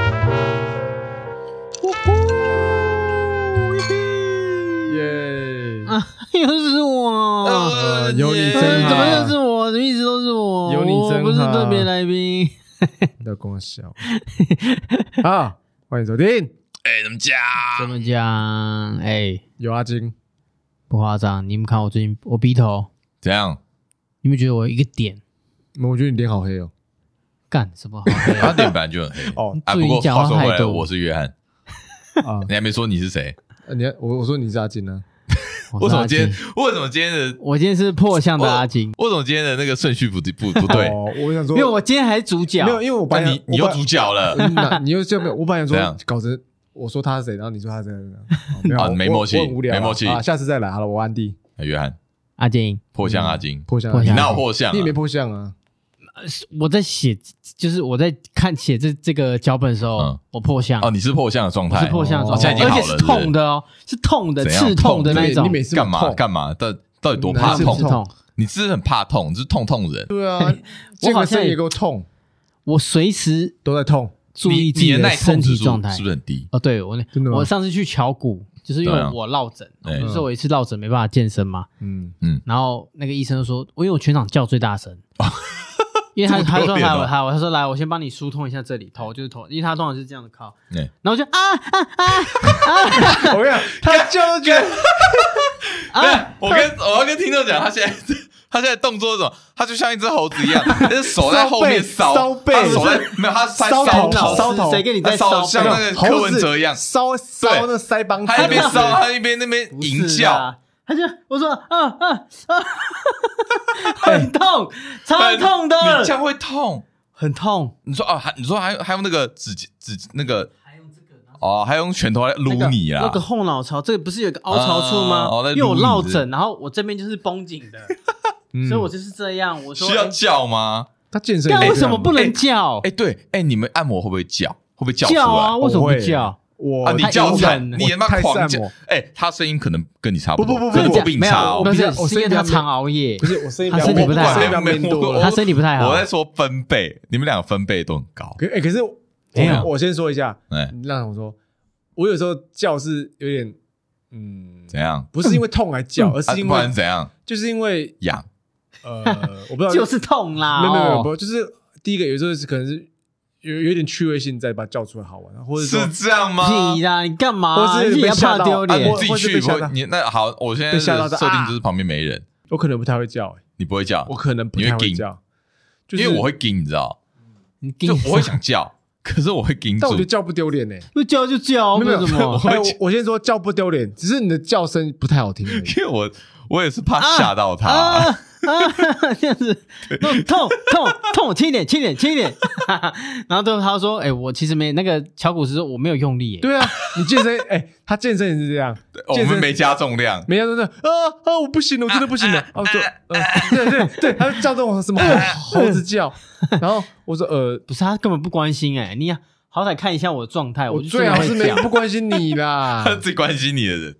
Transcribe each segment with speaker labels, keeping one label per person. Speaker 1: 呃
Speaker 2: 啊呃我，
Speaker 1: 有你真
Speaker 2: 我不是
Speaker 1: 好
Speaker 2: 特别来宾。
Speaker 1: 不要跟我笑 啊！欢迎收听，
Speaker 3: 哎，怎么讲？
Speaker 2: 怎么讲？哎、
Speaker 1: 有阿金，
Speaker 2: 不夸张，你们看我最近我鼻头，
Speaker 3: 怎样？
Speaker 2: 你们觉得我有一个点
Speaker 1: 我觉得你脸好黑哦。
Speaker 2: 干什 么好黑
Speaker 3: 他
Speaker 2: 啊？
Speaker 3: 脸本来就很黑
Speaker 1: 哦
Speaker 3: 啊。
Speaker 2: 注
Speaker 3: 不
Speaker 2: 意
Speaker 3: 过
Speaker 2: 讲
Speaker 3: 话
Speaker 2: 话
Speaker 3: 说回
Speaker 2: 太
Speaker 3: 来，
Speaker 2: 多。
Speaker 3: 我是约翰，
Speaker 1: 啊，
Speaker 3: 你还没说你是谁？
Speaker 1: 啊你我我说你是阿金啊呢、
Speaker 2: 我
Speaker 3: 为
Speaker 2: 是
Speaker 3: 什
Speaker 2: 阿
Speaker 3: 么今天哦
Speaker 2: 金？
Speaker 3: 为什么今天的
Speaker 2: 我今天是破相的阿金，
Speaker 3: 为什么今天的那个顺序不不不对？
Speaker 1: 哦，我想说
Speaker 2: 因为我今天还是主角
Speaker 1: 没。有，因为我
Speaker 3: 但
Speaker 1: 本来
Speaker 3: 你你又主角了，
Speaker 1: 角，你又这没有，我本来想
Speaker 3: 怎
Speaker 1: 说
Speaker 3: 样
Speaker 1: 搞成我说他是谁，然后你说他是谁， 哦没有
Speaker 3: 啊
Speaker 1: 我
Speaker 3: 没默契
Speaker 1: 我我很无聊啊，
Speaker 3: 没默契
Speaker 1: 啊，下次再来好了，我安迪
Speaker 3: 哎约翰
Speaker 2: 阿金，
Speaker 3: 破相阿金，
Speaker 1: 破相啊，
Speaker 2: 嗯破
Speaker 3: 你
Speaker 2: 相
Speaker 3: 哪有破相啊
Speaker 1: 你？也没破相啊，
Speaker 2: 我在写，就是我在看写这这个脚本的时候，
Speaker 3: 嗯
Speaker 2: 我破相，
Speaker 3: 哦，你是破相的状
Speaker 2: 我
Speaker 3: 态
Speaker 2: 是，破相的
Speaker 1: 哦
Speaker 2: 状态
Speaker 1: 现在已经
Speaker 2: 而
Speaker 3: 好
Speaker 2: 且
Speaker 3: 了
Speaker 2: 是痛的哦，是痛的，
Speaker 3: 怎样
Speaker 2: 刺痛的
Speaker 3: 痛
Speaker 2: 那一
Speaker 1: 你
Speaker 2: 种
Speaker 1: 你。每次
Speaker 3: 干嘛
Speaker 1: 痛
Speaker 3: 干嘛？到到底多
Speaker 1: 哪
Speaker 3: 怕
Speaker 1: 有
Speaker 2: 是
Speaker 1: 痛
Speaker 3: 痛？
Speaker 2: 痛，
Speaker 3: 你是不是很怕痛，你是痛痛人。
Speaker 1: 对啊，健
Speaker 2: 好
Speaker 1: 个
Speaker 2: 像
Speaker 1: 身也
Speaker 2: 也
Speaker 1: 给我痛，
Speaker 2: 我随时
Speaker 1: 都在痛，
Speaker 2: 注
Speaker 3: 你
Speaker 2: 意自
Speaker 3: 你
Speaker 2: 己
Speaker 3: 的耐
Speaker 2: 身
Speaker 3: 痛
Speaker 2: 体
Speaker 3: 指数
Speaker 2: 状态。
Speaker 3: 是不是很低？
Speaker 2: 哦，对我
Speaker 1: 真的
Speaker 2: 那
Speaker 1: 吗
Speaker 2: 我上次去考古，就是因为
Speaker 3: 对啊
Speaker 2: 我落枕，哦
Speaker 3: 对
Speaker 2: 就是我有一次落枕没办法健身嘛，
Speaker 1: 嗯，
Speaker 2: 然后那个医生就说，我因为我全场叫最大声，因为他
Speaker 3: 哦这么
Speaker 2: 他
Speaker 3: 丢
Speaker 2: 说
Speaker 3: 脸
Speaker 2: 他
Speaker 3: 哦
Speaker 2: 他他说来，我先帮你疏通一下这里头就是头，因为他通常是这样的靠，
Speaker 3: 对
Speaker 2: 然后我就啊啊
Speaker 1: 我跟你讲，他叫就觉得
Speaker 2: 啊，
Speaker 3: 我跟我要跟听众讲，他现在 他现在动作是什么？他就像一只猴子一样，但是手在后面
Speaker 1: 烧
Speaker 3: 烧
Speaker 1: 背烧背
Speaker 3: 他手在没有，他在
Speaker 1: 烧
Speaker 3: 烧
Speaker 1: 头
Speaker 3: 头，
Speaker 1: 烧头
Speaker 2: 谁跟你在
Speaker 3: 他烧
Speaker 2: 烧
Speaker 3: 像
Speaker 2: 背
Speaker 3: 那个柯文哲一样
Speaker 1: 烧烧
Speaker 3: 对
Speaker 1: 那腮帮子，
Speaker 3: 他一边烧，
Speaker 1: 对
Speaker 3: 他一边那边
Speaker 2: 不
Speaker 3: 吟
Speaker 2: 是
Speaker 3: 叫，
Speaker 2: 啊，他就我说啊啊啊， 很痛，超痛
Speaker 3: 哎你这
Speaker 2: 的，
Speaker 3: 样会痛。
Speaker 2: 很痛，
Speaker 3: 你说哦，还你说还还用那个指指那个
Speaker 2: 还用这个。
Speaker 3: 哦，还用拳头来
Speaker 2: 那
Speaker 3: 撸
Speaker 2: 个
Speaker 3: 你啊啦
Speaker 2: 那个？后脑槽，这个不是有个凹槽处吗？
Speaker 3: 啊哦在
Speaker 2: 因为我
Speaker 3: 撸你
Speaker 2: 落
Speaker 3: 是
Speaker 2: 枕，然后我这边就是绷紧的，
Speaker 1: 嗯
Speaker 2: 所以我就是这样。我说，
Speaker 3: 需要
Speaker 2: 哎
Speaker 3: 叫吗？
Speaker 1: 他健身也啊
Speaker 2: 干
Speaker 1: 这样
Speaker 2: 为什么不能叫？
Speaker 3: 哎，对，哎，你们按摩会不会叫？会不会叫出
Speaker 2: 叫啊！
Speaker 3: 来？哦
Speaker 2: 为什么
Speaker 1: 我
Speaker 2: 不
Speaker 1: 会
Speaker 2: 叫？
Speaker 1: 我
Speaker 3: 啊，你
Speaker 2: 太
Speaker 3: 叫
Speaker 2: 隐
Speaker 3: 惨，
Speaker 2: 忍了
Speaker 3: 你他妈
Speaker 1: 太
Speaker 3: 狂
Speaker 1: 善
Speaker 3: 叫
Speaker 1: 我！
Speaker 3: 哎，他声音可能跟你差不多，
Speaker 1: 不不不不
Speaker 3: 可是
Speaker 1: 不
Speaker 3: 我比你
Speaker 2: 没
Speaker 3: 差
Speaker 2: 有，
Speaker 3: 哦
Speaker 2: 不。是
Speaker 1: 我身体
Speaker 2: 是因为他
Speaker 1: 还没
Speaker 2: 常熬夜
Speaker 1: 不，是我声音比较
Speaker 2: 他身体
Speaker 1: 我
Speaker 2: 不太
Speaker 1: 我
Speaker 2: 好
Speaker 1: 声音比较变多了
Speaker 2: 他。身体不太好
Speaker 3: 我。在说分贝，你们两个分贝都很高。
Speaker 1: 可哎，可是
Speaker 2: 怎
Speaker 1: 我
Speaker 2: 样
Speaker 1: 我先说一下，
Speaker 3: 哎，
Speaker 1: 你让我说，我有时候叫是有点嗯，
Speaker 3: 怎样？
Speaker 1: 不是因为痛来叫，而
Speaker 3: 啊
Speaker 1: 是因
Speaker 3: 不
Speaker 1: 为
Speaker 3: 然怎样？
Speaker 1: 就是因为
Speaker 3: 痒
Speaker 1: 呃，我不知道，
Speaker 2: 就是痛啦！
Speaker 1: 没有没有没有，
Speaker 2: 哦
Speaker 1: 不就是第一个有时候是可能是有有点趣味性在把它叫出来好玩，或者
Speaker 3: 是
Speaker 1: 说
Speaker 3: 这样吗？
Speaker 2: 屁啦！你干嘛？
Speaker 1: 或是
Speaker 2: 你自己
Speaker 1: 被
Speaker 2: 要
Speaker 1: 吓
Speaker 2: 怕
Speaker 1: 到
Speaker 2: 丢
Speaker 1: 啊
Speaker 2: 脸
Speaker 3: 你
Speaker 1: 我。
Speaker 3: 自己
Speaker 1: 或是被
Speaker 3: 去不
Speaker 1: 吓
Speaker 3: 会
Speaker 1: 到？
Speaker 3: 你那好，我现在
Speaker 1: 被吓到说
Speaker 3: 的设定
Speaker 1: 啊
Speaker 3: 就是旁边没人，
Speaker 1: 我可能不太会叫，欸
Speaker 3: 你不会叫
Speaker 1: 我，可能不
Speaker 3: 你会
Speaker 1: 太会
Speaker 3: 惊
Speaker 1: 叫，就
Speaker 3: 因
Speaker 1: 是
Speaker 3: 为我会惊，你知道。
Speaker 2: 你
Speaker 3: 就
Speaker 2: 盯
Speaker 3: 我会想叫， 可是我会盯
Speaker 1: 但我
Speaker 3: 住
Speaker 1: 觉得。叫不丢脸呢。 欸
Speaker 2: 不叫就叫，
Speaker 1: 没有
Speaker 2: 哦为什
Speaker 1: 没有
Speaker 2: 么？
Speaker 1: 哎 我我先说叫不丢脸，只是你的叫声不太好听而已。
Speaker 3: 因为我我也是怕吓到他、
Speaker 2: 啊啊，这样子，痛痛痛痛，轻一点，轻一点，轻一点。 然后最后他说：“哎、我其实没那个乔古斯说我没有用力耶。”
Speaker 1: 对啊，你健身，哎、他健身也是这样，
Speaker 3: 对
Speaker 1: 健
Speaker 3: 我
Speaker 1: 身
Speaker 3: 们没加重量，
Speaker 1: 每天都是啊啊，我不行了，我真的不行了。
Speaker 2: 啊
Speaker 1: 然后我说，呃，对对对，他就叫这种什么猴猴子叫，然后我说，呃，
Speaker 2: 不是他根本不关心哎、你好歹看一下啊我的状态，
Speaker 1: 我
Speaker 2: 就
Speaker 1: 最好是没
Speaker 2: 讲哦
Speaker 1: 不关心你 啦，
Speaker 3: 最关心你的人。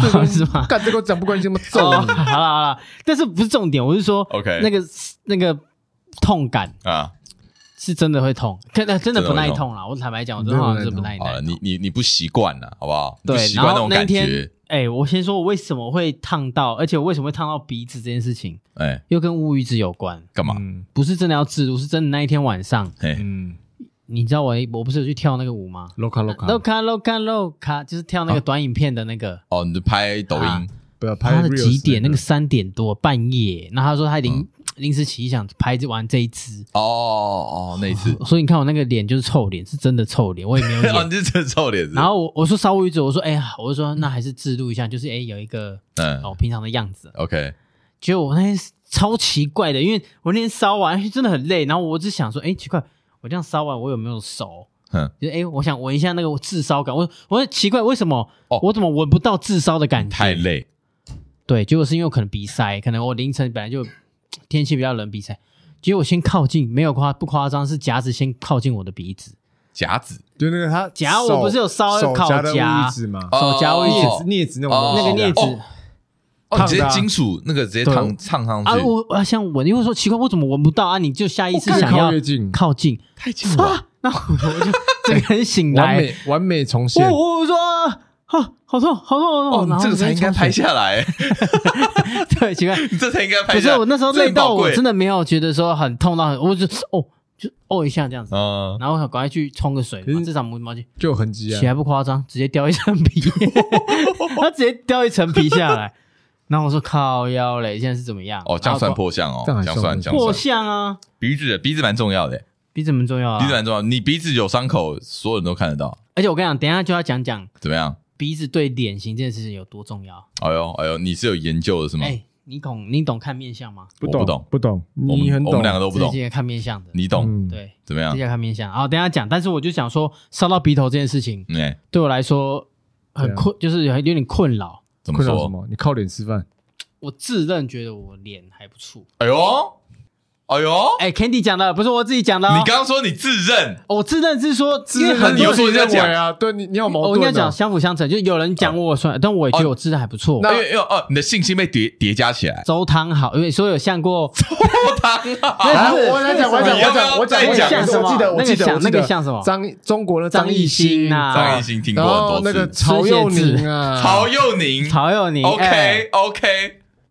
Speaker 1: 最关心
Speaker 2: 是吗？
Speaker 1: 干这个我讲不关心，我
Speaker 2: 哦，
Speaker 1: 揍
Speaker 2: 好
Speaker 1: 你。
Speaker 2: 啦好啦，但是不是重点，我是说
Speaker 3: OK
Speaker 2: 那个那个痛感
Speaker 3: 啊，
Speaker 2: 是真的会痛，可那真的
Speaker 3: 真的会
Speaker 2: 不耐
Speaker 3: 痛
Speaker 2: 痛啦。我坦白讲，我
Speaker 1: 你
Speaker 2: 真的好像
Speaker 1: 真
Speaker 2: 是
Speaker 1: 的
Speaker 2: 不
Speaker 1: 不
Speaker 2: 耐
Speaker 3: 好了，
Speaker 2: 耐。
Speaker 3: 你你你不习惯了，好不好？你
Speaker 2: 对
Speaker 3: 不，习
Speaker 2: 然
Speaker 3: 惯那
Speaker 2: 后
Speaker 3: 种
Speaker 2: 那一
Speaker 3: 感
Speaker 2: 天
Speaker 3: 觉。，
Speaker 2: 哎、我先说我为什么会烫到，而且我为什么会烫到鼻子这件事情，
Speaker 3: 哎，
Speaker 2: 又跟乌鱼子有关。
Speaker 3: 干嘛？
Speaker 1: 嗯
Speaker 2: 不是真的要自如，是真的那一天晚上，
Speaker 3: 哎，
Speaker 1: 嗯
Speaker 2: 你知道我我不是有去跳那个舞吗
Speaker 1: ，loca loca，
Speaker 2: ？loca loca loca，就是跳那个短影片的那个。
Speaker 3: 哦，你就拍抖
Speaker 2: 啊
Speaker 3: 音，
Speaker 1: 不要拍
Speaker 2: 他的
Speaker 1: reels
Speaker 2: 几点？那个三点多半夜，那他说他临临时起意想拍完这一支，
Speaker 3: 哦哦，那一次，
Speaker 2: 所以你看我那个脸就是臭脸，是真的臭脸，我也没有
Speaker 3: 哦，
Speaker 2: 演。
Speaker 3: 你是真臭脸子。
Speaker 2: 然后我我说稍微一直我说哎呀，我就说那还是自录一下，就是哎有一个
Speaker 3: 嗯
Speaker 2: 哦平常的样子。
Speaker 3: ，OK，
Speaker 2: 结果我那天超奇怪的，因为我那天烧完哎真的很累，然后我只想说哎奇怪，我这样烧完我有没有熟？
Speaker 3: 嗯，
Speaker 2: 就是哎、我想闻一下那个自烧感，我我奇怪为什么、
Speaker 3: 哦
Speaker 2: 我怎么闻不到自烧的感觉？
Speaker 3: 太累，
Speaker 2: 对，结果是因为我可能鼻塞，可能我凌晨本来就天气比较冷，鼻塞。结果我先靠近，没有夸不夸张，是夹子先靠近我的鼻子，
Speaker 3: 夹子，
Speaker 1: 就那个他
Speaker 2: 夹我不是有烧
Speaker 1: 手
Speaker 2: 烤
Speaker 1: 夹的
Speaker 2: 夹
Speaker 1: 镊子吗？
Speaker 3: 哦
Speaker 2: 手夹位置、
Speaker 3: 哦
Speaker 1: 镊子那种东
Speaker 2: 那
Speaker 1: 西
Speaker 2: 个
Speaker 1: 啊
Speaker 2: 镊子、
Speaker 3: 哦哦，你直接
Speaker 1: 烫的啊
Speaker 3: 金属那个直接
Speaker 2: 对
Speaker 3: 烫烫上
Speaker 2: 啊，
Speaker 3: 去，
Speaker 2: 我我想闻，因为我说奇怪，我怎么闻不到啊？你就下意识
Speaker 1: 越
Speaker 2: 想
Speaker 1: 靠
Speaker 2: 要
Speaker 1: 越近，
Speaker 2: 靠近，啊
Speaker 3: 太近了吧，
Speaker 2: 那我就整个人醒
Speaker 1: 完
Speaker 2: 来，
Speaker 1: 美完美重现
Speaker 2: 我。我我说啊啊，好痛，好痛，好痛！
Speaker 3: 哦，
Speaker 2: 然后
Speaker 3: 你这个才应该拍
Speaker 2: 下，
Speaker 3: 下来，
Speaker 2: 对，奇怪，
Speaker 3: 你这才应该拍
Speaker 2: 不是
Speaker 3: 下来。
Speaker 2: 我那时候累到我真
Speaker 3: 的，
Speaker 2: 的没有觉得说很痛到很，我就哦就哦一下这样子，
Speaker 3: 嗯，
Speaker 2: 然后赶快去冲个水
Speaker 1: 可
Speaker 2: 嘛，
Speaker 1: 是
Speaker 2: 至少抹毛巾，
Speaker 1: 就有痕迹
Speaker 2: 起
Speaker 1: 啊。
Speaker 2: 来不夸张，直接掉一层 皮，他直接掉一层皮下来，然后我说靠腰嘞，现在是怎么样？
Speaker 3: 哦，这样算
Speaker 2: 然后
Speaker 3: 破相哦，
Speaker 1: 这样还
Speaker 3: 这样算，
Speaker 1: 算
Speaker 3: 这样
Speaker 2: 破
Speaker 3: 算。
Speaker 2: 相啊，
Speaker 3: 鼻子，鼻子蛮重要的，
Speaker 2: 比怎么重要
Speaker 3: 鼻子
Speaker 2: 啊？
Speaker 3: 蛮重要。你鼻子有伤口，所有人都看得到，
Speaker 2: 而且我跟你讲，等一下就要讲讲
Speaker 3: 怎么样？
Speaker 2: 鼻子对脸型这件事情有多重要。
Speaker 3: 哎呦，哎呦，你是有研究的是吗？
Speaker 2: 哎，你懂你懂看面相吗？
Speaker 3: 我
Speaker 1: 懂，
Speaker 3: 不
Speaker 1: 不
Speaker 3: 懂
Speaker 1: 不懂，
Speaker 3: 我
Speaker 1: 你
Speaker 3: 们
Speaker 1: 很
Speaker 3: 我
Speaker 1: 懂，
Speaker 3: 们两个都不懂
Speaker 2: 这，些看面相的，
Speaker 3: 你懂
Speaker 1: 嗯
Speaker 2: 对，
Speaker 3: 怎么样
Speaker 2: 这？些看面相。好，等一下讲，但是我就想说，烧到鼻头这件事情，
Speaker 3: 嗯哎，
Speaker 2: 对我来说很
Speaker 1: 对啊
Speaker 2: 困，就是有点困扰。
Speaker 3: 怎么
Speaker 1: 困扰什
Speaker 3: 说？
Speaker 1: 么？你靠脸吃饭，
Speaker 2: 我自认觉得我脸还不错。
Speaker 3: 哎呦，哎呦，
Speaker 2: 哎，Candy 讲的不是我自己讲的哦，
Speaker 3: 你刚刚说你自认，
Speaker 2: 我自认是说，因为
Speaker 3: 认
Speaker 2: 很
Speaker 3: 你
Speaker 2: 多
Speaker 3: 又
Speaker 2: 人
Speaker 3: 说人家讲
Speaker 1: 啊，对你你有矛盾啊。
Speaker 2: 我应该讲相辅相成，就是有人讲我算，但我也觉得我自认还不错。。
Speaker 3: 因为因为哦哦，你的信心被叠叠加起来
Speaker 2: 周汤好，因为所有像 过，
Speaker 3: 我他妈
Speaker 1: 来，
Speaker 2: 不是
Speaker 1: 我来讲，我来讲，
Speaker 3: 你
Speaker 1: 我来
Speaker 3: 要不要
Speaker 1: 讲，我
Speaker 3: 再
Speaker 1: 讲，
Speaker 3: 讲
Speaker 1: 我讲，我记得，
Speaker 2: 那
Speaker 1: 我
Speaker 2: 个
Speaker 1: 记得，
Speaker 2: 像
Speaker 1: 我记
Speaker 2: 那
Speaker 1: 得
Speaker 2: 个像什么
Speaker 1: 张中国的
Speaker 2: 张艺
Speaker 1: 艺
Speaker 2: 兴啊
Speaker 3: 张艺兴听过
Speaker 1: 啊然后
Speaker 3: 很
Speaker 1: 那
Speaker 3: 多
Speaker 1: 个
Speaker 3: 次，
Speaker 1: 曹佑宁啊，
Speaker 3: 曹佑 宁
Speaker 2: 曹佑宁哎
Speaker 3: ，OK OK，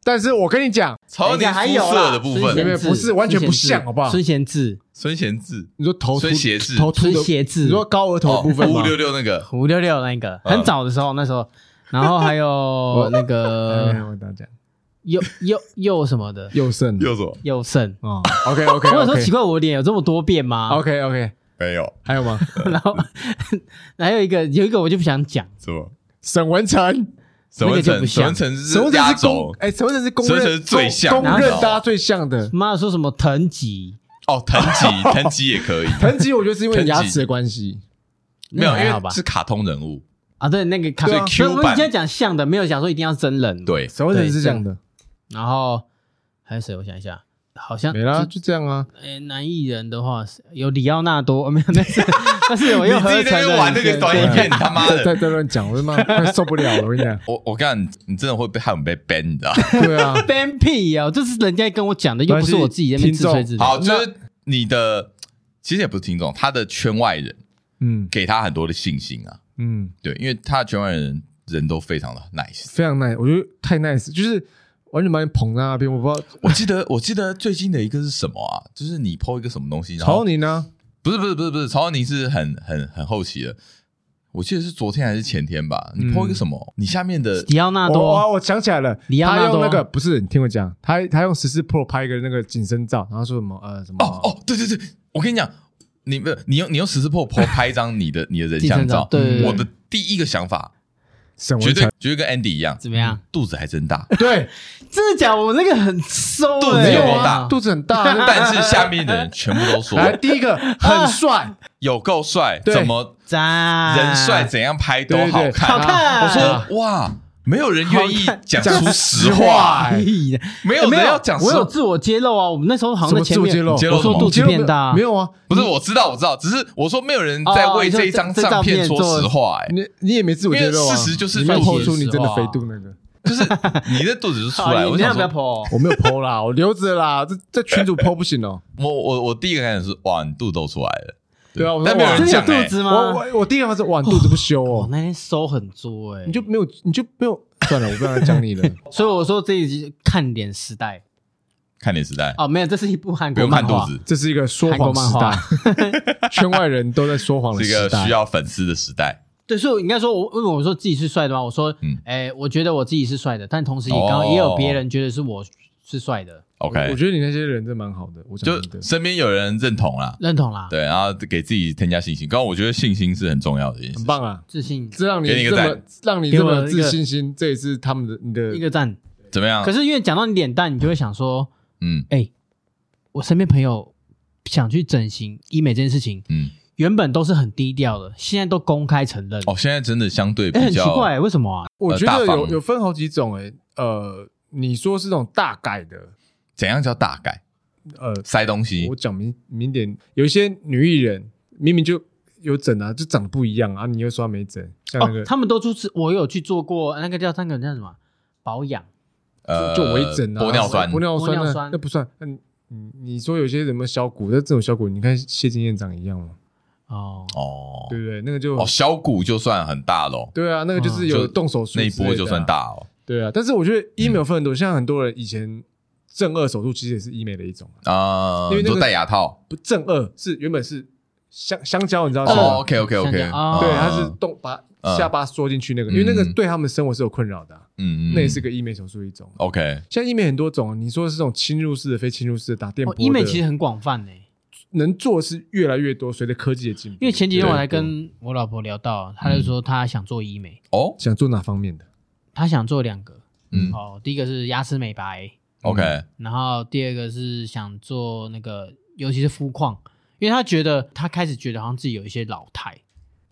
Speaker 1: 但是我跟你讲，
Speaker 3: 曹佑
Speaker 2: 人家
Speaker 3: 宁
Speaker 2: 还有
Speaker 3: 肤
Speaker 2: 啦
Speaker 3: 色的
Speaker 2: 孙
Speaker 3: 部
Speaker 1: 没
Speaker 2: 贤
Speaker 1: 有
Speaker 3: 分，
Speaker 1: 没有
Speaker 2: 志
Speaker 1: 不是完全
Speaker 2: 孙贤
Speaker 1: 不
Speaker 2: 志
Speaker 1: 像好不好
Speaker 2: 孙贤志、
Speaker 3: 孙贤志、
Speaker 1: 你说头秃
Speaker 3: 孙协志
Speaker 1: 头秃
Speaker 2: 孙
Speaker 1: 的，
Speaker 2: 协志
Speaker 1: 你、说高额头
Speaker 3: 哦
Speaker 1: 的部分
Speaker 3: 五
Speaker 1: 吗？
Speaker 3: 六六那个，
Speaker 2: 五六六那个，
Speaker 3: 嗯
Speaker 2: 很早的时候，那时候，然后还有 那
Speaker 1: 哎
Speaker 2: 个
Speaker 1: 我跟大家讲，
Speaker 2: 佑佑佑什么的，
Speaker 1: 右肾
Speaker 3: 右左
Speaker 2: 佑胜。
Speaker 1: 哦，OK OK
Speaker 2: 我有时候奇
Speaker 1: OK
Speaker 2: 怪，我脸有这么多变吗？
Speaker 1: OK OK，
Speaker 3: 没有，
Speaker 1: 还有吗？
Speaker 2: 然后 还有一个，有一个我就不想讲，
Speaker 3: 什么？
Speaker 1: 沈文成，
Speaker 3: 沈
Speaker 2: 那
Speaker 3: 文
Speaker 2: 个就不
Speaker 3: 成，沈
Speaker 2: 像
Speaker 3: 文成
Speaker 1: 沈
Speaker 3: 是
Speaker 1: 文
Speaker 3: 压
Speaker 1: 成是公
Speaker 3: 轴，
Speaker 1: 哎，沈文成是公
Speaker 3: 沈文成
Speaker 1: 认
Speaker 3: 是最像
Speaker 1: 公
Speaker 3: 的
Speaker 1: 公认大家最像 的。
Speaker 2: 妈说什么藤吉，
Speaker 3: 哦，藤吉，藤吉也可以，
Speaker 1: 藤吉，我觉得是因为
Speaker 3: 藤吉
Speaker 1: 牙齿的关系，
Speaker 3: 没有，
Speaker 2: 那
Speaker 3: 因
Speaker 2: 还好吧
Speaker 3: 为是卡通人物，
Speaker 2: 啊，对，那个卡，
Speaker 3: 对啊
Speaker 2: 所以
Speaker 3: Q
Speaker 2: 我
Speaker 3: 版
Speaker 2: 们今天讲像的，没有讲说一定要真人。，
Speaker 3: 对，
Speaker 1: 沈文成是这样的，
Speaker 2: 然后还有谁？我想一下，好像
Speaker 1: 没啦，
Speaker 2: 就。
Speaker 1: 就这样啊。
Speaker 2: 诶，男艺人的话是有里奥纳多，哦 没有，但是但是我
Speaker 3: 你
Speaker 2: 又
Speaker 3: 自
Speaker 2: 合
Speaker 3: 己
Speaker 2: 成
Speaker 3: 在那
Speaker 2: 了
Speaker 3: 边玩那个短影片，你他妈
Speaker 1: 在
Speaker 3: 的！
Speaker 1: 在乱讲，我他妈快受不了了！我跟你讲，
Speaker 3: 我我看你真的会被害我们被 ban，你知道吗？
Speaker 1: 对啊，
Speaker 2: ban 屁哦，这是人家跟我讲的，又不是我自己在那边自吹自擂。
Speaker 3: 好，就是你的，其实也不是听众，他的圈外人
Speaker 1: 嗯
Speaker 3: 给他很多的信心啊，
Speaker 1: 嗯，
Speaker 3: 对，因为他的圈外人人都非常的 nice。
Speaker 1: 非常 nice，我觉得太 nice，就是完全把你捧在那边，我不知道。
Speaker 3: 我记得我记得最近的一个是什么啊？就是你 PO 一个什么东西，然
Speaker 1: 曹
Speaker 3: 后
Speaker 1: 宁呢？
Speaker 3: 不是不是不是不是，曹宁是很很很后期的，我记得是昨天还是前天吧？你 PO 一个什么？你下面的
Speaker 2: 里奥
Speaker 1: 我
Speaker 2: 纳
Speaker 1: 我
Speaker 2: 多，
Speaker 1: 我想起来了，
Speaker 2: 里奥
Speaker 1: 他
Speaker 2: 纳
Speaker 1: 用
Speaker 2: 多
Speaker 1: 那个不是，你听我讲，他他用十四 Pro 拍一个那个紧身照，然后说什么呃什么
Speaker 3: 哦哦，对对对，我跟你讲，你不是你用你用十四 Pro Pro 拍一张你的你的人像照，
Speaker 2: 对对对
Speaker 3: 我的第一个想法
Speaker 1: 沈
Speaker 3: 绝
Speaker 1: 文
Speaker 3: 对
Speaker 1: 成，
Speaker 3: 绝对跟 Andy 一样，
Speaker 2: 怎么样？
Speaker 3: 肚子还真大，
Speaker 1: 对，
Speaker 2: 真的假的？我那个很瘦，
Speaker 3: 肚子
Speaker 2: 欸
Speaker 3: 有
Speaker 1: 没
Speaker 3: 多
Speaker 1: 有
Speaker 3: 大
Speaker 1: 啊，肚子很大。那个
Speaker 3: 但是下面的人全部都说
Speaker 1: 来第一个啊很帅，
Speaker 3: 有够帅，
Speaker 1: 对
Speaker 3: 怎么
Speaker 2: 赞，
Speaker 3: 人帅怎样拍都
Speaker 1: 对
Speaker 3: 好
Speaker 1: 对，
Speaker 3: 看。
Speaker 2: 好看啊
Speaker 3: 我说哇，没有人愿意
Speaker 2: 好看
Speaker 3: 讲
Speaker 1: 讲
Speaker 3: 出实
Speaker 1: 实
Speaker 3: 话
Speaker 1: 话，
Speaker 2: 屁的
Speaker 3: 没
Speaker 2: 欸
Speaker 3: 有
Speaker 2: 没
Speaker 3: 人
Speaker 2: 有
Speaker 3: 要讲实
Speaker 2: 我有
Speaker 3: 话。
Speaker 2: 自我揭露啊，我们那时候好
Speaker 1: 什
Speaker 2: 像
Speaker 1: 么
Speaker 2: 在前
Speaker 1: 自我揭
Speaker 2: 面，
Speaker 1: 露
Speaker 3: 揭露
Speaker 2: 我
Speaker 3: 什
Speaker 2: 说
Speaker 3: 么
Speaker 2: 肚
Speaker 1: 你
Speaker 2: 子
Speaker 1: 觉得
Speaker 2: 变大啊，
Speaker 1: 没有啊？
Speaker 3: 不是，我知道，我知道，只是我说没有人在
Speaker 2: 哦
Speaker 3: 为
Speaker 2: 就
Speaker 3: 这一张
Speaker 2: 这这
Speaker 3: 照
Speaker 2: 照片
Speaker 3: 片说
Speaker 2: 做
Speaker 3: 实话，哎，
Speaker 1: 你你也没自我揭露啊，
Speaker 3: 因为事实就是
Speaker 1: 你没有
Speaker 2: 算
Speaker 1: 抛
Speaker 2: 是
Speaker 1: 出你真的
Speaker 2: 实话
Speaker 1: 肥度那个，
Speaker 3: 就是你的肚子就出
Speaker 2: 好
Speaker 3: 来。
Speaker 2: 你
Speaker 3: 我
Speaker 2: 那
Speaker 3: 想
Speaker 2: 样不要
Speaker 3: 说，
Speaker 2: 剖哦，
Speaker 1: 我没有抛啦，我留着啦，这这群主抛不行 哦。
Speaker 3: 我我我第一个感觉是哇，你肚子都出来了。
Speaker 1: 对啊，我
Speaker 3: 但
Speaker 1: 说
Speaker 3: 没有
Speaker 1: 哇
Speaker 3: 人
Speaker 2: 真的有
Speaker 3: 讲欸
Speaker 2: 肚子
Speaker 1: 我
Speaker 2: 吗？
Speaker 1: 我我第一个反应是哇，你肚子不修
Speaker 2: 我
Speaker 1: 哦，
Speaker 2: 那天收很多哎，
Speaker 1: 你就没有你就没有算了，我不要再讲你 了。
Speaker 2: 所以我说这一集看脸时代
Speaker 3: 看脸时代，
Speaker 2: 哦，没有，这是一部韩
Speaker 3: 不
Speaker 2: 国
Speaker 3: 用
Speaker 2: 漫
Speaker 3: 看肚
Speaker 2: 画，
Speaker 3: 子，
Speaker 1: 这是一个说谎时代， 圈外人都在说谎的
Speaker 3: 是一
Speaker 1: 时
Speaker 3: 个
Speaker 1: 代
Speaker 3: 需。要粉丝的时代。
Speaker 2: 对，所以我应该说，我因为我说自己是帅的嘛，我说
Speaker 3: 嗯，
Speaker 2: 哎、我觉得我自己是帅的，但同时也
Speaker 3: 哦
Speaker 2: 刚好也有别人觉得是我是帅的，
Speaker 1: 我我
Speaker 3: OK，
Speaker 1: 觉得你那些人真蛮好的，我讲真的
Speaker 3: 就，身边有人认同啦，
Speaker 2: 认同啦，
Speaker 3: 对，然后给自己添加信心。刚刚我觉得信心是很重要的一件
Speaker 1: 很
Speaker 3: 事。
Speaker 1: 棒啊！
Speaker 2: 自信
Speaker 1: 这让你
Speaker 3: 给你一个
Speaker 1: 这么
Speaker 3: 赞
Speaker 1: 让你
Speaker 2: 给
Speaker 1: 这
Speaker 2: 我
Speaker 1: 么
Speaker 2: 一
Speaker 1: 有
Speaker 2: 个
Speaker 1: 自信心，这也是他们的你的
Speaker 2: 一个赞。
Speaker 3: 怎么样
Speaker 2: 可？是因为讲到你脸蛋，你就会想说，
Speaker 3: 嗯
Speaker 2: 哎、我身边朋友想去整形医美这件事情，
Speaker 3: 嗯，
Speaker 2: 原本都是很低调的，现在都公开承认，
Speaker 3: 哦，现在真的相对
Speaker 2: 哎、
Speaker 3: 比
Speaker 2: 很奇
Speaker 3: 较，
Speaker 2: 怪、为什么 啊？
Speaker 1: 我觉
Speaker 3: 呃
Speaker 1: 得
Speaker 3: 大方
Speaker 1: 有有分好几种诶，呃，你说是那种大改的，
Speaker 3: 怎样叫大改
Speaker 1: 呃，
Speaker 3: 塞东西
Speaker 1: 我？讲明明点，有一些女艺人明明就有整啊，就长得不一样啊，你又说她没整，像啊那
Speaker 2: 哦，
Speaker 1: 个
Speaker 2: 他们都就是我有去做过那个叫那个叫什么保养，
Speaker 3: 呃，
Speaker 1: 就微整啊，
Speaker 3: 玻尿酸
Speaker 1: 玻。尿酸
Speaker 2: 玻尿
Speaker 1: 那
Speaker 2: 酸
Speaker 1: 那不算。那你你你说有些什么小骨，那这种小骨，你看谢金燕长一样吗？
Speaker 2: 哦，
Speaker 3: 哦，
Speaker 1: 对不对？那个就
Speaker 3: 哦，小股就算很大喽，
Speaker 1: 对啊，那个就是
Speaker 3: 就
Speaker 1: 有动手术
Speaker 3: 那一
Speaker 1: 之类
Speaker 3: 波
Speaker 1: 的
Speaker 3: 就
Speaker 1: 啊
Speaker 3: 算。大嗯哦。
Speaker 1: 对啊，但是我觉得医美有分很多，像很多人以前正颚手术其实也是医美的一种啊，
Speaker 3: 啊，
Speaker 1: 因为
Speaker 3: 你
Speaker 1: 那
Speaker 3: 说
Speaker 1: 个
Speaker 3: 戴牙套，
Speaker 1: 不正颚是原本是香香蕉，你知道吗？
Speaker 3: 哦，OK OK
Speaker 2: 像这
Speaker 3: OK，
Speaker 2: 样哦
Speaker 1: 对，它是动把
Speaker 3: 嗯
Speaker 1: 下巴缩进去那个，因为那个
Speaker 3: 嗯
Speaker 1: 对他们生活是有困扰的啊，
Speaker 3: 嗯嗯，
Speaker 1: 那也是个医美手术一种。
Speaker 2: 哦
Speaker 3: OK，
Speaker 1: 现在医美很多种，你说是这种侵入式的、非侵入式的、打电波
Speaker 2: 哦
Speaker 1: 的，
Speaker 2: 医美其实很广泛呢、
Speaker 1: 能做的是越来越多，随着科技的进步。
Speaker 2: 因为前几天
Speaker 3: 对
Speaker 2: 我还跟我老婆聊到，啊她就说
Speaker 1: 嗯
Speaker 2: 她想做医美，
Speaker 3: 哦，
Speaker 1: 想做哪方面的？
Speaker 2: 她想做两个，
Speaker 3: 嗯
Speaker 2: 哦，第一个是牙齿美白，
Speaker 3: ，OK，
Speaker 2: 然后第二个是想做那个，尤其是肤况，因为她觉得她开始觉得好像自己有一些老态，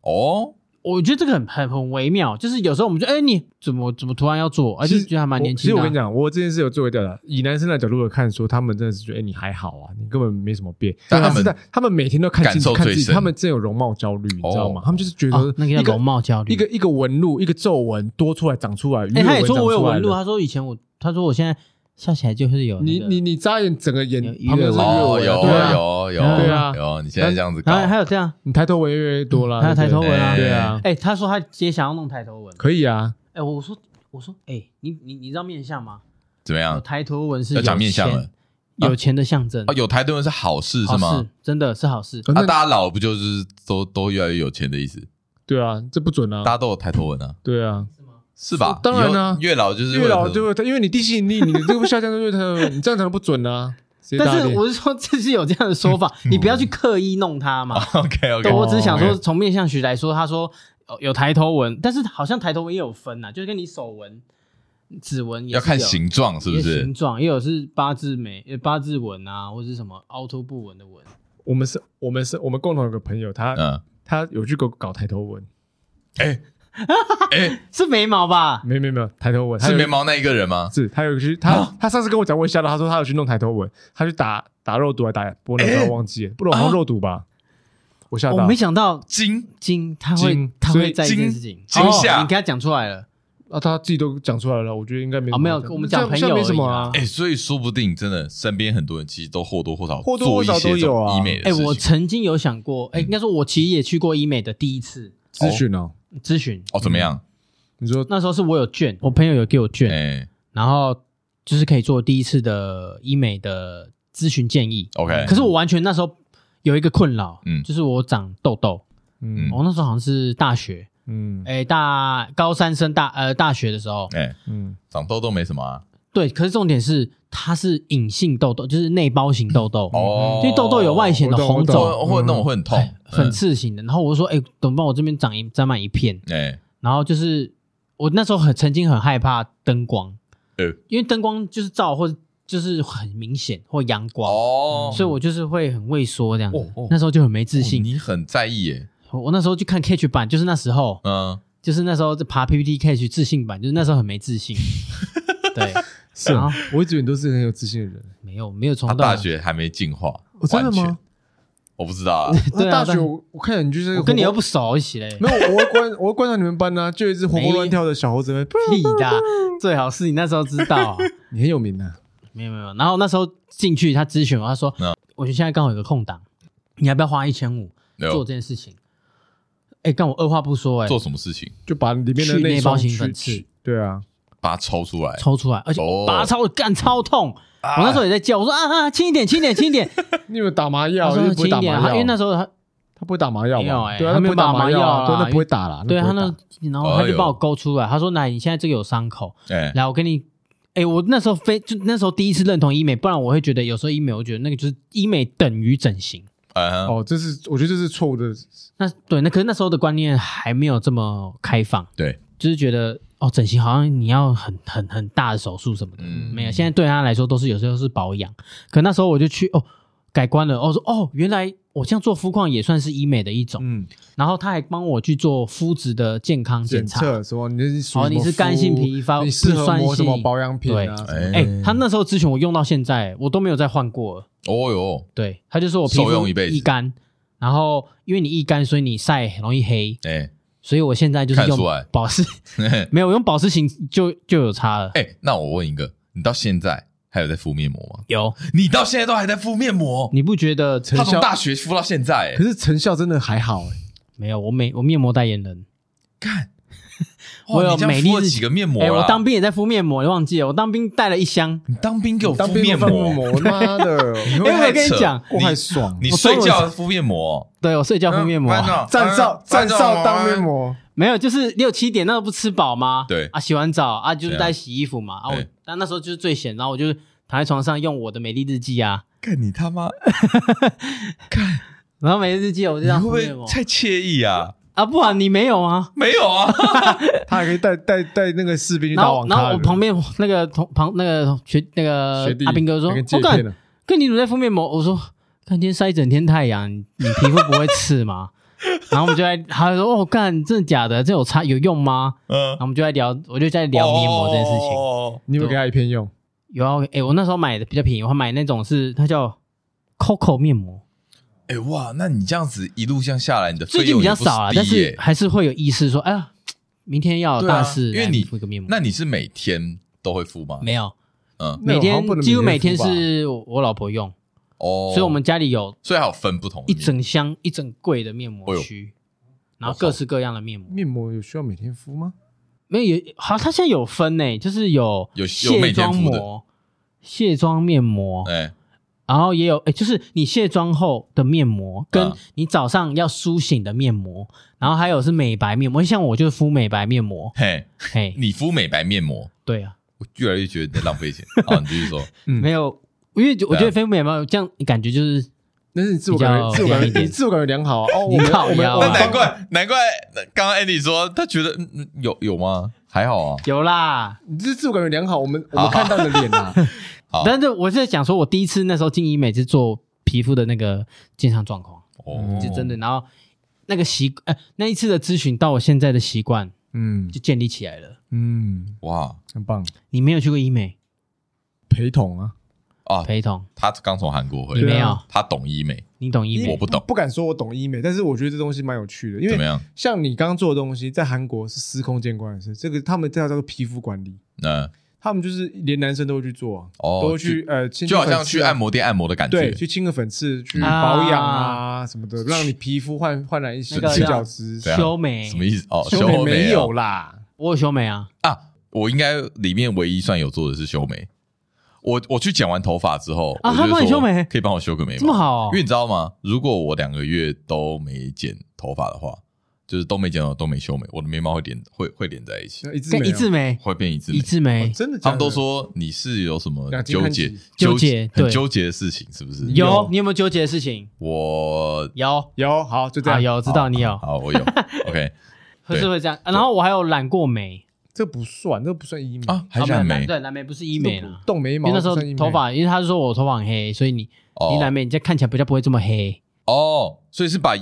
Speaker 3: 哦，
Speaker 2: 我觉得这个很很很微妙，就是有时候我们就哎、你怎么怎么突然要做，而且觉得还蛮年
Speaker 1: 其实
Speaker 2: 轻
Speaker 1: 我
Speaker 2: 的啊、
Speaker 1: 跟你讲，我这件事有做过调查，以男生的角度来看，说他们真的是觉得，哎，你还好啊，你根本没什么变。
Speaker 3: 但他们
Speaker 1: 是在他们每天都看
Speaker 3: 感
Speaker 1: 镜子
Speaker 3: 受
Speaker 1: 看
Speaker 3: 最
Speaker 1: 自己，
Speaker 3: 深
Speaker 1: 他们真有容貌焦虑，你知道吗
Speaker 3: 哦？
Speaker 1: 他们就是觉
Speaker 2: 哦
Speaker 1: 得，
Speaker 2: 那个
Speaker 1: 一
Speaker 2: 叫容貌焦虑。
Speaker 1: 一
Speaker 3: 嗯
Speaker 1: 个一个纹路，一个皱纹多出来长出来。
Speaker 2: 哎、
Speaker 1: 鱼尾
Speaker 2: 他也
Speaker 1: 纹
Speaker 2: 说我有
Speaker 1: 长出来
Speaker 2: 纹路，
Speaker 1: 了
Speaker 2: 他说以前我，他说我现在笑起来就是有、那
Speaker 1: 你
Speaker 2: 个
Speaker 1: 你你眨眼，整个眼
Speaker 2: 有鱼
Speaker 1: 旁边
Speaker 2: 尾
Speaker 1: 都是
Speaker 2: 纹
Speaker 1: 鱼
Speaker 3: 哦，
Speaker 1: 尾
Speaker 3: 有
Speaker 1: 纹对啊，
Speaker 3: 有有
Speaker 2: 对
Speaker 1: 啊
Speaker 3: 有，你现在这样子搞
Speaker 2: 然，后还有这样，
Speaker 1: 你抬头纹越来越多了，
Speaker 2: 还有
Speaker 1: 对
Speaker 2: 抬
Speaker 1: 不
Speaker 2: 头
Speaker 1: 对
Speaker 2: 纹啊，
Speaker 3: 对
Speaker 1: 对啊，
Speaker 2: 哎、他说他也想要弄抬头纹。
Speaker 1: 可以啊，
Speaker 2: 哎、我说我说，哎、你你你知道面相吗？
Speaker 3: 怎么
Speaker 2: 有
Speaker 3: 样？
Speaker 2: 抬头纹是
Speaker 3: 啊要
Speaker 2: 有
Speaker 3: 讲面相了
Speaker 2: 钱，有钱的象征
Speaker 3: 啊，，有台湾是好事
Speaker 2: 好
Speaker 3: 是
Speaker 2: 事
Speaker 3: 吗？，
Speaker 2: 真的是好事。
Speaker 1: 啊
Speaker 3: 那
Speaker 1: 那
Speaker 3: 大家老不就是都都越来越有钱的意思？
Speaker 1: 对啊，这不准啊
Speaker 3: 大，家都有抬头纹啊，
Speaker 1: 对啊，
Speaker 3: 是吧？
Speaker 1: 当然啊
Speaker 3: 以后越老就是
Speaker 1: 越老就
Speaker 3: 会有
Speaker 1: 会，因为你地吸引力，你这个下降就越抬头纹，你这样才不准啊。直接
Speaker 2: 但
Speaker 1: 大
Speaker 2: 是
Speaker 1: 裂
Speaker 2: 我是说，这是有这样的说 法，
Speaker 3: 嗯
Speaker 2: 你不要去刻意弄它嘛。
Speaker 3: OK
Speaker 2: 对
Speaker 3: OK，
Speaker 2: 我只是想说，
Speaker 3: 哦 OK
Speaker 2: 从面相学来说，他说哦有抬头纹，但是好像抬头纹也有分呐、就是跟你手纹、指纹也
Speaker 3: 要
Speaker 2: 是
Speaker 3: 看
Speaker 2: 有
Speaker 3: 形状是不
Speaker 2: 也
Speaker 3: 是
Speaker 2: 形？状，也有是八字眉、呃八字纹啊，或者是什么凹凸不纹的纹。
Speaker 1: 我们是，我们是，我们共同有个朋友，他
Speaker 3: 嗯，
Speaker 1: 他有去搞搞抬头纹，
Speaker 3: 哎 哎，
Speaker 2: 是眉毛吧？
Speaker 1: 没有没有没有抬头纹，他
Speaker 3: 是
Speaker 1: 有
Speaker 3: 眉，毛那一个人吗？
Speaker 1: 是他有去，
Speaker 2: 啊
Speaker 1: 他他上次跟我讲，我也吓到，他说他有去弄抬头纹，他去打打肉毒还打玻尿酸，忘记了，不然好像肉毒吧，我吓
Speaker 2: 哎啊我
Speaker 1: 到
Speaker 2: 没，想到
Speaker 3: 金
Speaker 2: 金他会
Speaker 1: 金
Speaker 2: 他
Speaker 1: 所以
Speaker 2: 会在意这件
Speaker 3: 金
Speaker 2: 事情，
Speaker 3: 金
Speaker 2: 哦
Speaker 3: 夏
Speaker 2: 你给他讲出来了，
Speaker 1: 啊，他自己都讲出来了，我觉得应该没什么
Speaker 2: 哦没有
Speaker 1: 这样
Speaker 2: 我们讲朋友
Speaker 1: 嗯这样没什么
Speaker 2: 而
Speaker 1: 啊
Speaker 2: 已，
Speaker 3: 哎，所以说不定真的身边很多人其实都或多或少
Speaker 1: 或多或少
Speaker 3: 做一些
Speaker 1: 都有啊
Speaker 3: 这种医美的
Speaker 2: 哎，
Speaker 3: 事情。
Speaker 2: 我曾经有想过，哎，应该说我其实也去过医美的第一次
Speaker 1: 咨询哦，
Speaker 2: 咨询，
Speaker 3: 哦，怎么样？
Speaker 1: 你说
Speaker 2: 那时候是我有券，我朋友有给我券，
Speaker 3: 哎
Speaker 2: 然后就是可以做第一次的医美的咨询建议。
Speaker 3: ，OK，
Speaker 2: 可是我完全那时候有一个困扰，
Speaker 3: 嗯
Speaker 2: 就是我长痘痘。
Speaker 1: 嗯
Speaker 2: 我、那时候好像是大学，
Speaker 1: 嗯
Speaker 2: 哎、大高三升大呃大学的时候，
Speaker 3: 哎，
Speaker 1: 嗯，
Speaker 3: 长痘痘没什么啊。
Speaker 2: 对。可是重点是它是隐性痘痘，就是内包型痘痘，
Speaker 3: 哦，
Speaker 2: 因为嗯痘痘有外显的红
Speaker 1: 我懂我
Speaker 2: 肿、
Speaker 1: 懂
Speaker 3: 会会那种会很痛，
Speaker 2: 粉
Speaker 3: 嗯
Speaker 2: 刺型的。然后我就说，哎、怎么办？我这边长一长满一片。
Speaker 3: 哎，
Speaker 2: 然后就是我那时候很曾经很害怕灯光，
Speaker 3: 呃
Speaker 2: 因为灯光就是照或者就是很明显或阳光。
Speaker 3: 哦，
Speaker 2: 所以我嗯就是会很畏缩这样子，
Speaker 3: 哦哦
Speaker 2: 那时候就很没自信。
Speaker 3: 哦你很在意耶，
Speaker 2: 我那时候去看 catch 版，就是那时候，
Speaker 3: 嗯，
Speaker 2: 就是那时候在爬 PPT catch 自信版，就是那时候很没自 信。对，
Speaker 1: 是
Speaker 2: 然后
Speaker 1: 啊，我一直以为你都是很有自信的人，
Speaker 2: 没有没有从
Speaker 3: 他
Speaker 2: 到
Speaker 3: 大，学还没进化
Speaker 1: 哦，真的
Speaker 3: 完全
Speaker 1: 吗？？
Speaker 3: 我不知 道啊，
Speaker 2: 对啊
Speaker 1: 大学
Speaker 2: 但
Speaker 1: 我我看你就是
Speaker 2: 我跟你又
Speaker 1: 又
Speaker 2: 不熟一起嘞，
Speaker 1: 没有，我会观我会观察你们班呢，就有一只活蹦乱跳的小猴子在，
Speaker 2: 屁的，最好是你那时候知 道啊。
Speaker 1: 你很有名啊呐，
Speaker 2: 没有没有，然后那时候进去他咨询我，他说
Speaker 3: 嗯，
Speaker 2: 我觉得现在刚好有个空档，你要不要花一千五
Speaker 3: 没
Speaker 2: 做
Speaker 3: 有
Speaker 2: 这件事情？哎，干我二话不说，哎，
Speaker 3: 做什么事情
Speaker 1: 就把里面的
Speaker 2: 去内包
Speaker 1: 双
Speaker 2: 型
Speaker 1: 去
Speaker 2: 粉刺，
Speaker 1: 对啊，
Speaker 3: 把它抽出来。
Speaker 2: 抽出来，而且
Speaker 3: 哦
Speaker 2: 拔超干超痛，我那时候也在叫，我说啊啊，轻一点，轻一点，轻一点。
Speaker 1: 你有没有打麻药，
Speaker 2: 他
Speaker 1: 又
Speaker 2: 说
Speaker 1: 不
Speaker 2: 轻
Speaker 1: 会
Speaker 2: 一
Speaker 1: 打
Speaker 2: 点，
Speaker 1: 麻
Speaker 2: 他
Speaker 1: 药，
Speaker 2: 因为那时候他
Speaker 1: 他不会打麻药
Speaker 2: 没有
Speaker 1: 嘛，
Speaker 2: 欸
Speaker 1: 对啊，
Speaker 2: 他
Speaker 1: 他
Speaker 2: 没
Speaker 1: 不
Speaker 2: 有
Speaker 1: 会打
Speaker 2: 打麻
Speaker 1: 药啊，
Speaker 2: 药
Speaker 1: 对，
Speaker 2: 啦
Speaker 1: 那不会打啦，
Speaker 2: 对他
Speaker 1: 不会
Speaker 2: 那
Speaker 1: 打，
Speaker 2: 然后他
Speaker 3: 哎呦
Speaker 2: 就把我勾出来，他说：“那你现在这个有伤口，
Speaker 3: 哎，
Speaker 2: 来，我给你。”哎，我那时候非就那时候第一次认同医美，不然我会觉得有时候医美，我觉得那个就是医美等于整形。
Speaker 3: 嗯哼，
Speaker 1: 哦，这是我觉得这是错误的，
Speaker 2: 那对，那可是那时候的观念还没有这么开放，
Speaker 3: 对，
Speaker 2: 就是觉得哦，整形好像你要很很很大的手术什么的，
Speaker 3: 嗯
Speaker 2: 没有。现在对他来说都是有时候是保养，可那时候我就去哦改观了，哦说哦原来我这样做肤况也算是医美的一种，
Speaker 1: 嗯，
Speaker 2: 然后他还帮我去做肤质的健康检
Speaker 1: 检
Speaker 2: 查，
Speaker 1: 测什么，你是属于
Speaker 2: 哦你
Speaker 1: 什么
Speaker 2: 是干性
Speaker 1: 肤
Speaker 2: 疲乏
Speaker 1: 你适
Speaker 2: 不
Speaker 1: 合
Speaker 2: 酸
Speaker 1: 抹什么
Speaker 2: 性
Speaker 1: 保养品啊，
Speaker 2: 对
Speaker 1: 什
Speaker 3: 嗯
Speaker 1: 么的
Speaker 2: 哎、他那时候咨询我用到现在，我都没有再换过了。
Speaker 3: 哦哟，
Speaker 2: 对，他就说我皮
Speaker 3: 受
Speaker 2: 肤
Speaker 3: 用一辈子
Speaker 2: 易干，然后因为你易干，所以你晒很容易黑，
Speaker 3: 哎
Speaker 2: 所以我现在就是
Speaker 3: 看得
Speaker 2: 用
Speaker 3: 出来
Speaker 2: 保湿，
Speaker 3: 嘿嘿哎
Speaker 2: 没有我用保湿型就就有差了。
Speaker 3: 哎，那我问一个，你到现在还有在敷面膜吗？
Speaker 2: 有，
Speaker 3: 你到现在都还在敷面膜？
Speaker 2: 你不觉得
Speaker 1: 成
Speaker 3: 他
Speaker 1: 效
Speaker 3: 从大学敷到现在、
Speaker 1: 可是成效真的还好哎、
Speaker 2: 没有？我美我面膜代言人，
Speaker 3: 看，哇
Speaker 2: 我有
Speaker 3: 你这样
Speaker 2: 美
Speaker 3: 敷
Speaker 2: 丽
Speaker 3: 了
Speaker 2: 日
Speaker 3: 几个面膜
Speaker 2: 哎、
Speaker 3: 啦
Speaker 2: 我当兵也在敷面膜，你忘记了？我当兵带了一箱。
Speaker 3: 你当兵给
Speaker 2: 哦
Speaker 3: 我敷
Speaker 1: 当兵
Speaker 3: 面
Speaker 1: 都放面
Speaker 3: 膜，
Speaker 1: 膜，妈的，
Speaker 3: 你会不
Speaker 2: 哎
Speaker 3: 会
Speaker 2: 我
Speaker 3: 太
Speaker 2: 跟你
Speaker 3: 扯
Speaker 2: 讲
Speaker 1: 我还爽。
Speaker 3: 你
Speaker 2: 我
Speaker 3: 睡
Speaker 2: 中
Speaker 3: 觉敷 面膜，
Speaker 2: 对我睡觉敷面膜、啊
Speaker 3: 嗯班长
Speaker 1: 站哨站哨当面。
Speaker 3: 班长
Speaker 1: 膜，
Speaker 2: 没有，就是六七点那时候不吃饱吗？
Speaker 3: 对
Speaker 2: 啊，洗完澡啊，就是
Speaker 3: 对啊
Speaker 2: 在洗衣服嘛。啊，我
Speaker 3: 对
Speaker 2: 但那时候就是最闲，然后我就躺在床上用我的美丽日记啊，
Speaker 3: 看你他妈，
Speaker 2: 然后美丽日记我就这
Speaker 3: 你
Speaker 2: 样
Speaker 3: 会
Speaker 2: 敷
Speaker 3: 不
Speaker 2: 面膜
Speaker 3: 会太惬意啊？
Speaker 2: 啊，不然你没有啊。
Speaker 3: 没 有啊，
Speaker 1: 他还可以带带带那个士兵去
Speaker 2: 然
Speaker 1: 打
Speaker 2: 后
Speaker 1: 网，
Speaker 2: 然后
Speaker 1: 咖。
Speaker 2: 我旁边那个同旁那个学那个
Speaker 1: 学弟
Speaker 2: 阿斌哥说：“
Speaker 1: 还跟
Speaker 2: 我
Speaker 1: 借
Speaker 2: 干
Speaker 1: 片，了
Speaker 2: 跟你怎么在敷面膜？”我说：“看今天晒一整天太阳，你你皮肤不会刺吗？” 然后我们就在，他就说：“哦，干，真的假的？这有差有用吗？”
Speaker 3: 嗯哦
Speaker 2: 然后，我们就在聊，我就在聊面膜这件事情。
Speaker 3: 情。
Speaker 1: 你有没有给他一片用？
Speaker 2: 有啊，哎、我那时候买的比较便宜，我还买那种是它叫 Coco 面膜，
Speaker 3: 哎哇，那你这样子一路这样下来，你的
Speaker 2: 最
Speaker 3: 费
Speaker 2: 近
Speaker 3: 用
Speaker 2: 比较
Speaker 3: 也不
Speaker 2: 少啊，
Speaker 3: 低
Speaker 2: 但是
Speaker 3: 耶
Speaker 2: 还是会有意识说，哎呀，明天要有大事，
Speaker 3: 对啊因为
Speaker 2: 来
Speaker 3: 你
Speaker 2: 敷一个面膜。
Speaker 3: 那你是每天都会敷吗？
Speaker 2: 没有，
Speaker 3: 嗯，
Speaker 1: 那
Speaker 2: 每
Speaker 1: 种好像
Speaker 2: 天
Speaker 1: 不能
Speaker 2: 几乎每天
Speaker 1: 敷吧
Speaker 2: 是我我老婆用，
Speaker 3: 哦，嗯
Speaker 2: 所以我们家里有
Speaker 3: 所以还有分不同的
Speaker 2: 一
Speaker 3: 面
Speaker 2: 整箱、一整柜的面膜区，
Speaker 3: 哎
Speaker 2: 然后各式各样的面膜。
Speaker 1: 面膜有需要每天敷吗？
Speaker 2: 没有，有好，它现在有分呢、就是有
Speaker 3: 有有每
Speaker 2: 卸
Speaker 3: 天
Speaker 2: 妆
Speaker 3: 敷的
Speaker 2: 膜、卸妆面膜，
Speaker 3: 哎
Speaker 2: 然后也有，哎，就是你卸妆后的面膜，跟
Speaker 3: 嗯
Speaker 2: 你早上要苏醒的面膜，然后还有是美白面膜，像我就是敷美白面膜，
Speaker 3: 嘿，
Speaker 2: 嘿，
Speaker 3: 你敷美白面膜，
Speaker 2: 对啊，
Speaker 3: 我越来越觉得你在浪费钱啊！你继续 说，
Speaker 1: 嗯
Speaker 2: 没有，因为我觉
Speaker 3: 啊
Speaker 2: 得敷美白面膜这样感觉就是
Speaker 1: 但是你自我感觉
Speaker 2: 比较
Speaker 1: 自我感
Speaker 2: 一
Speaker 1: 觉
Speaker 2: 点
Speaker 1: 你自我感觉良好啊哦。我
Speaker 2: 你
Speaker 1: 们
Speaker 2: 靠
Speaker 1: 我们
Speaker 2: 腰啊
Speaker 1: 我
Speaker 3: 那
Speaker 1: 们
Speaker 2: 哇
Speaker 3: 难怪难怪刚刚 Andy 说他觉得嗯嗯有有吗？还好啊，
Speaker 2: 有啦。
Speaker 1: 你这自我感觉良好，我们我们看到你的脸 啊，
Speaker 3: 好
Speaker 2: 但是我是在讲说，我第一次那时候进医美是做皮肤的那个健康状况，
Speaker 3: 哦，
Speaker 2: 就真的，然后那个习，呃，那一次的咨询到我现在的习惯
Speaker 1: 嗯
Speaker 2: 就建立起来了。
Speaker 1: 嗯，
Speaker 3: 哇
Speaker 1: 很棒，
Speaker 2: 你没有去过医美
Speaker 1: 陪同啊，
Speaker 3: 啊！
Speaker 2: 陪同，
Speaker 3: 他刚从韩国回
Speaker 2: 你
Speaker 1: 对
Speaker 3: 来，
Speaker 2: 没
Speaker 1: 啊
Speaker 2: 有，他
Speaker 3: 懂医美，
Speaker 2: 你懂医
Speaker 3: 我
Speaker 2: 美
Speaker 3: 不懂
Speaker 1: 不敢说我懂医美，但是我觉得这东西蛮有趣的，因
Speaker 3: 怎么
Speaker 1: 为
Speaker 3: 样？
Speaker 1: 像你刚刚做的东西，在韩国是司空见惯的事，这个他们这叫叫做皮肤管理，
Speaker 3: 那
Speaker 1: 他们就是连男生都会去做啊，
Speaker 3: 哦
Speaker 1: 都会去呃，清
Speaker 3: 就好像去按
Speaker 1: 摩。
Speaker 3: 摩店按摩的感
Speaker 1: 对，
Speaker 3: 觉，
Speaker 1: 去清个粉刺，去
Speaker 2: 嗯
Speaker 1: 保养啊什么的，让你皮肤焕焕然一新
Speaker 2: 那，个
Speaker 1: 去
Speaker 2: 叫
Speaker 1: 角质。
Speaker 3: 对啊
Speaker 2: 修眉
Speaker 3: 什么意思？哦，
Speaker 1: 修眉
Speaker 3: 眉
Speaker 1: 没
Speaker 3: 啊
Speaker 1: 有啦，
Speaker 2: 我有修眉啊，
Speaker 3: 啊，我应该里面唯一算有做的是修眉。我我去剪完头发之后，
Speaker 2: 啊
Speaker 3: 我就
Speaker 2: 他帮你
Speaker 3: 说
Speaker 2: 修眉
Speaker 3: 可以帮我修个眉毛，
Speaker 2: 这么好哦
Speaker 3: 因为你知道吗？如果我两个月都没剪头发的话，就是都没剪头都没修眉，我的眉毛会连会会连在一起，
Speaker 1: 一字
Speaker 2: 跟
Speaker 1: 眉
Speaker 2: 一字眉，
Speaker 3: 会变一字眉
Speaker 2: 一。字眉
Speaker 1: 哦真的假的，
Speaker 3: 啊他们都说你是有什么
Speaker 1: 两斤
Speaker 3: 纠
Speaker 1: 看
Speaker 3: 结
Speaker 1: 几
Speaker 2: 纠结
Speaker 3: 很
Speaker 2: 对
Speaker 3: 纠结的事情，是不是？
Speaker 1: 有
Speaker 2: 有，你有没有纠结的事情？
Speaker 3: 我
Speaker 2: 有
Speaker 1: 有好就这
Speaker 2: 啊，
Speaker 1: 样，
Speaker 2: 有知道你有，
Speaker 3: 好， 我有 OK
Speaker 2: 就是会这样。啊然后我还有染过眉，
Speaker 1: 这不算，这不算医美
Speaker 3: 啊，，还
Speaker 2: 啊没有
Speaker 3: 染眉
Speaker 2: 对，染眉不是医
Speaker 1: 医
Speaker 2: 美啦，
Speaker 1: 动眉
Speaker 2: 因
Speaker 1: 毛
Speaker 2: 为那时候
Speaker 1: 不算医美
Speaker 2: 头发，因为他是说我头发很黑，所以你
Speaker 3: 哦
Speaker 2: 你染眉，你这样看起来比较不会这么黑。
Speaker 3: 哦，所以是把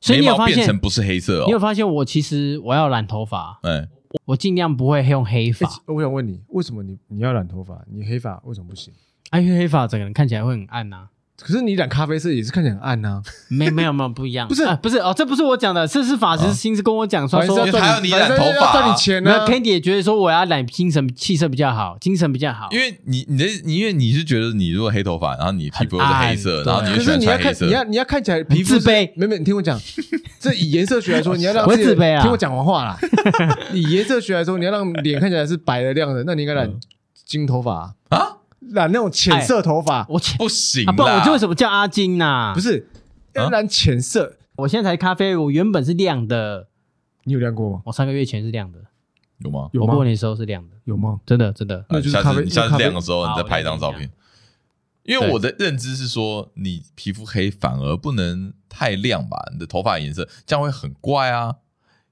Speaker 2: 所以
Speaker 3: 眉
Speaker 2: 你有
Speaker 3: 毛
Speaker 2: 发
Speaker 3: 变成
Speaker 2: 现，
Speaker 3: 不是黑色
Speaker 2: 你有
Speaker 3: 哦，
Speaker 2: 发现我其实我要染头发，
Speaker 3: 嗯，
Speaker 2: 我尽量不会用黑
Speaker 1: 哎
Speaker 2: 发，
Speaker 1: 我想问你，为什么你你要染头发？你黑发为什么不行？
Speaker 2: 啊因为黑发整个人看起来会很暗呐。
Speaker 1: 可是你染咖啡色也是看起来很暗啊呐，
Speaker 2: 没没有没有不一样，
Speaker 1: 不是
Speaker 2: 啊不是哦，这不是我讲的，这是法师心是跟我讲说
Speaker 1: 反正
Speaker 2: 说
Speaker 1: 是
Speaker 3: 因为
Speaker 1: 赚
Speaker 3: 他要你染
Speaker 1: 反正
Speaker 3: 头
Speaker 1: 要
Speaker 3: 发啊
Speaker 1: 赚你钱
Speaker 2: 没有
Speaker 1: 呢。
Speaker 2: ，Candy 也觉得说我要染精神气色比较好，精神比较好，
Speaker 3: 因为你你的你因为你是觉得你如果黑头发，然后你皮肤又是黑色，
Speaker 2: 很暗
Speaker 3: 然后哦你
Speaker 1: 可
Speaker 3: 就
Speaker 1: 是
Speaker 3: 喜欢
Speaker 1: 你要
Speaker 3: 穿黑
Speaker 1: 看，
Speaker 3: 色
Speaker 1: 你，要你要看起来皮肤
Speaker 2: 自卑
Speaker 1: 没没，你听我讲，这以颜色学来说，你要让
Speaker 2: 我会
Speaker 1: 自己的
Speaker 2: 自卑啊
Speaker 1: 听我讲完 话啦。以颜色学来说，你要让脸看起来是白的亮的，那你应该
Speaker 2: 嗯
Speaker 1: 染金头发啊
Speaker 3: 啊，
Speaker 1: 染那种浅色
Speaker 2: 哎
Speaker 1: 头发，
Speaker 2: 我切
Speaker 3: 不行
Speaker 2: 啊，不然
Speaker 3: 啦，
Speaker 2: 我就为什么叫阿金呐？
Speaker 1: 不是
Speaker 3: 啊
Speaker 1: 要染浅色。
Speaker 2: 我现在才咖啡，我原本是亮的，
Speaker 1: 你有染过吗？
Speaker 2: 我三个月前是亮的，
Speaker 3: 有吗？
Speaker 1: 有
Speaker 2: 我
Speaker 1: 吗
Speaker 2: 过？年的时候是亮的，
Speaker 1: 有吗？
Speaker 2: 真的真的。
Speaker 1: 那就是
Speaker 3: 下
Speaker 1: 咖啡
Speaker 3: 次下次
Speaker 1: 那咖啡啊
Speaker 3: 亮的时候，你再拍一张照片。因为
Speaker 2: 对
Speaker 3: 我的认知是说，你皮肤黑反而不能太亮吧，你的头发颜色这样会很怪啊。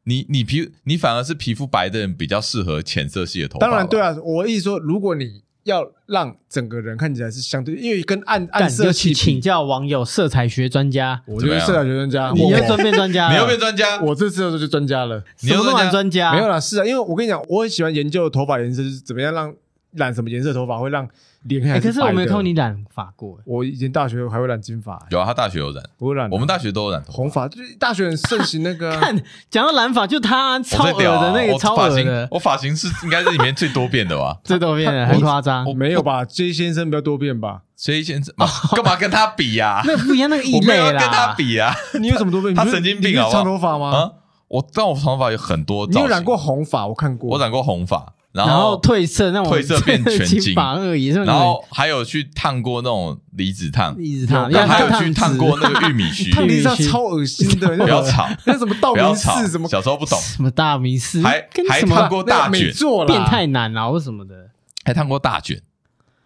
Speaker 3: 你你皮你反而是皮肤白的人比较适合浅色系的头发吧，
Speaker 1: 当然对啊，我意思说，如果你要让整个人看起来是相对，因为跟暗暗
Speaker 2: 但
Speaker 1: 色
Speaker 2: 就
Speaker 1: 系
Speaker 2: 去请
Speaker 1: 比，
Speaker 2: 教网友色彩学专家，
Speaker 1: 我就是色彩学专家，
Speaker 2: 你
Speaker 1: 我
Speaker 2: 又专变专家了，
Speaker 3: 你又变专家，
Speaker 1: 我这次就是专家了。
Speaker 3: 你又
Speaker 2: 什么都玩专家，
Speaker 1: 啊没有啦，是啊，因为我跟你讲，我很喜欢研究头发颜色，就是怎么样让染什么颜色头发会让脸看起
Speaker 2: 哎，
Speaker 1: 来
Speaker 2: 可是我没
Speaker 1: 白
Speaker 2: 有
Speaker 1: 的
Speaker 2: 看过你，染发过，
Speaker 1: 我以前大学还会染金发、欸，
Speaker 3: 有啊，他大学有染，
Speaker 1: 我会染
Speaker 3: 我们大学都有染头发。
Speaker 1: 红发，就是大学很盛行那个啊、
Speaker 2: 看讲到染发就他超
Speaker 3: 我
Speaker 2: 恶
Speaker 3: 最屌啊
Speaker 2: 的那个
Speaker 3: 我
Speaker 2: 超
Speaker 3: 发
Speaker 2: 恶
Speaker 3: 型
Speaker 2: 的，，？
Speaker 3: 我发型是应该是里面最多变的吧
Speaker 2: 这都变了，
Speaker 1: 他
Speaker 2: 很夸张
Speaker 1: 我。没有吧？J 先生比较多变吧？
Speaker 3: 所以 现在啊干嘛跟他比呀？
Speaker 2: 那不一样，那个 异
Speaker 3: 我没有
Speaker 2: 类
Speaker 3: 要跟他
Speaker 2: 啦。
Speaker 3: 比啊
Speaker 1: 你有什么多变？
Speaker 3: 他
Speaker 1: 你不是
Speaker 3: 神经病
Speaker 1: 你不是
Speaker 3: 好不好
Speaker 1: 长头发吗？
Speaker 3: 啊！我但我头发有很多造
Speaker 1: 你
Speaker 3: 型，
Speaker 1: 有染过红发？我看过，
Speaker 3: 我染过红发，然
Speaker 2: 然后
Speaker 3: 后
Speaker 2: 褪色，那我
Speaker 3: 褪色 变全金
Speaker 2: 发而已，是吧
Speaker 3: 然后还有去烫过那种离子烫，
Speaker 2: 一直烫，
Speaker 3: 然后还有
Speaker 2: 烫
Speaker 3: 去烫过那个玉米须。
Speaker 2: 烫
Speaker 1: 烫地
Speaker 2: 绿
Speaker 1: 上
Speaker 2: 须
Speaker 1: 超恶心的，
Speaker 3: 不
Speaker 1: 那
Speaker 3: 要
Speaker 1: 种
Speaker 3: 吵，
Speaker 1: 那什么道
Speaker 3: 不
Speaker 1: 明
Speaker 3: 要吵
Speaker 1: 寺什，么
Speaker 3: 小时候不 懂，
Speaker 2: 什么大迷失，
Speaker 3: 还
Speaker 2: 跟
Speaker 3: 还
Speaker 2: 什
Speaker 3: 烫
Speaker 2: 么
Speaker 3: 过大
Speaker 1: 那个美
Speaker 3: 卷，
Speaker 1: 作啦
Speaker 2: 变态男啊或什么的，
Speaker 3: 还烫过大卷。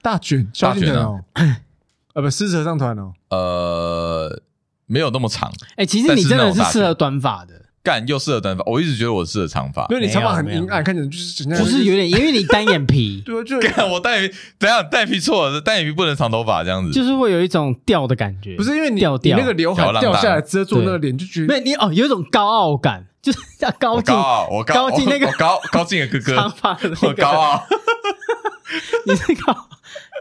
Speaker 1: 大卷萧
Speaker 3: 啊
Speaker 1: 敬腾哦，呃不狮子合唱团哦，
Speaker 3: 呃，没有那么长，
Speaker 2: 哎，其实
Speaker 3: 但
Speaker 2: 你
Speaker 3: 是
Speaker 2: 真
Speaker 3: 那
Speaker 2: 的
Speaker 3: 种
Speaker 2: 是
Speaker 3: 大
Speaker 2: 适
Speaker 3: 卷
Speaker 2: 合短发的，
Speaker 3: 干又适合短发，我一直觉得我适合长发
Speaker 1: 因。为你长发很
Speaker 2: 没有
Speaker 1: 阴暗，看起来就是，
Speaker 2: 不是有点，因为你单眼皮
Speaker 1: 对啊，就
Speaker 3: 干我单眼皮，等一下单眼皮错了，单眼皮不能长头发这样子。
Speaker 2: 就是会有一种掉的感觉，
Speaker 1: 不是因为你
Speaker 2: 掉
Speaker 1: 你
Speaker 2: 掉
Speaker 1: 那个刘海
Speaker 3: 吊
Speaker 1: 掉下来
Speaker 3: 浪
Speaker 1: 遮住那个脸，就觉
Speaker 2: 没
Speaker 1: 得
Speaker 2: 有你哦，有一种高傲感， 就是要高
Speaker 3: 我
Speaker 2: 进
Speaker 3: 高傲，我高
Speaker 2: 高进那个
Speaker 3: 我我高高进的哥
Speaker 2: 长
Speaker 3: 哥，
Speaker 2: 发的那
Speaker 3: 我
Speaker 2: 个
Speaker 3: 高，傲，
Speaker 2: 你是高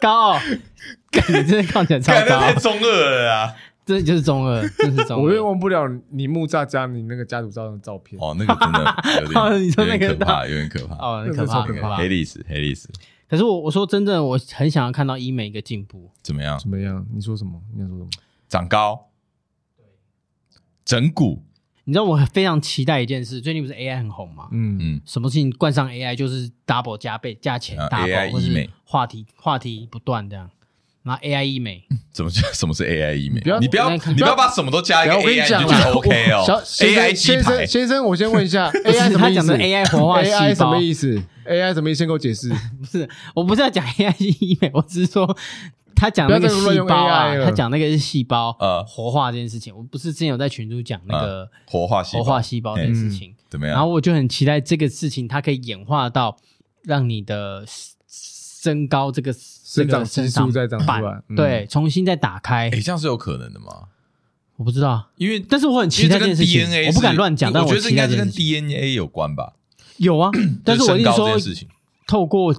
Speaker 2: 高傲， 干你真的看起来超
Speaker 3: 感觉
Speaker 2: 高
Speaker 3: 太
Speaker 2: 傲，
Speaker 3: 中二了啦。
Speaker 2: 这就是中二，这是中
Speaker 1: 我永远
Speaker 2: 二。
Speaker 1: 忘不了你木栅加你那个家族照的照片，
Speaker 3: 哦，那个真的有
Speaker 2: 哦
Speaker 3: 点，
Speaker 2: 你说那个
Speaker 3: 有点可怕，有点可怕。
Speaker 2: 哦，很
Speaker 1: 那
Speaker 2: 可
Speaker 1: 个
Speaker 2: 怕，
Speaker 1: 超可
Speaker 2: 很可怕
Speaker 1: 怕。
Speaker 3: 黑历史，黑历史
Speaker 2: 可是我我说真的，我很想要看到医美一个进步，
Speaker 3: 怎么样？
Speaker 1: 怎么样？你说什么？你想说什么？
Speaker 3: 长高，整骨，
Speaker 2: 你知道我非常期待一件事，最近不是 AI 很红吗？
Speaker 1: 嗯，
Speaker 3: 嗯，
Speaker 2: 什么事情冠上 AI 就是 double 加倍加钱
Speaker 3: 啊
Speaker 2: double，
Speaker 3: AI
Speaker 2: 或是
Speaker 3: 医美
Speaker 2: 话题话题不断这样，然后 AI 医美，
Speaker 3: 怎么叫 什么是 AI 医美
Speaker 1: 不要？
Speaker 3: 你不要，
Speaker 2: 我在看
Speaker 3: 你不要把什么都加一个
Speaker 1: 哎等一下我跟
Speaker 3: AI，
Speaker 1: 你讲
Speaker 3: 你就觉得
Speaker 1: 我
Speaker 3: OK 哦
Speaker 1: 小。先生
Speaker 3: AI 鸡
Speaker 1: 先
Speaker 3: 排
Speaker 1: 生，先生，我先问一下
Speaker 2: 不是
Speaker 1: ，AI 什么
Speaker 2: 他
Speaker 1: 意
Speaker 2: 讲
Speaker 1: 思
Speaker 2: 的 AI 活化细
Speaker 1: AI 什
Speaker 2: 胞
Speaker 1: 么，意思？AI 什么意思？先给我解释。
Speaker 2: 不是我不是要讲 AI 医美，我只是说他讲那
Speaker 1: 不
Speaker 2: 个
Speaker 1: 要再乱
Speaker 2: 细
Speaker 1: 用
Speaker 2: 胞啊
Speaker 1: AI，了
Speaker 2: 他讲那个是细胞
Speaker 3: 呃
Speaker 2: 活化这件事情，我不是之前有在群组讲那个
Speaker 3: 活化啊细
Speaker 2: 活
Speaker 3: 胞啊
Speaker 2: 化细胞这件事情，
Speaker 1: 嗯
Speaker 3: 怎么
Speaker 2: 然
Speaker 3: 样？
Speaker 2: 后我就很期待这个事情它可以演化到让你的身高这个
Speaker 1: 生长
Speaker 2: 这个
Speaker 1: 激
Speaker 2: 生
Speaker 1: 素
Speaker 2: 长
Speaker 1: 再长出
Speaker 2: 板
Speaker 1: 来，嗯
Speaker 2: 对，重新再打开
Speaker 3: 哎，，这样是有可能的吗？
Speaker 2: 我不知道。
Speaker 3: 因为
Speaker 2: 但是我很
Speaker 3: 因
Speaker 2: 期
Speaker 3: 为
Speaker 2: 待这
Speaker 3: 这
Speaker 2: 件事
Speaker 3: 跟
Speaker 2: 情
Speaker 3: DNA，，
Speaker 2: 我不敢乱讲，
Speaker 3: 是
Speaker 2: 但
Speaker 3: 我觉得这
Speaker 2: 期
Speaker 3: 应
Speaker 2: 待
Speaker 3: 该
Speaker 2: 这
Speaker 3: 是
Speaker 2: 件
Speaker 3: 跟
Speaker 2: 事情。
Speaker 3: DNA 有关吧。
Speaker 2: 有啊， 但是
Speaker 3: 就
Speaker 2: 我一
Speaker 3: 身
Speaker 2: 直
Speaker 3: 高这
Speaker 2: 说
Speaker 3: 件，事情，
Speaker 2: 透过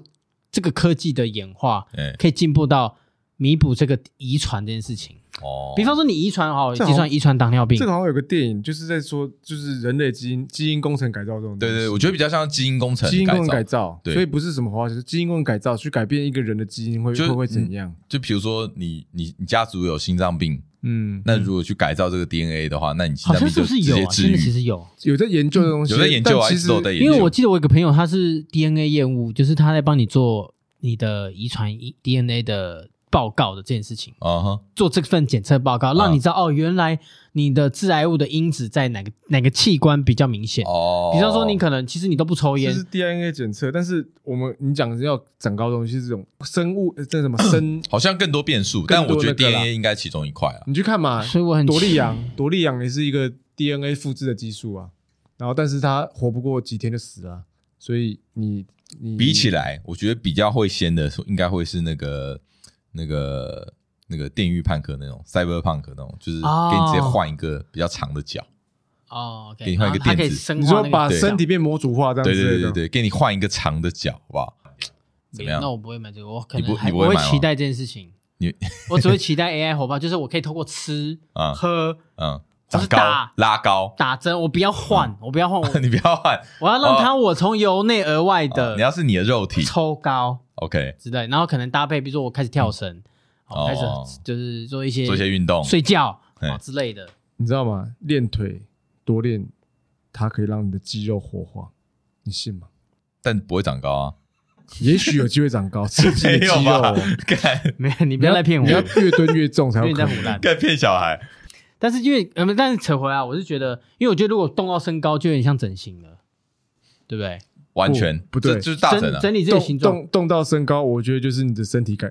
Speaker 2: 这个科技的演化，
Speaker 3: 哎，
Speaker 2: 可以进步到弥补这个遗传这件事情。
Speaker 3: 哦，
Speaker 2: 比方说，你遗传好，
Speaker 1: 这
Speaker 2: 计算遗传糖尿病
Speaker 1: 这，个好像有个电影，就是在说，就是人类基因基因工程改造这种东西。
Speaker 3: 对对对，我觉得比较像基因工程
Speaker 1: 基因
Speaker 3: 改
Speaker 1: 工程
Speaker 3: 造
Speaker 1: 改造，
Speaker 3: 对
Speaker 1: 所以不是什么化学，是基因工程改造去改变一个人的基因会
Speaker 3: 就是
Speaker 1: 会会怎样？
Speaker 3: 就比如说你你你家族有心脏病，
Speaker 1: 嗯，
Speaker 3: 那如果去改造这个 DNA 的话，那你心
Speaker 2: 好
Speaker 3: 脏
Speaker 2: 像是
Speaker 3: 病就
Speaker 2: 不是
Speaker 3: 直
Speaker 2: 有
Speaker 3: 接
Speaker 2: 啊？
Speaker 3: 治
Speaker 2: 真的
Speaker 3: 愈。
Speaker 2: 其实有，
Speaker 1: 有在研究的东西，
Speaker 3: 有在研究啊，
Speaker 1: 但其
Speaker 3: 一直
Speaker 1: 实
Speaker 3: 都有在研究。
Speaker 2: 因为我记得我有个朋友，他是 DNA 厌恶，就是他在帮你做你的遗传 E- DNA 的报告的这件事情，
Speaker 3: 啊哈，
Speaker 2: 做这份检测报告，让你知道哦，原来你的致癌物的因子在哪个哪个器官比较明显。
Speaker 3: 哦，
Speaker 2: 比方说，你可能其实你都不抽
Speaker 1: 这
Speaker 2: 烟
Speaker 1: 是，DNA 检测，但是我们你讲的要长高的东西，这种生物呃这什么 生，
Speaker 3: 好像更多变数，
Speaker 1: 更
Speaker 3: 但
Speaker 1: 多
Speaker 3: 我觉得
Speaker 1: 那个啦
Speaker 3: DNA 应该其中一块啊。
Speaker 1: 你去看嘛，
Speaker 2: 所以我很
Speaker 1: 多利
Speaker 2: 期
Speaker 1: 羊，多利羊也是一个 DNA 复制的激素啊，然后但是它活不过几天就死了啊，所以你你
Speaker 3: 比起来，我觉得比较会先的，应该会是那个那个那个电狱判科那种 cyberpunk 那种，就是
Speaker 2: 哦
Speaker 3: 给你直接换一个比较长的脚，
Speaker 2: 哦，OK，
Speaker 3: 给你换一个
Speaker 2: 然后它可以
Speaker 3: 电子
Speaker 2: 生
Speaker 1: 你
Speaker 2: 化
Speaker 1: 说
Speaker 2: 那个
Speaker 1: 把
Speaker 2: 对
Speaker 1: 身体变模组化这样
Speaker 3: 对
Speaker 1: 之
Speaker 3: 对
Speaker 1: 类
Speaker 3: 对
Speaker 1: 的
Speaker 3: 对对，给你换一个长的脚，好不好？怎么样
Speaker 2: 那我不会买这个，我可
Speaker 3: 你不
Speaker 2: 能还
Speaker 3: 你不会
Speaker 2: 会
Speaker 3: 买吗
Speaker 2: 期待这件事情。
Speaker 3: 你
Speaker 2: 我只会期待 AI 火爆，就是我可以透过吃、
Speaker 3: 啊
Speaker 2: 喝、
Speaker 3: 嗯，
Speaker 2: 就
Speaker 3: 长
Speaker 2: 是
Speaker 3: 高
Speaker 2: 大
Speaker 3: 拉高，
Speaker 2: 打针，我不要
Speaker 3: 嗯
Speaker 2: 换，我不要换，我
Speaker 3: 你不要换。
Speaker 2: 我要让它我从由内而外
Speaker 3: 啊
Speaker 2: 的
Speaker 3: 哦你要是你的肉体
Speaker 2: 抽高
Speaker 3: ，OK，
Speaker 2: 之类，然后可能搭配，比如说我开始跳绳，哦
Speaker 3: 哦
Speaker 2: 开始就是做一些
Speaker 3: 做一些运动，
Speaker 2: 睡觉
Speaker 3: 嘿
Speaker 2: 哦之类的。
Speaker 1: 你知道吗？练腿多练，它可以让你的肌肉活化，你信 吗？
Speaker 3: 但不会长高啊。
Speaker 1: 也许有机会长高，刺激
Speaker 3: 没
Speaker 1: 你的
Speaker 3: 有
Speaker 1: 肌肉
Speaker 3: 吧
Speaker 1: 哦。？
Speaker 3: 干
Speaker 2: 没有，你 不要来骗我
Speaker 1: 你，要越蹲越重才有
Speaker 2: 因为你在
Speaker 1: 可
Speaker 2: 胡
Speaker 1: 能。
Speaker 2: 乱。
Speaker 3: 干骗小孩，
Speaker 2: 但是因为呃，但是扯回来，我是觉得，因为我觉得如果动到身高，就有点像整形了，对不对？
Speaker 3: 完全
Speaker 1: 不对
Speaker 3: 这就是大整
Speaker 2: 整
Speaker 3: 啊。
Speaker 2: 整理自己的形
Speaker 1: 动
Speaker 2: 状，
Speaker 1: 动动到身高，我觉得就是你的身体改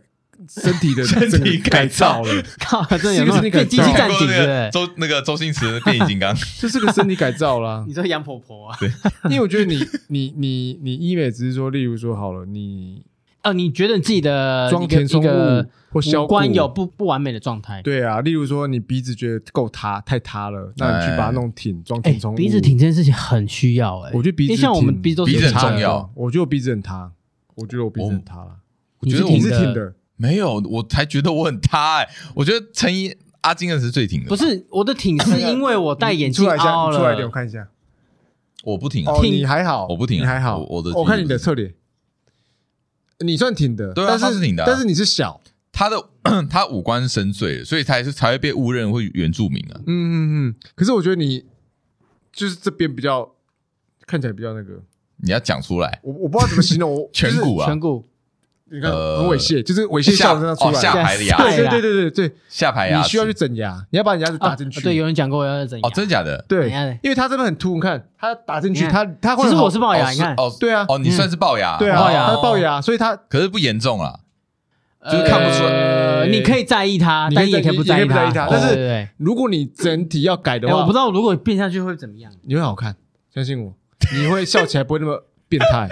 Speaker 1: 身体 的
Speaker 3: 身体
Speaker 1: 整个
Speaker 3: 改
Speaker 1: 改造
Speaker 3: 造
Speaker 1: 了，
Speaker 2: 靠， 真的有
Speaker 1: 是不
Speaker 2: 那
Speaker 1: 是
Speaker 2: 种
Speaker 1: 那个
Speaker 2: 被机器
Speaker 1: 你看
Speaker 2: 占
Speaker 3: 过
Speaker 2: 领，对
Speaker 3: 那
Speaker 2: 不
Speaker 3: 个
Speaker 2: 对？
Speaker 3: 周那个周星驰的变形金刚，
Speaker 1: 这是个身体改造 啦
Speaker 2: 你。说杨婆婆啊？
Speaker 1: 因为我觉得你你你你医美只是说，例如说好了，你
Speaker 2: 哦，你觉得你自己的
Speaker 1: 装
Speaker 2: 呃一个
Speaker 1: 填充
Speaker 2: 一个
Speaker 1: 物或削
Speaker 2: 五官
Speaker 1: 骨
Speaker 2: 有不不完美的状态？，
Speaker 1: 对啊，例如说你鼻子觉得够塌太塌了，那你去把它弄挺，装
Speaker 2: 哎
Speaker 1: 填充，物。
Speaker 2: 鼻子挺这件事情很需要哎，
Speaker 1: 我觉得鼻子
Speaker 2: 因为像我们
Speaker 1: 挺
Speaker 2: 鼻子都
Speaker 3: 鼻
Speaker 2: 是
Speaker 3: 子很
Speaker 2: 塌的
Speaker 3: 重要
Speaker 1: 我觉得我鼻子很塌，我觉得我鼻子很塌了。
Speaker 3: 我觉得
Speaker 2: 你
Speaker 3: 我
Speaker 1: 你
Speaker 2: 挺
Speaker 1: 是
Speaker 2: 的
Speaker 1: 挺的，
Speaker 3: 没有，我才觉得我很塌哎、我觉得陈怡阿金的是最挺的，
Speaker 2: 不？是我的挺是因为我戴眼
Speaker 1: 你出
Speaker 2: 镜
Speaker 1: 来一下，
Speaker 2: 凹
Speaker 1: 你出来一点，
Speaker 2: 了
Speaker 1: 我，看一下。
Speaker 3: 我不挺、啊
Speaker 1: 哦，
Speaker 2: 挺
Speaker 1: 你还好，
Speaker 3: 我不挺啊
Speaker 1: 你还好。
Speaker 3: 我我的
Speaker 1: 我看你的侧脸，你算挺的，
Speaker 3: 对啊
Speaker 1: 但
Speaker 3: 他是挺的啊
Speaker 1: 但是你是小，
Speaker 3: 他的 他五官深邃，所以才是才会被误认为原住民啊。
Speaker 1: 嗯嗯嗯。可是我觉得你就是这边比较看起来比较那个，
Speaker 3: 你要讲出来，
Speaker 1: 我我不知道怎么形容，我
Speaker 3: 颧骨啊，
Speaker 2: 颧骨
Speaker 1: 就是你看
Speaker 3: 呃
Speaker 1: 很猥亵，就是猥亵笑容这样出
Speaker 3: 哦下
Speaker 1: 来。
Speaker 3: 排的牙
Speaker 1: 对
Speaker 2: 对
Speaker 1: 对对
Speaker 2: 对
Speaker 1: 对对对，
Speaker 3: 下排牙
Speaker 1: 你
Speaker 3: 齿
Speaker 1: 需要去整牙，你要把你牙齿打进去。
Speaker 2: 啊对，有人讲过我要怎
Speaker 3: 哦
Speaker 2: 样，？
Speaker 3: 真的假的？
Speaker 1: 对
Speaker 2: 等一下嘞
Speaker 1: 因为它真的很凸，你看它打进去，
Speaker 2: 你
Speaker 1: 它
Speaker 2: 看
Speaker 1: 它会
Speaker 2: 其实
Speaker 1: 好
Speaker 2: 我是龅牙，
Speaker 3: 哦
Speaker 2: 你看
Speaker 3: 是，哦
Speaker 1: 对啊
Speaker 3: 哦，你算是龅牙，
Speaker 1: 对啊，
Speaker 2: 龅牙
Speaker 1: 它
Speaker 2: 哦
Speaker 1: 是龅牙，所以它
Speaker 3: 可是不严重啊啦。就是
Speaker 2: 呃
Speaker 3: 看不出
Speaker 1: 来
Speaker 2: 你可以在意他，
Speaker 1: 你可以
Speaker 2: 但也可以不在
Speaker 1: 你可以不在意他
Speaker 2: 他。
Speaker 1: 但是啊
Speaker 2: 对对对
Speaker 1: 如果你整体要改的
Speaker 2: 哎
Speaker 1: 话，
Speaker 2: 我不知道如果变下去会怎么样。
Speaker 1: 你会好看，相信我，你会笑起来不会那么变 态。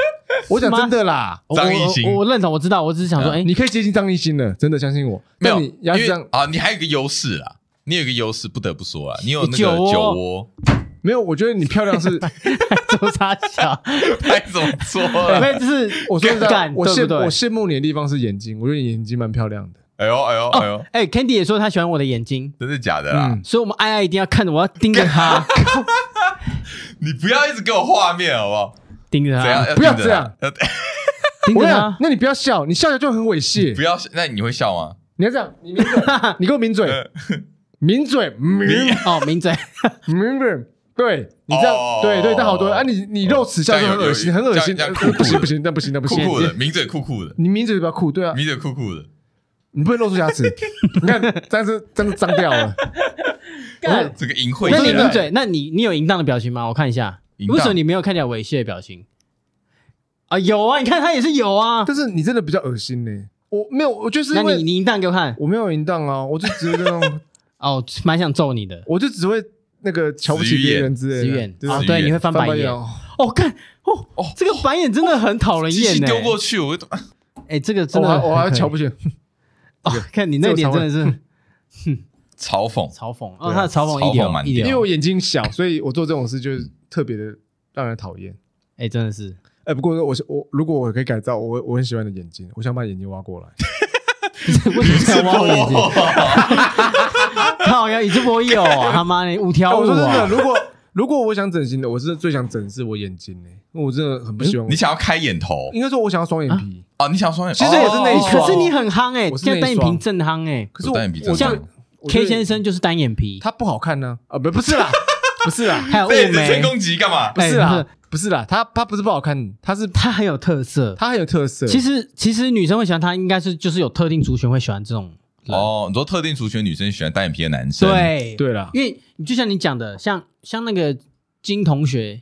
Speaker 1: 我讲真的啦，
Speaker 2: 我
Speaker 3: 张艺兴
Speaker 2: 我我我认同，我知道，我只是想说，哎，
Speaker 1: 你可以接近张艺兴的，真的相信我。
Speaker 3: 没有
Speaker 1: 但你牙齿这
Speaker 3: 因为
Speaker 1: 样
Speaker 3: 啊，你还有一个优势啦，你有一个优势，不得不说啊，你有那个
Speaker 2: 酒
Speaker 3: 酒
Speaker 1: 哦
Speaker 2: 窝
Speaker 3: 窝，
Speaker 1: 没有，我觉得你漂亮是，
Speaker 2: 周差 小，
Speaker 3: 太怎么说啊
Speaker 2: 因
Speaker 3: 了？
Speaker 1: 哎
Speaker 2: 为就是
Speaker 1: 我说真的啊
Speaker 2: 干，
Speaker 1: 我
Speaker 2: 对
Speaker 1: 羡
Speaker 2: 不对
Speaker 1: 我？羡慕你的地方是眼睛，我觉得你眼睛蛮漂亮的。
Speaker 3: 哎呦哎呦哎呦，
Speaker 2: 哎，Candy 也说他喜欢我的眼睛，
Speaker 3: 真的假的
Speaker 1: 哦
Speaker 3: 啦
Speaker 1: 嗯？
Speaker 2: 所以我们爱爱一定要看着，我要盯着他，
Speaker 3: 你不要一直给我画面好不好？
Speaker 2: 盯着
Speaker 3: 怎样
Speaker 2: 他，？
Speaker 1: 啊不要
Speaker 3: 盯着哎
Speaker 1: 这 样
Speaker 3: 他，要
Speaker 2: 盯
Speaker 1: 我跟
Speaker 2: 着
Speaker 1: 你讲
Speaker 2: 他，。
Speaker 1: 啊那你不要笑，你笑起来就很猥亵
Speaker 3: 不。要。那你会笑吗？
Speaker 1: 你要这样，你抿嘴， 你给我抿嘴，抿嘴，抿
Speaker 2: 哦，抿 嘴，
Speaker 1: 抿嘴。对你这样
Speaker 3: 哦，
Speaker 1: 对对，但好多人啊，你你肉齿笑就很恶心，
Speaker 3: 这
Speaker 1: 很
Speaker 3: 样有
Speaker 1: 恶心，
Speaker 3: 这样
Speaker 1: 呃
Speaker 3: 这样酷酷的
Speaker 1: 不行不行，那不行那不
Speaker 3: 酷
Speaker 1: 行，
Speaker 3: 酷的，抿嘴酷酷的，
Speaker 1: 你抿嘴比较酷，对啊，
Speaker 3: 抿嘴酷酷的。
Speaker 1: 你不能露出牙 齿，你看，但是但是脏掉了。
Speaker 2: 干
Speaker 3: 这个淫秽
Speaker 2: 那你
Speaker 3: 起来
Speaker 2: 抿嘴，那你你有淫荡的表情吗？我看一下，
Speaker 3: 淫荡
Speaker 2: 为什么你没有看起来猥亵的表情？啊，有啊，你看他也是有啊。
Speaker 1: 但是你真的比较恶心呢、我没有，我就是
Speaker 2: 那
Speaker 1: 因为
Speaker 2: 你你淫荡给我看，
Speaker 1: 我没有淫荡啊，我就只会那种，
Speaker 2: 哦，蛮想揍你的。
Speaker 1: 我就只会那个瞧不起别人之
Speaker 2: 紫
Speaker 1: 类的
Speaker 2: 远，
Speaker 1: 就是
Speaker 2: 哦
Speaker 3: 紫，
Speaker 2: 对，
Speaker 3: 苑
Speaker 2: 你会翻白眼。
Speaker 1: 哦
Speaker 2: 哦，看，哦
Speaker 3: 哦
Speaker 2: 哦，这个白眼真的很讨人
Speaker 3: 机
Speaker 2: 厌
Speaker 3: 器
Speaker 2: 呢。
Speaker 3: 丢过去，我啊
Speaker 2: 哎，这个真
Speaker 1: 我
Speaker 2: 的
Speaker 1: 还
Speaker 2: 很
Speaker 1: 我还
Speaker 2: 可以
Speaker 1: 瞧不 起，
Speaker 2: 哦，看你那脸真的是
Speaker 3: 嘲讽。
Speaker 2: 嘲讽，
Speaker 1: 对
Speaker 2: 哦，
Speaker 1: 啊
Speaker 2: 他的嘲讽一
Speaker 3: 嘲讽满
Speaker 2: 点
Speaker 3: 点
Speaker 2: 一
Speaker 1: 因为
Speaker 2: 点，
Speaker 1: 我眼睛小，所以我做这种事就是特别的让人讨厌。
Speaker 2: 哎，真的是，
Speaker 1: 哎、不过我是我如果我可以改造，我我很喜欢你的眼睛，我想把眼睛挖过来。
Speaker 2: 为什么要挖 我眼睛？
Speaker 3: 哇
Speaker 2: 靠呀，宇智波鼬啊，他妈的五条
Speaker 1: 哎我
Speaker 2: 悟
Speaker 1: 说真的，
Speaker 2: 啊！
Speaker 1: 如果如果我想整形的，我是最想整是我眼睛呢、欸因为我真的很不喜欢我。
Speaker 3: 你想要开眼头
Speaker 1: 应该说我想要双眼皮，
Speaker 3: 啊？你想要双眼？
Speaker 1: 其实我是内双
Speaker 2: 哎可是你很夯哎，
Speaker 1: 我是内
Speaker 2: 现在单眼皮正夯哎
Speaker 1: 可是
Speaker 3: 有
Speaker 1: 我
Speaker 3: 单眼皮
Speaker 1: 我
Speaker 3: 真的
Speaker 1: 就
Speaker 3: 吗
Speaker 1: 我觉得
Speaker 2: ，K 先生就是单眼皮，
Speaker 1: 他不好看呢、啊，不不是啦， 不是啦，
Speaker 2: 还有雾
Speaker 3: 这也是
Speaker 2: 眉
Speaker 3: 成，功级干嘛？
Speaker 1: 不是
Speaker 2: 哎
Speaker 1: 啦
Speaker 2: 不，
Speaker 1: 不是啦，他他不是不好看，他是
Speaker 2: 他很有特色。
Speaker 1: 他很有特色。
Speaker 2: 其实其实女生会喜欢他，应该是就是有特定族群会喜欢这种人。
Speaker 3: 哦，你说特定族群女生喜欢单眼皮的男生，，
Speaker 2: 对，
Speaker 1: 对啦，
Speaker 2: 因为你就像你讲的，像像那个金同学，
Speaker 3: 哎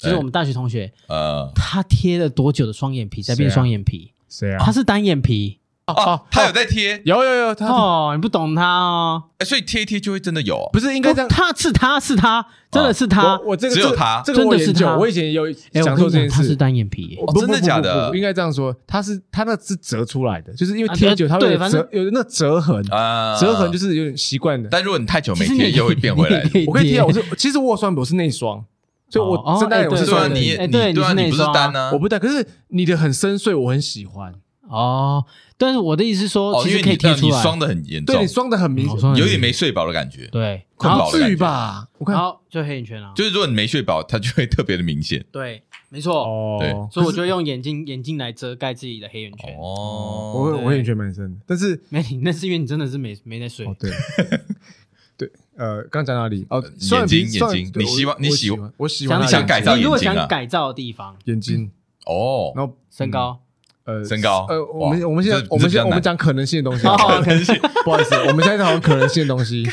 Speaker 2: 就是我们大学同学，
Speaker 3: 呃，
Speaker 2: 他贴了多久的双眼皮才变
Speaker 1: 谁啊
Speaker 2: 双眼皮？
Speaker 1: 谁
Speaker 3: 啊
Speaker 2: 他是单眼皮
Speaker 3: 哦，他有在贴，
Speaker 1: 啊有有有，他、
Speaker 2: 哦，你不懂他哦。
Speaker 3: 哎所以贴一贴就会真的有哦。
Speaker 1: 不是应该这样
Speaker 2: 哦。他是他是他，真
Speaker 3: 啊
Speaker 2: 的是他
Speaker 1: 我。我这个
Speaker 3: 只有
Speaker 1: 这个
Speaker 3: 他
Speaker 1: 这个我
Speaker 2: 真的是
Speaker 1: 研究，
Speaker 2: 他
Speaker 1: 我以前也有
Speaker 2: 哎，
Speaker 1: 讲
Speaker 2: 我
Speaker 1: 过
Speaker 2: 跟你
Speaker 1: 这
Speaker 2: 讲，
Speaker 1: 件
Speaker 2: 他是
Speaker 1: 事。
Speaker 2: 单眼皮耶。
Speaker 1: 不不
Speaker 3: 哦真的
Speaker 1: 不
Speaker 3: 假
Speaker 1: 不
Speaker 3: 的
Speaker 1: 不应该这样说，他是他那是折出来的，就是因为
Speaker 2: 啊
Speaker 1: 贴
Speaker 2: 对
Speaker 1: 久，它会有
Speaker 2: 对反正
Speaker 1: 折有那个折痕，
Speaker 3: 啊
Speaker 1: 折痕就是有点习惯的。
Speaker 3: 但如果你太久没
Speaker 2: 其实
Speaker 3: 贴，
Speaker 2: 你
Speaker 3: 又会变回来。
Speaker 2: 你也可以
Speaker 1: 我可以贴啊，我是其实我有双，我是内双，所以
Speaker 2: 哦哦
Speaker 1: 我真的我
Speaker 2: 哎
Speaker 1: 是
Speaker 2: 对
Speaker 3: 对啊，
Speaker 1: 双眼
Speaker 3: 你
Speaker 1: 皮，
Speaker 3: 也
Speaker 2: 哎
Speaker 3: 你
Speaker 2: 对你
Speaker 3: 对啊，
Speaker 2: 是内
Speaker 3: 你不是
Speaker 2: 双啊
Speaker 3: 单啊
Speaker 1: 我，不戴。可是你的很深邃，我很喜欢，
Speaker 3: 嗯
Speaker 2: 哦，但是我的意思是说，
Speaker 3: 哦，
Speaker 2: 其实
Speaker 3: 因为
Speaker 2: 可
Speaker 3: 你
Speaker 2: 以贴出
Speaker 3: 你
Speaker 2: 来。
Speaker 3: 双的很严重
Speaker 1: 对你，双的很明
Speaker 2: 哦
Speaker 1: 显，
Speaker 2: 双眼皮
Speaker 3: 有点没睡饱的感觉。
Speaker 2: 对，
Speaker 3: 困
Speaker 2: 然后
Speaker 1: 不
Speaker 3: 扰的感觉
Speaker 1: 至于吧？我看
Speaker 2: 然后就黑眼圈啊。
Speaker 3: 就是如果你没睡饱，它就会特别的明显。
Speaker 2: 对，没错。
Speaker 3: 对
Speaker 1: 哦
Speaker 2: 所以我就用眼镜眼镜来遮盖自己的黑眼圈。
Speaker 3: 哦，
Speaker 1: 我
Speaker 2: 对
Speaker 1: 我也觉得蛮深的，但是
Speaker 2: 没，那是因为你真的是没没在睡
Speaker 1: 哦。对 对呃，刚讲哪里？哦，
Speaker 3: 眼睛
Speaker 1: 双皮
Speaker 3: 眼睛
Speaker 1: 双眼
Speaker 3: 你
Speaker 1: 对
Speaker 3: 希望
Speaker 1: 我
Speaker 3: 你
Speaker 1: 我
Speaker 3: 喜
Speaker 1: 喜欢我喜欢
Speaker 3: 你
Speaker 1: 他的
Speaker 3: 想
Speaker 1: 眼
Speaker 3: 改
Speaker 1: 睛
Speaker 3: 造
Speaker 2: 你
Speaker 3: 眼
Speaker 2: 如
Speaker 3: 睛啊
Speaker 2: 果想改造的地方，
Speaker 1: 眼睛，
Speaker 3: 哦，
Speaker 1: 然后
Speaker 2: 身高
Speaker 1: 呃
Speaker 3: 身高
Speaker 1: 呃，我们
Speaker 3: 哇
Speaker 1: 我们现
Speaker 3: 这
Speaker 1: 在我们
Speaker 3: 这比较
Speaker 1: 现在我
Speaker 3: 难
Speaker 1: 们讲可能性的东西好
Speaker 2: 哦
Speaker 1: 不好，
Speaker 2: 可
Speaker 3: 能性
Speaker 1: 不好意思，我们现在在讨论可能性的东 西。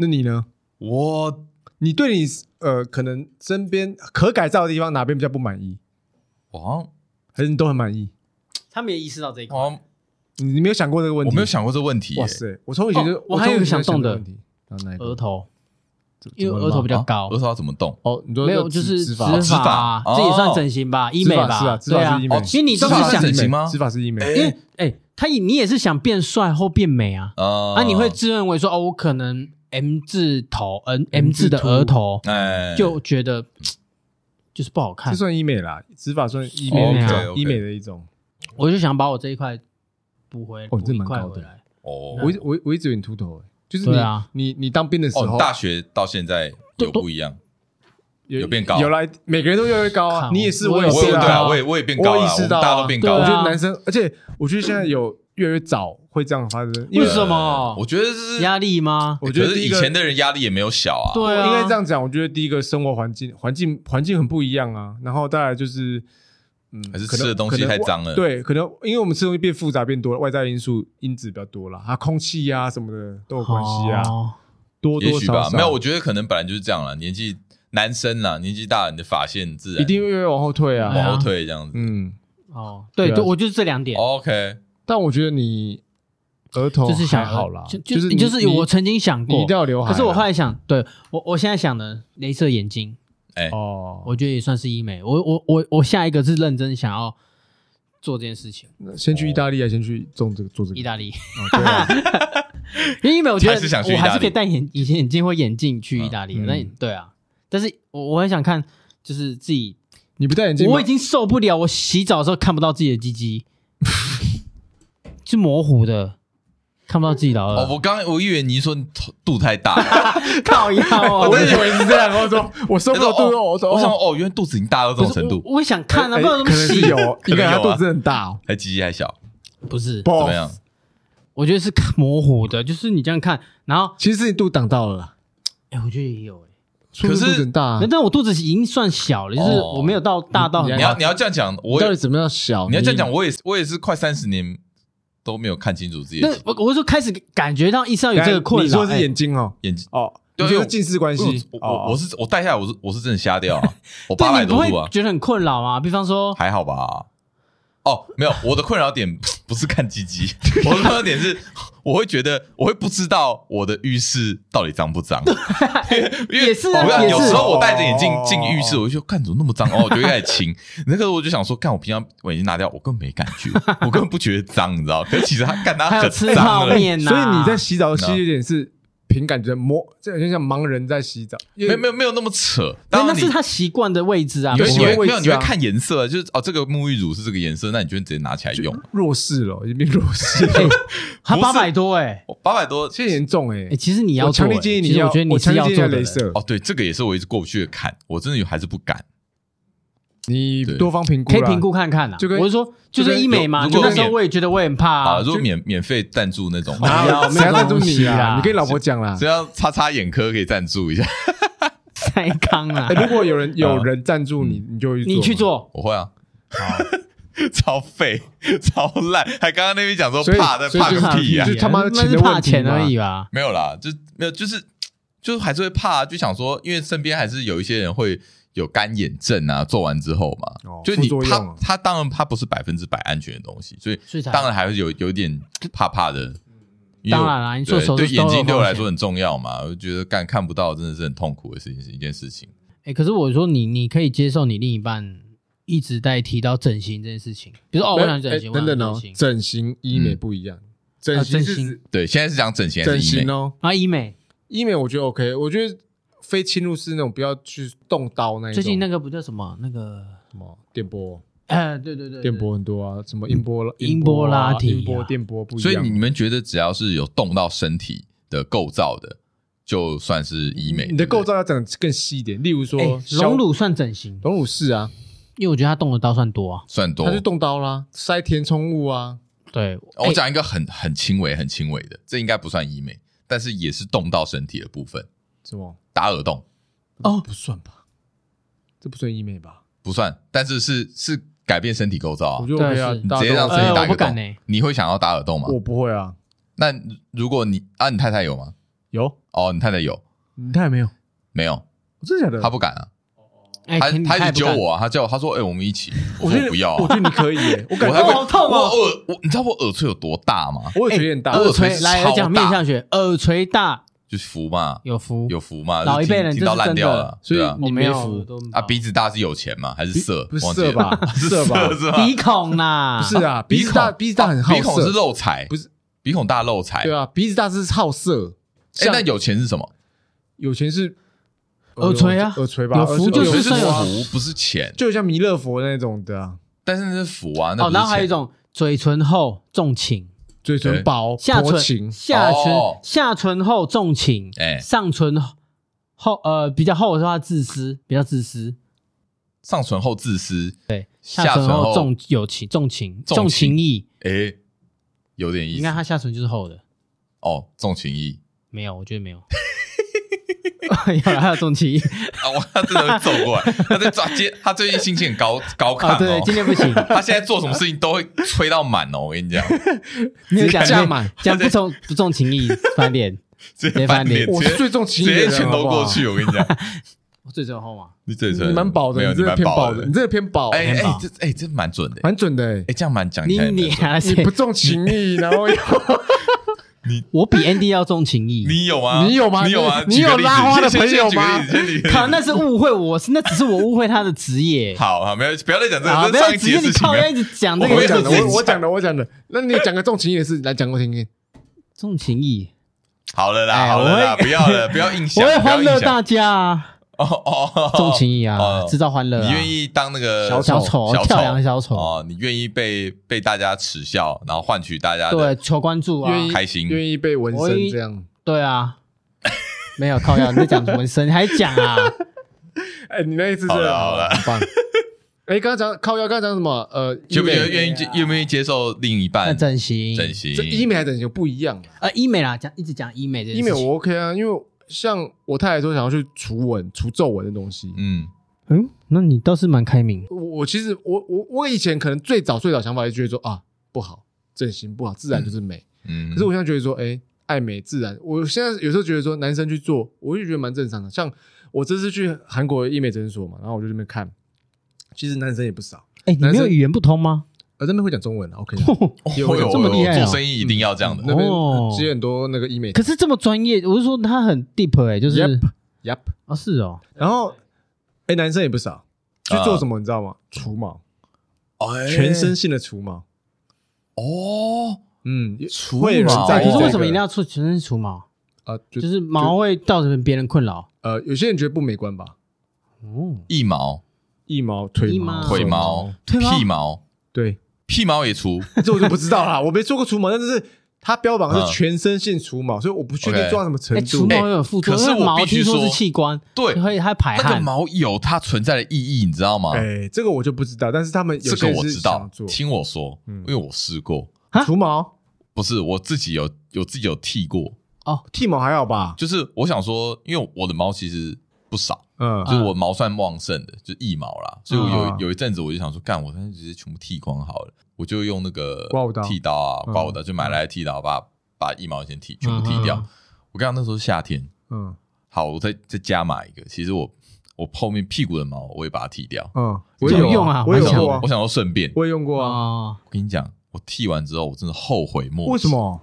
Speaker 1: 那你呢？
Speaker 3: 我
Speaker 1: 你对你呃，可能身边可改造的地方哪边比较不满意，
Speaker 3: 我好像
Speaker 1: 还是你都很满意？
Speaker 2: 他没有意识到这一块。
Speaker 3: 我好像
Speaker 1: 你你没有想过这个问题？
Speaker 3: 我没有。想过这个问题耶。
Speaker 1: 哇塞，我从以前就
Speaker 2: 哦我还有一个想动的
Speaker 1: 问题，然后哪一个
Speaker 2: 额头，
Speaker 1: 怎
Speaker 2: 因为
Speaker 1: 怎么了
Speaker 2: 额头
Speaker 1: 吗
Speaker 2: 比较
Speaker 3: 啊
Speaker 2: 高
Speaker 3: 额，头要怎么动？
Speaker 1: 哦，你说
Speaker 2: 没
Speaker 1: 那
Speaker 2: 有
Speaker 1: 个
Speaker 2: 就是
Speaker 1: 植
Speaker 2: 植
Speaker 1: 发
Speaker 3: 哦植发
Speaker 2: 发，这也算
Speaker 3: 哦
Speaker 2: 整形吧，医美
Speaker 1: 是啊
Speaker 2: 吧，
Speaker 1: 植发
Speaker 2: 对啊
Speaker 1: 是医美，
Speaker 2: 哦因为你都
Speaker 3: 植发
Speaker 2: 是
Speaker 3: 是
Speaker 2: 想
Speaker 3: 整，形吗
Speaker 1: 植发是医美，
Speaker 2: 因为哎，他以你也是想变帅或变美啊，
Speaker 1: 哦
Speaker 3: 啊
Speaker 2: 啊，你会自认为说哦，我可能 M 字头，嗯
Speaker 1: M
Speaker 2: ，M
Speaker 1: 字
Speaker 2: 字
Speaker 1: 秃
Speaker 2: 的额头，
Speaker 3: 哎
Speaker 2: 就觉得嘖就是不好看
Speaker 1: 这。算医美啦，植发算医
Speaker 2: 哦
Speaker 1: 美的一种，
Speaker 3: OK，OK
Speaker 1: 医美的一种。
Speaker 2: 我就想把我这一块补回，
Speaker 1: 哦
Speaker 2: 补
Speaker 1: 你这
Speaker 2: 一
Speaker 1: 蛮
Speaker 2: 块
Speaker 1: 高的
Speaker 2: 回来。
Speaker 3: 哦，
Speaker 1: 我一直我我一直有点秃头，欸就是你
Speaker 2: 嗯对啊
Speaker 1: 你你当兵的时
Speaker 3: 哦，
Speaker 1: 候
Speaker 3: 你，大学到现在有不一样，
Speaker 1: 有
Speaker 3: 有变高
Speaker 1: 有来每个人都越来越高啊
Speaker 2: 靠！
Speaker 1: 你也是，
Speaker 2: 我
Speaker 1: 我也
Speaker 2: 有
Speaker 3: 我
Speaker 1: 是
Speaker 3: 也
Speaker 2: 变高
Speaker 3: 对
Speaker 1: 啊，
Speaker 3: 啊，我也我也变高
Speaker 1: 我
Speaker 3: 了，
Speaker 1: 意识到啊
Speaker 3: 我们大家都变
Speaker 2: 对
Speaker 3: 高
Speaker 2: 啊
Speaker 1: 我
Speaker 3: 了
Speaker 1: 觉。得男生，而且我觉得现在有越来越早会这样发生，因
Speaker 2: 为
Speaker 1: 为
Speaker 2: 什么
Speaker 3: 我觉得这是
Speaker 2: 压力吗？
Speaker 1: 我觉得
Speaker 3: 可是
Speaker 1: 第
Speaker 3: 以
Speaker 1: 一个
Speaker 3: 前的人压力也没有小啊。
Speaker 2: 对啊，
Speaker 1: 应该哦这样讲，我觉得第一个生活环境环境环境很不一样啊，然后再来就是，嗯，
Speaker 3: 还是
Speaker 1: 可
Speaker 3: 吃
Speaker 1: 能
Speaker 3: 的东西
Speaker 1: 可能
Speaker 3: 太脏了
Speaker 1: 对，可能因为我们吃的东西变复杂变多了，外在因素因子比较多了，啊，空气呀、什么的都有关系啊，
Speaker 2: 哦
Speaker 1: 多
Speaker 3: 也
Speaker 1: 多
Speaker 3: 许
Speaker 1: 少
Speaker 3: 吧，
Speaker 1: 少
Speaker 3: 没有，我觉得可能本来就是这样啦。年纪男生啦，年纪大，你的发线自然
Speaker 1: 一定越往后退啊，
Speaker 2: 哎呀
Speaker 3: 往后退这样子。
Speaker 1: 嗯，
Speaker 2: 哦，对
Speaker 1: 对啊
Speaker 2: 对，我就是这两点，
Speaker 3: OK，
Speaker 1: 但我觉得你额头
Speaker 2: 就是想
Speaker 1: 哦还好啦，
Speaker 2: 就
Speaker 1: 就是
Speaker 2: 是
Speaker 1: 你
Speaker 2: 就是我
Speaker 1: 你
Speaker 2: 曾经想
Speaker 1: 你一
Speaker 2: 过
Speaker 1: 定，要刘海啊
Speaker 2: 可
Speaker 1: 啦，
Speaker 2: 是我后来想，对我我现在想的，镭射眼睛，
Speaker 1: 哦，
Speaker 2: 我觉得也算是医美。我我我我下一个是认真想要做这件事情，
Speaker 1: 那先去意大利啊，先去种这个做这个
Speaker 2: 意，大利，
Speaker 1: 哦对啊
Speaker 2: 因为医美我觉得
Speaker 3: 还是想去意
Speaker 2: 我
Speaker 3: 大利
Speaker 2: 还是可以戴眼隐形眼镜或眼镜去意大利。
Speaker 1: 嗯
Speaker 2: 那
Speaker 1: 嗯
Speaker 2: 对啊，但是我我很想看，就是自己，
Speaker 1: 你不戴眼镜吗，
Speaker 2: 我已经受不了，我洗澡的时候看不到自己的鸡鸡， 是模糊的，看不到自己的耳
Speaker 3: 哦，
Speaker 2: 朵。
Speaker 3: 我刚我以为你说你头肚太大了，
Speaker 2: 靠腰哦，
Speaker 1: 我
Speaker 2: 我
Speaker 1: 以为是这样，我说我受不了 肚子，我说
Speaker 3: 我想
Speaker 1: 哦
Speaker 3: 哦，原来肚子已经大到这种程度，
Speaker 2: 我我想看啊，
Speaker 1: 哎
Speaker 2: 不知道怎
Speaker 1: 可
Speaker 2: 么
Speaker 1: 能
Speaker 2: 洗
Speaker 1: 是。有，
Speaker 3: 能有啊
Speaker 1: 应该他肚子很大哦，
Speaker 3: 还鸡鸡还小，
Speaker 2: 不是，
Speaker 1: 怎
Speaker 3: 怎么样？？
Speaker 2: 我觉得是看模糊的， 就是你这样看，然后
Speaker 1: 其实你肚子挡到了啦，
Speaker 2: 哎，我觉得也有哎。
Speaker 1: 说不定
Speaker 3: 可是
Speaker 1: 肚子很大啊
Speaker 2: 那，但我肚子已经算小了，就是
Speaker 3: 哦
Speaker 2: 我没有到大到很
Speaker 3: 你要你要这样讲，
Speaker 1: 你
Speaker 3: 我
Speaker 1: 到底
Speaker 3: 也
Speaker 1: 怎么样小？
Speaker 3: 你要这样讲，我也是我也是快三十年都没有看清楚自己
Speaker 2: 那
Speaker 3: 的鸡
Speaker 2: 我我说开始感觉到意识到有这个困扰，
Speaker 1: 你说是
Speaker 2: 哎
Speaker 1: 眼睛哦，
Speaker 3: 眼睛。
Speaker 1: 哦，
Speaker 3: 对
Speaker 1: 你
Speaker 3: 因
Speaker 1: 说
Speaker 3: 为我
Speaker 1: 是近视关系，
Speaker 3: 我
Speaker 1: 哦
Speaker 3: 我我是我戴下来，我是我是真的瞎掉 啊，我八
Speaker 2: 对
Speaker 3: 百
Speaker 2: 你不
Speaker 3: 多
Speaker 2: 会
Speaker 3: 度啊，
Speaker 2: 觉得很困扰吗？比方说，
Speaker 3: 还好吧？哦，没有，我的困扰点不是看鸡鸡，我的困扰点是，我会觉得我会不知道我的浴室到底脏 不脏，因为
Speaker 2: 也是啊
Speaker 3: 我跟
Speaker 2: 也
Speaker 3: 你讲
Speaker 2: 是
Speaker 3: 有时候我戴着眼镜
Speaker 1: 哦
Speaker 3: 进浴室，我就说看怎么那么脏，哦，我就开始清。那个我就想说，看我平常我已经拿掉，我根本没感觉，我根本不觉得脏，你知道？可是其实它干它
Speaker 2: 还有
Speaker 3: 很
Speaker 2: 吃泡
Speaker 3: 脏了。
Speaker 2: 面啊呐，
Speaker 1: 所以你在洗澡的吸有点是凭感觉摸，这有点像盲人在洗澡，没
Speaker 3: 没有没有没有那么扯，
Speaker 2: 哎，
Speaker 3: 当
Speaker 2: 那
Speaker 3: 然你
Speaker 2: 是他习惯的位置啊，
Speaker 3: 你
Speaker 2: 不
Speaker 3: 会
Speaker 1: 对
Speaker 2: 是
Speaker 3: 你会
Speaker 1: 我会
Speaker 3: 没有
Speaker 1: 这
Speaker 3: 你会
Speaker 1: 样
Speaker 3: 看颜色，就是哦这个沐浴乳是这个颜色，那你就直接拿起来用。
Speaker 1: 弱势了，已经变弱势了，
Speaker 2: 哎，他
Speaker 3: 不是
Speaker 2: 八百多哎
Speaker 3: 八百多，
Speaker 1: 这很严重哎
Speaker 2: 哎，。其实你要
Speaker 1: 我
Speaker 2: 做
Speaker 1: 强
Speaker 2: 哎，
Speaker 1: 烈建议
Speaker 2: 其
Speaker 1: 你
Speaker 2: 实
Speaker 1: 要，
Speaker 2: 我觉得你
Speaker 1: 强
Speaker 2: 是
Speaker 1: 烈
Speaker 2: 要
Speaker 1: 建议
Speaker 2: 做
Speaker 1: 要
Speaker 2: 的
Speaker 1: 镭
Speaker 2: 人，
Speaker 1: 射，
Speaker 3: 哦，对，这个也是我一直过不去的
Speaker 1: 啊
Speaker 3: 坎，我真的有还是不敢。
Speaker 1: 你
Speaker 3: 对
Speaker 1: 多方评估
Speaker 2: 可
Speaker 1: 啦，
Speaker 2: 以评估看看啊。
Speaker 1: 就跟
Speaker 2: 我是说，就
Speaker 1: 就跟
Speaker 2: 是医美嘛，
Speaker 3: 有
Speaker 2: 就
Speaker 3: 如果
Speaker 2: 那时候我也觉得我也很怕
Speaker 3: 啊，
Speaker 2: 啊
Speaker 3: 如，果免免费赞助那种，
Speaker 1: 哪
Speaker 2: 啊 没有
Speaker 1: 有谁要赞助
Speaker 2: 没有这种东西
Speaker 1: 你
Speaker 2: 啊
Speaker 1: 啊？你跟你老婆讲啦
Speaker 3: 只。要叉叉眼科可以赞助 一下，
Speaker 2: 太刚了
Speaker 1: 哎，，如果有 人有
Speaker 3: 啊
Speaker 1: 人赞助你，你就
Speaker 2: 你去。做，
Speaker 3: 我会啊， 超废超烂，还刚刚那边讲说
Speaker 1: 所以
Speaker 3: 怕的
Speaker 1: 所以
Speaker 3: 怕
Speaker 1: 就
Speaker 3: 个屁啊呀、
Speaker 1: 就是他妈的
Speaker 2: 那
Speaker 1: 钱
Speaker 2: 是
Speaker 1: 的问题嘛
Speaker 2: 怕钱而已吧。
Speaker 3: 没有啦，就没有，就是就还是会怕，啊就想说，因为身边还是有一些人会有干眼症啊，做完之后嘛，
Speaker 1: 哦
Speaker 3: 就是你
Speaker 1: 副作用
Speaker 3: 他
Speaker 1: 啊
Speaker 3: 他当然他不是百分之百安全的东西，所以
Speaker 2: 所以才
Speaker 3: 当然还是有有点怕怕的。因为
Speaker 2: 啊当然啦你做
Speaker 3: 对
Speaker 2: 手术
Speaker 3: 对
Speaker 2: 都有
Speaker 3: 眼睛对我
Speaker 2: 风
Speaker 3: 来
Speaker 2: 险
Speaker 3: 说很重要嘛，我觉得干看不到真的是很痛苦的事情，是一件事情。
Speaker 2: 哎、可是我说你，你可以接受你另一半一直在提到整形这件事情，比如说哦，我想整形，
Speaker 1: 哎等等
Speaker 2: 我
Speaker 1: 哦
Speaker 2: 想整，形
Speaker 1: 整形医美不一样，整形
Speaker 2: 整形
Speaker 1: 是
Speaker 3: 对，现在是讲整形还
Speaker 1: 整
Speaker 3: 是医
Speaker 1: 形
Speaker 3: 美？
Speaker 1: 哦，
Speaker 2: 啊，医美
Speaker 1: 医美我觉得 OK，我觉得非侵入式那种不要去动刀那一种。
Speaker 2: 最近那个不叫什么那个，
Speaker 1: 什么电波，
Speaker 2: 呃，对对对
Speaker 1: 电波很多啊，什么音波啦、
Speaker 2: 音波拉
Speaker 1: 啊
Speaker 2: 提啊
Speaker 1: 音波、电波不一
Speaker 3: 所
Speaker 1: 样。
Speaker 3: 以你们觉得只要是有动到身体的构造的，就算是医美？
Speaker 1: 你的
Speaker 3: 对不对
Speaker 1: 构造要整更细一点，例如说
Speaker 2: 对哎
Speaker 1: 小
Speaker 2: 隆乳算整形，
Speaker 1: 隆乳是啊，
Speaker 2: 因为我觉得他动的刀算多啊。
Speaker 3: 算多
Speaker 1: 它就。动刀啦，塞填充物啊，
Speaker 2: 对，
Speaker 3: 哦我
Speaker 2: 哎
Speaker 3: 讲一个很很轻微、很轻微的，这应该不算医美，但是也是动到身体的部分，
Speaker 1: 什么
Speaker 3: 打耳洞
Speaker 2: 哦
Speaker 1: 不算吧？这不算医美吧？
Speaker 3: 不算，但是是是改变身体构造啊
Speaker 1: 我。觉得 OK 啊
Speaker 2: 对是，
Speaker 3: 你
Speaker 1: 大
Speaker 3: 直
Speaker 1: 家
Speaker 3: 接
Speaker 1: 都
Speaker 3: 让身体
Speaker 2: 呃
Speaker 3: 打一
Speaker 2: 我不
Speaker 3: 个
Speaker 2: 敢
Speaker 3: 洞，
Speaker 2: 欸
Speaker 3: 你会想要打耳洞吗？
Speaker 1: 我不会啊，
Speaker 3: 那如果你啊，你太太有吗？
Speaker 1: 有
Speaker 3: 哦，你太太有
Speaker 1: 你太没有？
Speaker 3: 没有？
Speaker 1: 真的假的？
Speaker 3: 她不敢啊，
Speaker 2: 哎、
Speaker 3: 她
Speaker 2: 肯定
Speaker 3: 她一直
Speaker 2: 太不
Speaker 3: 揪
Speaker 2: 敢，
Speaker 3: 我啊，她叫我她说，哎，我们一起，我
Speaker 1: 我
Speaker 3: 说
Speaker 1: 觉得
Speaker 3: 不要啊，
Speaker 1: 我觉得你可以 耶，我感
Speaker 3: 我还
Speaker 2: 哦
Speaker 3: 会
Speaker 1: 觉
Speaker 2: 好痛哦
Speaker 3: 我耳我你知道我耳垂有多大吗？
Speaker 1: 我也觉得有点大，
Speaker 3: 哎
Speaker 2: 耳
Speaker 3: 耳
Speaker 2: 垂
Speaker 3: 垂
Speaker 2: 来
Speaker 3: 超
Speaker 2: 讲面
Speaker 3: 大
Speaker 2: 相学，耳垂大
Speaker 3: 就是福嘛，
Speaker 2: 有福，
Speaker 3: 有福嘛，
Speaker 2: 老一
Speaker 3: 就是
Speaker 2: 辈
Speaker 3: 听
Speaker 2: 人
Speaker 3: 听
Speaker 2: 这
Speaker 3: 到
Speaker 2: 是
Speaker 3: 烂
Speaker 2: 真的
Speaker 3: 掉了，
Speaker 1: 所以
Speaker 3: 对啊
Speaker 2: 我
Speaker 1: 你
Speaker 2: 没有
Speaker 1: 没福
Speaker 2: 都
Speaker 3: 啊鼻子大是有钱吗？还是色？
Speaker 1: 不是
Speaker 3: 忘记了
Speaker 1: 色吧
Speaker 3: 是
Speaker 1: 色吧
Speaker 3: 是吧？
Speaker 2: 鼻孔啦，
Speaker 1: 不是啊，鼻子大，
Speaker 3: 孔
Speaker 1: 鼻子大很好
Speaker 3: 鼻孔
Speaker 1: 色，
Speaker 3: 是漏财，
Speaker 1: 不是
Speaker 3: 鼻孔大漏财。
Speaker 1: 对啊
Speaker 3: 哎，
Speaker 1: 啊，鼻子大是好色。像
Speaker 3: 那有钱是什么？
Speaker 1: 有钱是
Speaker 2: 耳垂啊
Speaker 1: 耳垂吧，
Speaker 2: 有福
Speaker 1: 耳垂
Speaker 2: 就是
Speaker 3: 有
Speaker 2: 算
Speaker 3: 些
Speaker 2: 有
Speaker 1: 啊
Speaker 3: 福，不是钱，
Speaker 1: 就像弥勒佛那种的啊，
Speaker 3: 但是那是福啊，那
Speaker 2: 哦，
Speaker 3: 不是
Speaker 2: 然后还有一
Speaker 3: 钱
Speaker 2: 种嘴唇厚重情，
Speaker 1: 嘴唇薄，
Speaker 2: 下
Speaker 1: 薄
Speaker 2: 唇
Speaker 1: 情，
Speaker 2: 下唇、
Speaker 3: 哦
Speaker 2: 下唇厚重情，
Speaker 3: 哎
Speaker 2: 上唇厚呃比较厚的话自私，比较自私，
Speaker 3: 上唇后自私，
Speaker 2: 对，
Speaker 3: 下
Speaker 2: 下唇
Speaker 3: 唇
Speaker 2: 厚
Speaker 3: 厚
Speaker 2: 重友情重情
Speaker 3: 重
Speaker 2: 重情
Speaker 3: 情
Speaker 2: 义，
Speaker 3: 哎，有点意
Speaker 2: 你看
Speaker 3: 思
Speaker 2: 他下唇就是厚的，
Speaker 3: 哦，重情义
Speaker 2: 没有，我觉得没有。 有啦，还有重情 义
Speaker 3: 啊，哇，他真的会走过来，他在抓接，他最近心情很高高亢
Speaker 2: 啊，对，今
Speaker 3: 哦。
Speaker 2: 天不 行，
Speaker 3: 他现在做什么事情都会吹到满哦，我跟你讲，
Speaker 2: 没有讲
Speaker 1: 直接加满
Speaker 2: 讲不 重不重情义翻脸，
Speaker 3: 直
Speaker 2: 接
Speaker 3: 接翻
Speaker 2: 翻脸
Speaker 3: 脸，
Speaker 1: 我
Speaker 3: 直
Speaker 1: 是
Speaker 3: 接
Speaker 1: 最重情
Speaker 3: 直
Speaker 1: 义的
Speaker 3: 接
Speaker 1: 人
Speaker 3: 全都过。
Speaker 1: 好
Speaker 3: 去，我跟你讲，
Speaker 2: 我最最后 嘛，
Speaker 3: 你嘴
Speaker 1: 不好
Speaker 3: 唇
Speaker 1: 你蛮薄
Speaker 3: 没
Speaker 1: 的，
Speaker 3: 有
Speaker 1: 你这
Speaker 3: 你
Speaker 1: 个
Speaker 3: 蛮
Speaker 1: 偏薄
Speaker 3: 的
Speaker 1: 的，你，这个偏薄，
Speaker 3: 哎
Speaker 2: 偏
Speaker 3: 哎
Speaker 2: 薄，
Speaker 3: 这哎这蛮准的，
Speaker 1: 蛮准的欸
Speaker 3: 哎。这样蛮讲
Speaker 2: 你
Speaker 3: 起来
Speaker 2: 你
Speaker 3: 蛮
Speaker 1: 你
Speaker 2: 还
Speaker 3: 准，
Speaker 1: 不重情义，然后又
Speaker 2: 我比 Andy 要重情义，
Speaker 3: 你有吗？
Speaker 1: 你有吗
Speaker 3: 你有吗？
Speaker 1: 你
Speaker 3: 举个
Speaker 1: 你有
Speaker 3: 例子
Speaker 1: 拉花的
Speaker 3: 先
Speaker 1: 朋
Speaker 3: 先
Speaker 1: 友
Speaker 3: 举个
Speaker 1: 吗
Speaker 3: 例子先举个例子
Speaker 2: 靠，那是误会，我是那只是我误会他的职业。
Speaker 3: 好好，没有，不要再讲这
Speaker 2: 啊
Speaker 3: 个，
Speaker 2: 不
Speaker 3: 这
Speaker 2: 要
Speaker 3: 是上一
Speaker 2: 只
Speaker 3: 集
Speaker 2: 是
Speaker 3: 的
Speaker 2: 你
Speaker 3: 事情
Speaker 2: 靠
Speaker 3: 了。
Speaker 2: 要一直讲这
Speaker 3: 我
Speaker 1: 我
Speaker 2: 个
Speaker 3: 也很
Speaker 1: 讲的，
Speaker 2: 重
Speaker 1: 我
Speaker 3: 紧
Speaker 1: 我讲的，我讲的。那你讲个重情义的事来讲，我听听。
Speaker 2: 重情义，
Speaker 3: 好了啦，
Speaker 2: 哎
Speaker 3: 好了啦，
Speaker 2: 我会
Speaker 3: 不要了，不要印
Speaker 2: 我
Speaker 3: 象，
Speaker 2: 会
Speaker 3: 不要
Speaker 2: 欢乐
Speaker 3: 印象。
Speaker 2: 大家啊，
Speaker 3: 哦哦，
Speaker 2: 重情义啊
Speaker 3: 哦，
Speaker 2: 制造欢乐啊。
Speaker 3: 你愿意当那个
Speaker 1: 小
Speaker 2: 小
Speaker 1: 丑
Speaker 2: 丑
Speaker 3: 小
Speaker 2: 跳梁小丑，
Speaker 3: 哦？你愿意被被大家耻笑，然后换取大家
Speaker 2: 对，
Speaker 3: 的
Speaker 2: 求关注啊，
Speaker 1: 愿意
Speaker 3: 开心
Speaker 1: 愿意被纹
Speaker 2: 我
Speaker 1: 身
Speaker 2: 一
Speaker 1: 这样。
Speaker 2: 对啊，没有靠药，你在讲纹身，你还讲啊？
Speaker 1: 哎，你那一次真
Speaker 3: 好了
Speaker 1: 的
Speaker 3: 好了
Speaker 1: 很棒。 哎，刚刚讲靠腰，刚刚讲什么？呃，医
Speaker 3: 就不
Speaker 1: 美
Speaker 3: 愿意愿意
Speaker 2: 对啊
Speaker 3: 愿不愿意接受另一
Speaker 2: 那
Speaker 3: 半
Speaker 2: 整形，
Speaker 3: 整
Speaker 1: 这医
Speaker 3: 形？
Speaker 1: 美还整形不一样。啊
Speaker 2: 呃，医美啦，讲一直讲医美这件
Speaker 1: 医
Speaker 2: 事
Speaker 1: 美
Speaker 2: 情
Speaker 1: 我 OK 啊，因为像我太太说想要去除纹、除皱纹的东西。
Speaker 3: 嗯，
Speaker 2: 嗯，那你倒是蛮开明，
Speaker 1: 我我其实我我我以前可能最早最早想法就觉得说啊不好，整形不好，自然就是美。
Speaker 3: 嗯，
Speaker 1: 可是我现在觉得说，哎、爱美自然。我现在有时候觉得说，男生去做，我就觉得蛮正常的。像我这次去韩国的医美诊所嘛，然后我就这边看，其实男生也不少，
Speaker 2: 哎，你
Speaker 1: 男
Speaker 2: 没有
Speaker 1: 生
Speaker 2: 语言不通吗？
Speaker 1: 呃，那边会讲中文啊，OK 啊。有
Speaker 3: 哦
Speaker 1: 有
Speaker 3: 呦
Speaker 2: 这么厉害哦
Speaker 3: 做生意一定要这样的。
Speaker 1: 那边
Speaker 2: 哦
Speaker 1: 其实很多那个医美
Speaker 2: 可是这么专业，我是说他很 deep 哎，就是
Speaker 1: Yep，Yep。
Speaker 2: 啊是哦，
Speaker 1: 然后，哎、男生也不少，去做
Speaker 2: 啊
Speaker 1: 什么你知道吗？除毛，
Speaker 3: 哎
Speaker 1: 全身性的除毛。
Speaker 3: 哦，
Speaker 1: 嗯，
Speaker 3: 除
Speaker 1: 会有人
Speaker 3: 毛
Speaker 1: 在
Speaker 2: 哎
Speaker 1: 意
Speaker 2: 可是
Speaker 1: 这
Speaker 2: 为什么
Speaker 1: 个
Speaker 2: 一定要做全身除毛？
Speaker 1: 呃，就
Speaker 2: 就是毛会造成别人困扰。
Speaker 1: 呃，有些人觉得不美观吧，
Speaker 2: 哦，
Speaker 3: 腋毛、
Speaker 1: 腋毛、腿
Speaker 2: 腋
Speaker 1: 毛、
Speaker 2: 毛
Speaker 3: 腿
Speaker 1: 手
Speaker 3: 毛、
Speaker 2: 腿毛
Speaker 3: 屁毛、
Speaker 1: 对，
Speaker 3: 屁毛也除。
Speaker 1: 这我就不知道啦，我 没做过除毛，但是它标榜是全身性除毛，所以我不确定
Speaker 3: 嗯 OK
Speaker 1: 做到什么程
Speaker 2: 哎，除
Speaker 1: 度。
Speaker 2: 毛也有副作
Speaker 3: 可
Speaker 2: 用，
Speaker 3: 是
Speaker 2: 因为
Speaker 3: 我
Speaker 2: 毛
Speaker 3: 必须
Speaker 2: 听说是
Speaker 3: 说
Speaker 2: 器官，
Speaker 3: 对
Speaker 2: 会它排
Speaker 3: 那个
Speaker 2: 汗。
Speaker 3: 毛有它存在的意义，你知道吗？
Speaker 1: 哎，这个我就不知道，但是他们有
Speaker 3: 啊这
Speaker 1: 些
Speaker 3: 个
Speaker 1: 人
Speaker 3: 我
Speaker 1: 是
Speaker 3: 知道
Speaker 1: 想做，
Speaker 3: 听我说，
Speaker 1: 嗯
Speaker 3: 因为我试过，
Speaker 2: 啊
Speaker 1: 除毛、
Speaker 3: 不是我自己有有自己有剃过，
Speaker 1: 剃毛还好吧？
Speaker 3: 就是我想说，因为我的毛其实不少，
Speaker 1: 嗯
Speaker 3: 就是我毛算旺盛的，就是腋毛啦，所以我
Speaker 1: 啊
Speaker 3: 有有一阵子我就想说，干，我干脆直接全部剃光好了，我就用那个
Speaker 1: 刮胡刀
Speaker 3: 剃刀啊，
Speaker 1: 嗯
Speaker 3: 刮胡刀就买来的剃刀，把把腋毛先剃全部剃
Speaker 2: 嗯
Speaker 3: 掉。我刚刚那时候夏天，
Speaker 1: 嗯
Speaker 3: 好，我再再加码一个，其实我我后面屁股的毛我也把它剃掉，
Speaker 1: 嗯，我
Speaker 2: 有
Speaker 1: 有
Speaker 2: 用啊
Speaker 1: 我有
Speaker 3: 我想
Speaker 1: 过
Speaker 3: 说
Speaker 1: 啊
Speaker 3: 我，想说顺便，
Speaker 1: 我也用过啊。
Speaker 2: 哦，
Speaker 3: 我跟你讲，我剃完之后我真的后悔莫及。
Speaker 1: 为什？么？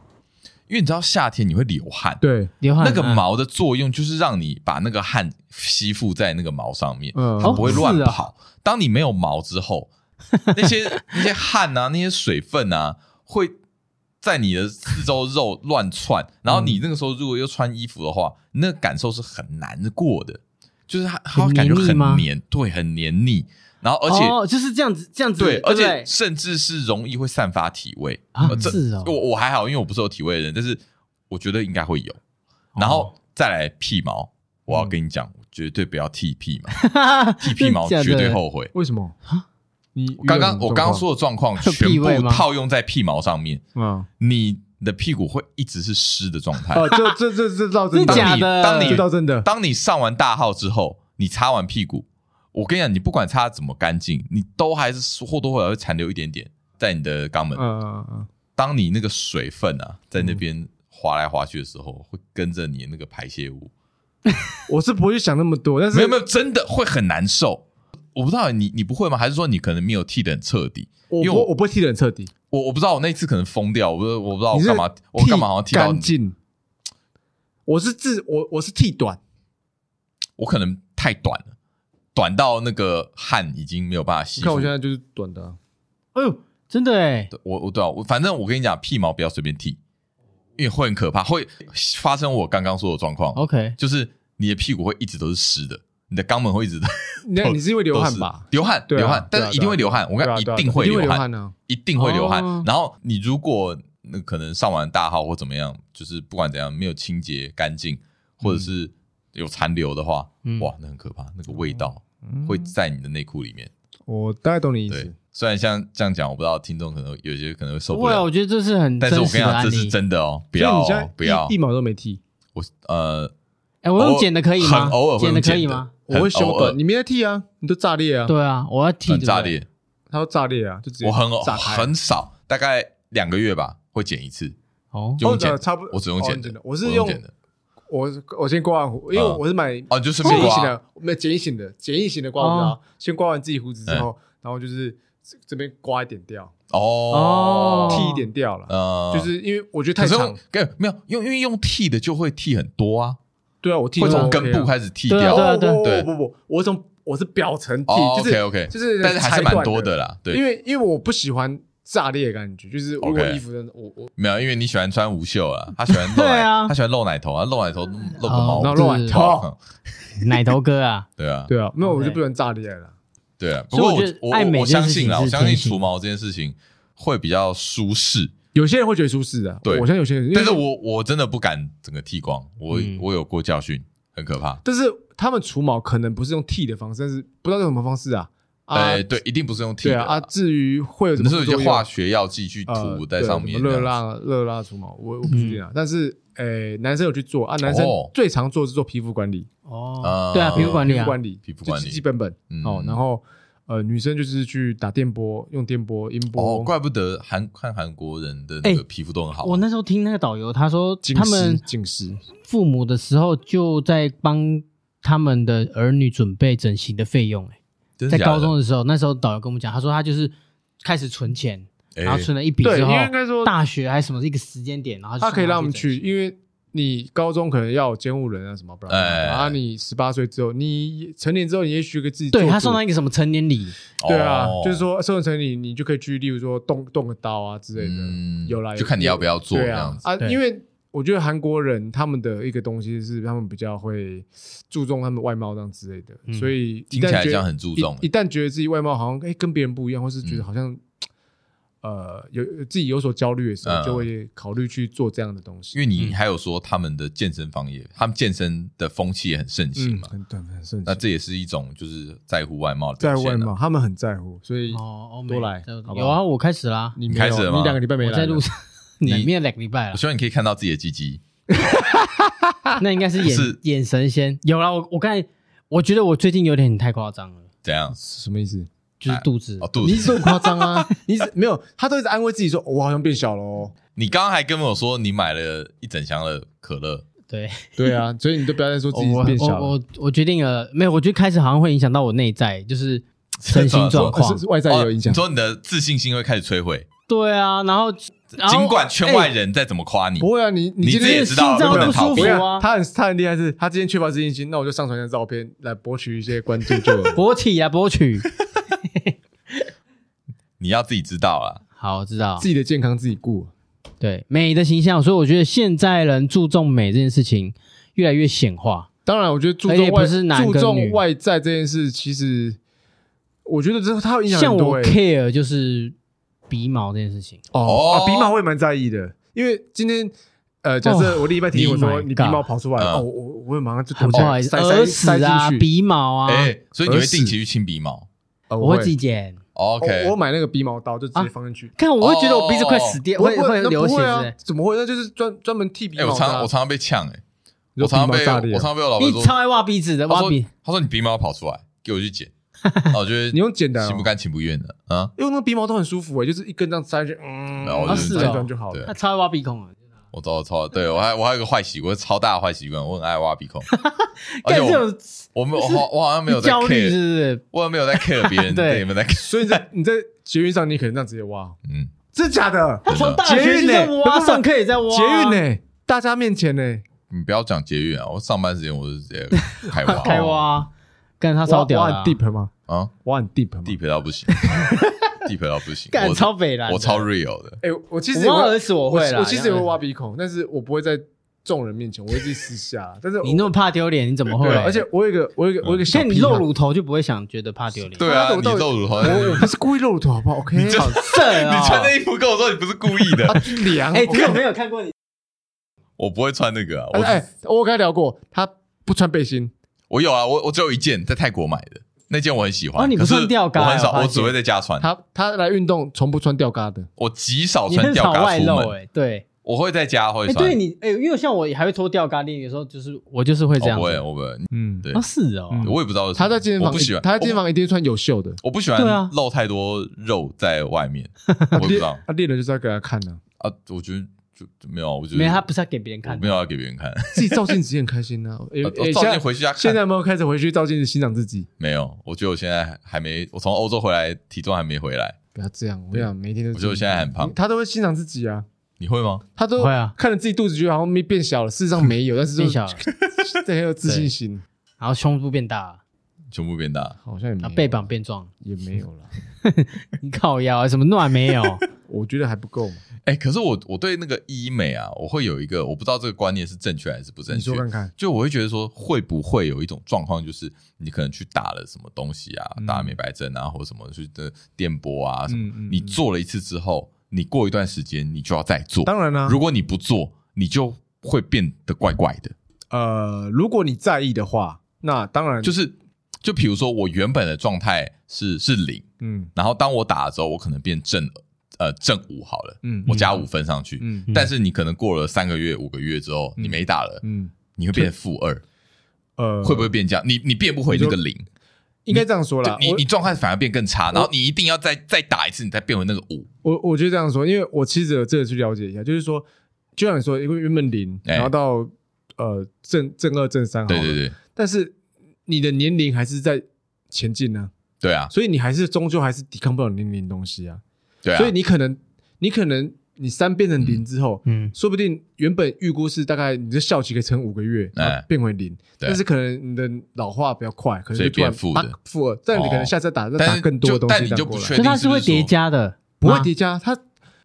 Speaker 3: 因为你知道夏天你会流汗，
Speaker 1: 对，
Speaker 2: 流汗
Speaker 3: 那个
Speaker 2: 嗯
Speaker 3: 毛的作用就是让你把那个汗吸附在那个毛上面，
Speaker 1: 嗯
Speaker 3: 它不会乱
Speaker 2: 哦是啊
Speaker 3: 跑。当你没有毛之后， 那些那些汗啊，那些水分啊，会在你的四周肉乱
Speaker 2: 嗯
Speaker 3: 窜。然后你那个时候如果又穿衣服的话，那个感受是很难过的，就是它它
Speaker 2: 很
Speaker 3: 会感觉
Speaker 2: 黏腻
Speaker 3: 很
Speaker 2: 吗
Speaker 3: 黏，对，很黏腻。然后而且
Speaker 2: 哦就是这样子，这样子，
Speaker 3: 对，
Speaker 2: 不
Speaker 3: 而且甚至是容易会散发体味
Speaker 2: 啊
Speaker 3: 呃这
Speaker 2: 是哦
Speaker 3: 我我还好，因为我不是有体味的人，但是我觉得应该会有。然后
Speaker 2: 哦
Speaker 3: 再来屁毛，我
Speaker 2: 嗯
Speaker 3: 要跟你讲，绝对不要剃屁 毛， 剃屁毛
Speaker 2: 真的假的
Speaker 3: 绝对后悔。
Speaker 1: 为什么？
Speaker 2: 啊
Speaker 1: 你遇到
Speaker 3: 刚刚
Speaker 1: 什么
Speaker 3: 我刚刚
Speaker 1: 状
Speaker 3: 说的状况全
Speaker 2: 屁味
Speaker 3: 部
Speaker 2: 吗
Speaker 3: 套用在屁毛上面，
Speaker 1: 况，嗯，
Speaker 3: 你的屁股会一直是湿的状态。
Speaker 1: 哦，这这这这倒真
Speaker 2: 真
Speaker 1: 的，
Speaker 2: 假
Speaker 3: 当你
Speaker 2: 的？
Speaker 3: 哎当
Speaker 1: 这
Speaker 3: 你
Speaker 1: 倒真的，
Speaker 3: 当你上完大号之后，你擦完屁股，我跟你讲，你不管擦得怎么干净，你都还是或多或少会残留一点点在你的肛门
Speaker 1: 嗯。嗯嗯，
Speaker 3: 当你那个水分啊在那边滑来滑去的时候，会跟着你那个排泄物，
Speaker 1: 我是不会去想那么多，但是
Speaker 3: 没有没有，真的会很难受。我不知道你你不会吗？还是说你可能没有剃的很彻底？
Speaker 1: 我
Speaker 3: 因为
Speaker 1: 不
Speaker 3: 我
Speaker 1: 我不会剃的很彻底，
Speaker 3: 我我不知道，我那次可能疯掉，我不我不知道我
Speaker 1: 你是
Speaker 3: 干嘛，我干嘛好像剃到
Speaker 1: 干净？我是自我我是剃短，
Speaker 3: 我可能太短了，短到那个汗已经没有办法吸
Speaker 1: 你
Speaker 3: 附。
Speaker 1: 看我现在就是短的啊，
Speaker 2: 哎呦，真的哎，
Speaker 3: 对我我对啊，我反正我跟你讲，屁毛不要随便剃，因为会很可怕，会发生我刚刚说的状况。
Speaker 2: OK，
Speaker 3: 就是你的屁股会一直都是湿的，你的肛门会一直都
Speaker 1: 你
Speaker 3: 都
Speaker 1: 你是因为流汗吧？
Speaker 3: 流汗，
Speaker 1: 对啊
Speaker 3: 流汗，
Speaker 1: 对啊
Speaker 3: 但是一定会流汗，我
Speaker 1: 对
Speaker 3: 看
Speaker 1: 啊
Speaker 3: 一
Speaker 1: 对啊
Speaker 3: 定会
Speaker 1: 一定
Speaker 3: 流
Speaker 1: 流
Speaker 3: 汗，
Speaker 1: 呢。
Speaker 3: 一定会流汗
Speaker 1: 哦。
Speaker 3: 然后你如果那可能上完大号或怎么样，就是不管怎样没有清洁干净，或者是有残留的话
Speaker 2: 嗯，
Speaker 3: 哇，那很可怕，那个味道会在你的内裤里面。
Speaker 1: 嗯我大概懂嗯你意
Speaker 3: 对
Speaker 1: 思。，
Speaker 3: 虽然像这样讲，我不知道听众可能有些可能会受
Speaker 2: 不
Speaker 3: 不
Speaker 2: 会啊，
Speaker 3: 了
Speaker 2: 我，觉得这是很
Speaker 3: 但是
Speaker 2: 真
Speaker 3: 我
Speaker 2: 实
Speaker 3: 跟你
Speaker 2: 的
Speaker 3: 讲，
Speaker 2: 案
Speaker 3: 这是
Speaker 2: 例。
Speaker 3: 真的哦，不
Speaker 1: 所以
Speaker 3: 要
Speaker 1: 你现
Speaker 3: 哦
Speaker 1: 在
Speaker 3: 不要
Speaker 1: 一一，毛都没剃，
Speaker 3: 我呃
Speaker 2: 哎，我
Speaker 3: 偶
Speaker 2: 用
Speaker 3: 尔
Speaker 2: 剪的可以
Speaker 3: 很
Speaker 2: 吗
Speaker 3: 偶尔？会
Speaker 2: 剪
Speaker 3: 用
Speaker 2: 的可
Speaker 3: 剪
Speaker 2: 以
Speaker 3: 的
Speaker 2: 吗？
Speaker 1: 我会
Speaker 3: 很
Speaker 1: 修
Speaker 3: 偶尔
Speaker 1: 短，你没在剃啊，你都炸裂啊，
Speaker 2: 对啊，我要剃。
Speaker 3: 很
Speaker 2: 对不对
Speaker 3: 炸裂，
Speaker 1: 他都炸裂啊，就直接
Speaker 3: 我很
Speaker 1: 炸开。哦
Speaker 3: 很少，大概两个月吧会剪一次，
Speaker 2: 哦，
Speaker 3: 就用剪
Speaker 1: 哦差不多
Speaker 3: 我只用剪
Speaker 1: 哦
Speaker 3: 的
Speaker 1: 真的，我是
Speaker 3: 我
Speaker 1: 用
Speaker 3: 剪的
Speaker 1: 我我先刮完胡，因为
Speaker 3: 嗯
Speaker 1: 我是买
Speaker 3: 哦，就是
Speaker 1: 剪
Speaker 3: 没
Speaker 1: 一型
Speaker 3: 刮，
Speaker 1: 的，没有剪一型的，剪一型的刮胡
Speaker 2: 哦
Speaker 1: 刀，先刮完自己胡
Speaker 3: 嗯
Speaker 1: 子之后，然后就是这这边刮一点掉，
Speaker 3: 哦
Speaker 2: 哦
Speaker 1: 剃一点掉了，
Speaker 3: 呃，
Speaker 1: 就是因为我觉得
Speaker 3: 可
Speaker 1: 太
Speaker 3: 是
Speaker 1: 长
Speaker 3: 用，跟没有用，因为用剃的就会剃很多啊，
Speaker 1: 对啊，我剃
Speaker 3: 会从
Speaker 1: 都
Speaker 3: 根
Speaker 1: OK 啊
Speaker 3: 部开始剃
Speaker 2: 对啊
Speaker 3: 掉。
Speaker 2: 对啊
Speaker 1: 哦不
Speaker 3: 对
Speaker 1: 不不不，我从我是表层剃，
Speaker 3: 哦
Speaker 1: 就是
Speaker 3: ，OK OK，
Speaker 1: 就是
Speaker 3: 但是还是
Speaker 1: 裁
Speaker 3: 蛮
Speaker 1: 断
Speaker 3: 多
Speaker 1: 的
Speaker 3: 的啦，
Speaker 1: 因
Speaker 3: 对，
Speaker 1: 为因为我不喜欢炸裂的感觉，就是如果
Speaker 3: OK
Speaker 1: 衣服真的我我
Speaker 3: 没有，啊因为你喜欢穿无袖啊，他喜欢 露
Speaker 2: 对
Speaker 3: 奶，
Speaker 2: 啊
Speaker 3: 他喜欢露奶头啊，露奶头露个
Speaker 2: 哦
Speaker 3: 毛
Speaker 1: 然后
Speaker 2: 这
Speaker 1: 乱完
Speaker 2: 是
Speaker 1: 头，
Speaker 3: 头，
Speaker 2: 奶头哥啊，
Speaker 3: 对啊，
Speaker 1: 对啊，没有
Speaker 2: OK
Speaker 1: 我就不能炸裂了，
Speaker 3: 对啊。不
Speaker 2: 所以
Speaker 3: 过
Speaker 2: 我
Speaker 3: 我
Speaker 2: 觉得
Speaker 3: 我
Speaker 2: 爱美
Speaker 3: 我
Speaker 2: 这件
Speaker 3: 相
Speaker 2: 事
Speaker 3: 信
Speaker 2: 情
Speaker 3: 啦，
Speaker 2: 是
Speaker 3: 我相信
Speaker 2: 天性
Speaker 3: 除毛这件事情会比较舒适，
Speaker 1: 有些人会觉得舒适啊，
Speaker 3: 对
Speaker 1: 我像有些人，因为
Speaker 3: 但是我我真的不敢整个剃光，我
Speaker 2: 嗯
Speaker 3: 我有过教训，很可怕。
Speaker 1: 但是他们除毛可能不是用剃的方式，但是不知道用什么方式啊啊
Speaker 3: 哎，对，一定不是用剃
Speaker 1: 对
Speaker 3: 的
Speaker 1: 啊啊，，至于会有什
Speaker 3: 那
Speaker 1: 么副
Speaker 3: 是有一些
Speaker 1: 作用
Speaker 3: 化学药剂去涂在上面
Speaker 1: 呃对什么
Speaker 3: 这
Speaker 1: 热
Speaker 3: 样子。嗯
Speaker 1: 蜡热蜡除毛，我我不确定啊。但是，诶，男生有去做啊，男生
Speaker 3: 哦
Speaker 1: 最常做的是做皮肤管理，
Speaker 2: 哦
Speaker 3: 啊，
Speaker 2: 对啊，皮肤管
Speaker 1: 皮
Speaker 2: 理
Speaker 1: 肤
Speaker 2: 啊，
Speaker 1: 管理，
Speaker 3: 皮肤管理
Speaker 1: 就基基本本
Speaker 3: 嗯
Speaker 1: 哦。然后，呃，女生就是去打电波，用电波、音
Speaker 3: 哦，
Speaker 1: 波，
Speaker 3: 怪不得韩看韩国人的那个
Speaker 2: 哎
Speaker 3: 皮肤都很好。
Speaker 2: 我那时候听那个导游，他说
Speaker 1: 紧
Speaker 2: 他
Speaker 1: 实
Speaker 2: 们
Speaker 1: 紧实，
Speaker 2: 父母的时候就在帮他们的儿女准备整形的费用、欸。
Speaker 3: 真
Speaker 2: 在
Speaker 3: 的假的
Speaker 2: 高中的时候，那时候导游跟我们讲，他说他就是开始存钱，
Speaker 3: 哎
Speaker 2: 然后存了一笔
Speaker 1: 对，
Speaker 2: 之
Speaker 1: 因
Speaker 2: 后，
Speaker 1: 为应该说，
Speaker 2: 大学还是什么一个时间点，然后就
Speaker 1: 他可以让我们
Speaker 2: 送
Speaker 1: 去，
Speaker 2: 去
Speaker 1: 因为你高中可能要有监护人啊什么，不然
Speaker 3: 哎
Speaker 1: 啊，你十八岁之后，你成年之后，你也许可以自己
Speaker 2: 整形。对
Speaker 1: 做
Speaker 2: 他
Speaker 1: 主
Speaker 2: 送他一个什么成年礼，
Speaker 1: 对啊
Speaker 3: 哦，
Speaker 1: 就是说生活成你，你就可以去，例如说动动个刀啊之类
Speaker 3: 嗯
Speaker 1: 的，有来
Speaker 3: 就看你要不要做
Speaker 1: 对
Speaker 3: 这样
Speaker 1: 啊
Speaker 3: 子。
Speaker 1: 啊，
Speaker 2: 对
Speaker 1: 因为我觉得韩国人他们的一个东西是他们比较会注重他们外貌这样之类的，
Speaker 2: 嗯
Speaker 1: 所以一
Speaker 3: 听起
Speaker 1: 旦
Speaker 3: 来
Speaker 1: 觉
Speaker 3: 这样
Speaker 1: 得
Speaker 3: 很注重欸
Speaker 1: 一一旦觉得自己外貌好像哎跟别人不一样，或是觉得
Speaker 3: 嗯
Speaker 1: 好像呃有自己有所焦虑的时候
Speaker 3: 嗯，
Speaker 1: 就会考虑去做这样的东
Speaker 3: 因
Speaker 1: 西，
Speaker 3: 为你
Speaker 2: 嗯
Speaker 3: 还有说他们的健身房也，他们健身的风气也很盛行
Speaker 1: 嗯，
Speaker 3: 嘛，
Speaker 1: 很很很盛
Speaker 3: 那
Speaker 1: 行，
Speaker 3: 这也是一种就是在乎外貌的
Speaker 1: 在
Speaker 3: 表
Speaker 1: 乎
Speaker 3: 现
Speaker 1: 外
Speaker 3: 啊。
Speaker 1: 貌，他们很在乎，所以
Speaker 2: 哦，欧美
Speaker 1: 多来
Speaker 2: 有
Speaker 1: 好不好
Speaker 2: 有啊，我开始啦，
Speaker 1: 你
Speaker 3: 你
Speaker 1: 没
Speaker 3: 开
Speaker 1: 有
Speaker 3: 始了吗
Speaker 1: 你两个礼拜没
Speaker 2: 我
Speaker 1: 来了，
Speaker 2: 在路上，
Speaker 3: 你
Speaker 2: 里面两个礼拜
Speaker 3: 我
Speaker 2: 了，
Speaker 3: 希望你可以看到自己的鸡鸡，
Speaker 2: 那应该是眼
Speaker 3: 是
Speaker 2: 眼神先有啦，我我刚才我觉得我最近有点太夸张了，
Speaker 3: 怎样？
Speaker 1: 什么意思？
Speaker 2: 就是肚子
Speaker 3: 哦，肚
Speaker 1: 你
Speaker 3: 子
Speaker 1: 一。直都很夸张 啊！你一直没有，他都一直安慰自己说：“我好像变小了哦。
Speaker 3: 你刚刚还跟我说你买了一整箱的可乐，
Speaker 2: 对。”
Speaker 1: 对啊，所以你都不要再说自己
Speaker 2: 我
Speaker 1: 变小
Speaker 2: 我
Speaker 1: 了，
Speaker 2: 我我决定了，没有，我觉得开始好像会影响到我内在，就是身心状
Speaker 1: 呃
Speaker 2: 况
Speaker 1: 是。是外在也有影响
Speaker 3: 哦你。说你的自信心会开始摧毁，
Speaker 2: 对啊，然后然后
Speaker 3: 尽管圈外
Speaker 2: 哎
Speaker 3: 人再怎么夸你，
Speaker 1: 不会啊，你你
Speaker 3: 你
Speaker 1: 今
Speaker 3: 自己
Speaker 1: 天
Speaker 3: 也知道
Speaker 2: 心脏
Speaker 3: 不能
Speaker 2: 不舒
Speaker 3: 逃
Speaker 2: 服
Speaker 3: 避
Speaker 1: 不。会
Speaker 2: 啊
Speaker 1: 啊，他很他很厉害是，他今天缺乏自信心，那我就上传一张照片来博取一些关注就有了。
Speaker 2: 勃起啊勃起。
Speaker 3: 你要自己知道啦。
Speaker 2: 好，我知道
Speaker 1: 自。己的健康自己顾。啊
Speaker 2: 对美的形象，所以我觉得现在人注重美这件事情越来越显化。
Speaker 1: 当然，我觉得注
Speaker 2: 而且
Speaker 1: 重外
Speaker 2: 不是男跟
Speaker 1: 注
Speaker 2: 女
Speaker 1: 重外在这件事，其实我觉得这他影响
Speaker 2: 像
Speaker 1: 很多
Speaker 2: 哎我
Speaker 1: 欸
Speaker 2: care 就是鼻毛这件事情，
Speaker 1: 哦
Speaker 3: 哦
Speaker 1: 啊，鼻毛我也蛮在意的，因为今天。呃，假设我另一半提醒我
Speaker 2: Oh
Speaker 1: 说
Speaker 2: my
Speaker 1: 你鼻毛跑出来了，哦，
Speaker 3: God
Speaker 1: 我我我会马上就躲
Speaker 2: 很不
Speaker 1: 起
Speaker 2: 好
Speaker 1: 来，
Speaker 2: 意思，
Speaker 1: 塞
Speaker 2: 哦耳
Speaker 1: 塞
Speaker 2: 屎
Speaker 1: 塞
Speaker 2: 啊、
Speaker 1: 进去。欸
Speaker 2: 鼻毛啊，
Speaker 3: 哎，所以你会
Speaker 1: 而是
Speaker 3: 定期去清鼻毛
Speaker 1: 啊
Speaker 2: 我会自己剪。
Speaker 3: ？OK，
Speaker 1: 哦
Speaker 3: 哎
Speaker 1: 我我买那个鼻毛刀就直接放进去，
Speaker 2: 看，我会觉得我鼻子快死掉，
Speaker 1: 不
Speaker 2: 欸
Speaker 1: 哦
Speaker 2: 会
Speaker 1: 不
Speaker 2: 会
Speaker 1: 那
Speaker 2: 流
Speaker 1: 不
Speaker 2: 血
Speaker 1: 会
Speaker 2: 之
Speaker 1: 啊
Speaker 2: 类。？
Speaker 1: 怎么会？那就是专专门剃鼻
Speaker 3: 哎，我
Speaker 1: 毛的啊。
Speaker 3: 常我常常被呛哎，
Speaker 1: 你说
Speaker 3: 我常常
Speaker 1: 鼻毛
Speaker 3: 被
Speaker 1: 炸
Speaker 3: 我
Speaker 1: 裂啊
Speaker 3: 常常被我老板
Speaker 2: 你
Speaker 3: 说，
Speaker 2: 超爱挖鼻子
Speaker 1: 哦
Speaker 2: 的，
Speaker 3: 他
Speaker 2: 挖
Speaker 3: 说
Speaker 2: 鼻。
Speaker 3: 他说你鼻毛跑出来，给我 去剪，然后我觉得
Speaker 1: 你用剪的啊
Speaker 3: 心不甘情不愿的啊，
Speaker 1: 因为那个鼻毛都很舒服诶，欸就是一根这样塞进去，嗯，
Speaker 3: 然后我
Speaker 2: 啊
Speaker 3: 就是
Speaker 1: 转
Speaker 2: 哦
Speaker 1: 一转就好
Speaker 3: 对
Speaker 1: 了。
Speaker 2: 他超爱挖鼻孔啊！
Speaker 3: 我操我操，对我还我还有个坏习惯，超大的坏习惯，我很爱挖鼻孔，而
Speaker 2: 干
Speaker 3: 且
Speaker 2: 这
Speaker 3: 我
Speaker 2: 种
Speaker 3: 我没有我好我好像没有在
Speaker 2: 焦虑是
Speaker 3: care，
Speaker 2: 不
Speaker 1: 啊
Speaker 2: 是？
Speaker 3: 我没有在 care 别 人
Speaker 2: 对
Speaker 3: 对你们在 care，
Speaker 1: 所以你在你在捷运上，你可能这样直接挖，
Speaker 3: 嗯，
Speaker 1: 真假的？
Speaker 3: 真的
Speaker 2: 大学就这么
Speaker 1: 捷运
Speaker 2: 挖，
Speaker 1: 呢
Speaker 2: 上课也在挖。
Speaker 1: 捷运？欸呢？大家面前欸呢？
Speaker 3: 你不要讲节约啊，我上班时间我是直接开挖
Speaker 2: 开挖，干他超屌
Speaker 1: 挖
Speaker 2: 的
Speaker 1: 很
Speaker 2: 啊！
Speaker 1: deep 吗？
Speaker 3: 啊，
Speaker 1: 挖很 deep 吗
Speaker 3: 地陪到 不行，地陪到不行，
Speaker 2: 干
Speaker 3: 我
Speaker 2: 超北蓝的。
Speaker 3: 我超 real 的，
Speaker 1: 哎，我其实
Speaker 2: 我
Speaker 1: 也
Speaker 2: 挖
Speaker 1: 会
Speaker 2: 耳屎我会啦，
Speaker 1: 我其实也会
Speaker 2: 要
Speaker 1: 挖鼻孔，但是我不会在众人面前，我会自己私下。但是
Speaker 2: 你那么怕丢脸，你怎么会
Speaker 1: 对？啊，而且我有一个，我有一个，我有一个小
Speaker 2: 像
Speaker 1: 癖好。
Speaker 2: 你露乳头就不会想觉得怕丢脸，
Speaker 3: 对啊，
Speaker 1: 我
Speaker 3: 你
Speaker 1: 到底
Speaker 3: 露乳头，
Speaker 1: 我我不是故意露乳头，好不好？OK，
Speaker 3: 你这
Speaker 1: 好
Speaker 2: 色
Speaker 3: 你穿那衣服跟我说你不是故意的，
Speaker 1: 啊凉。
Speaker 2: 哦哎，
Speaker 1: 我
Speaker 2: 你有没有看 过你？
Speaker 3: 我不会穿那个啊，
Speaker 1: 哎
Speaker 3: 我
Speaker 1: 哎，我跟他聊过，他不穿背心，
Speaker 3: 我有啊，我我只有一件在泰国买的，那件我很喜
Speaker 2: 哦
Speaker 3: 欢，
Speaker 2: 你不
Speaker 3: 可是
Speaker 2: 穿吊嘎
Speaker 3: 我很少，
Speaker 2: 我发
Speaker 3: 我
Speaker 2: 现
Speaker 3: 只会在家穿，
Speaker 1: 他他来运动从不穿吊嘎的。
Speaker 3: 我极少
Speaker 2: 你
Speaker 3: 穿
Speaker 2: 很
Speaker 3: 吊
Speaker 2: 少
Speaker 3: 嘎
Speaker 2: 外
Speaker 3: 出
Speaker 2: 露
Speaker 3: 门，
Speaker 2: 哎，对，
Speaker 3: 我会在家会
Speaker 2: 哎，
Speaker 3: 穿
Speaker 2: 对，你哎，因为像我还会脱吊嘎链，有时候就是我就是会这样
Speaker 3: 哦
Speaker 2: 子，
Speaker 3: 我也我不会，
Speaker 1: 嗯，
Speaker 3: 对
Speaker 2: 啊是哦，
Speaker 1: 嗯
Speaker 3: 我也不知道为什么
Speaker 1: 他在健身房，
Speaker 3: 我不喜欢，
Speaker 1: 他在健身房一定穿有袖的。
Speaker 3: 我不喜
Speaker 2: 对啊
Speaker 3: 欢露太多肉在 外面，我也不知道
Speaker 1: 他练了啊就是要给他看的，
Speaker 3: 啊，我觉得就就没有，我觉得
Speaker 2: 没有，他不是要给别人
Speaker 3: 我
Speaker 2: 看
Speaker 3: 没
Speaker 2: 的，
Speaker 3: 有要给别人看，
Speaker 1: 自己照镜子也很开心 呢。哎
Speaker 3: 我
Speaker 1: 哎
Speaker 3: 呃照
Speaker 1: 现在
Speaker 3: 镜回去家
Speaker 1: 现
Speaker 3: 看
Speaker 1: 在，有没有开始回去照镜子欣赏自己？
Speaker 3: 没有，我觉得我现在还还没，我从欧洲回来体重还没回来，
Speaker 1: 不要这样，我跟你讲，每天都。
Speaker 3: 我觉得我现在很胖
Speaker 1: 他都会欣赏自己啊，
Speaker 3: 你会吗？
Speaker 1: 他都
Speaker 2: 会啊
Speaker 1: 看着自己肚子，觉得好像没变小了，事实上没有，但是就
Speaker 2: 变 小了，
Speaker 1: 这很有自信心，
Speaker 2: 然后胸部变大，
Speaker 3: 胸部变大，
Speaker 1: 好像也没
Speaker 2: 然
Speaker 1: 有
Speaker 2: 后背膀变壮，
Speaker 1: 也没有了，
Speaker 2: 你靠腰啊什么暖没有？
Speaker 1: 我觉得还不够嘛。
Speaker 3: 哎、可是我我对那个医美啊，我会有一个我不知道这个观念是正确还是不正
Speaker 1: 你
Speaker 3: 确
Speaker 1: 说，看看，
Speaker 3: 就我会觉得说会不会有一种状况，就是你可能去打了什么东西啊，
Speaker 1: 嗯
Speaker 3: 打了美白针啊，或者什么去的电波啊什么，
Speaker 1: 嗯嗯，
Speaker 3: 你做了一次之后，你过一段时间你就要再做，
Speaker 1: 当然啊啦、
Speaker 3: 如果你不做，你就会变得怪怪的。
Speaker 1: 呃，如果你在意的话，那当然
Speaker 3: 就是，就比如说我原本的状态是是零，
Speaker 1: 嗯
Speaker 3: 然后当我打了之后，我可能变正呃正五好了，
Speaker 1: 嗯
Speaker 3: 我加五分上去。
Speaker 1: 嗯
Speaker 2: 嗯
Speaker 3: 但是你可能过了三个月、五个月之后，你没打了，
Speaker 1: 嗯
Speaker 3: 你会变负二，
Speaker 1: 呃，
Speaker 3: 会不会变这样？你你变不回那个零，
Speaker 1: 应该这样说啦
Speaker 3: 就？你
Speaker 1: 我
Speaker 3: 你状态反而变更差，然后你一定要再再打一次，你再变回那个五。
Speaker 1: 我我就这样说，因为我其实有这个去了解一下，就是说，就像你说，因为原本零，
Speaker 3: 哎
Speaker 1: 然后到、呃正正二正三，
Speaker 3: 对对，对
Speaker 1: 但是你的年龄还是在前进呢、
Speaker 3: 对啊，
Speaker 1: 所以你还是终究还是抵抗不了年龄的东西啊。
Speaker 3: 对啊
Speaker 1: 所以，你可能你可能你三变成零之后，
Speaker 2: 嗯，
Speaker 1: 说不定原本预估是大概你的效期可以撑五个月，
Speaker 3: 哎
Speaker 1: 然后变回零，
Speaker 3: 对
Speaker 1: 但是可能你的老化比较快，可能
Speaker 3: 所以
Speaker 1: 就突然
Speaker 3: 变负
Speaker 1: 啪
Speaker 3: 的
Speaker 1: 负二，但你可能下次再打再
Speaker 3: 但
Speaker 1: 打
Speaker 3: 是
Speaker 1: 更多
Speaker 3: 就
Speaker 1: 的东
Speaker 3: 但
Speaker 1: 西
Speaker 3: 你
Speaker 1: 再
Speaker 3: 就
Speaker 1: 过
Speaker 3: 不
Speaker 1: 来
Speaker 3: 确
Speaker 2: 所以
Speaker 3: 定
Speaker 2: 它
Speaker 3: 是
Speaker 2: 是会
Speaker 3: 说
Speaker 2: 叠加的，
Speaker 1: 不会
Speaker 2: 吗
Speaker 1: 叠加，它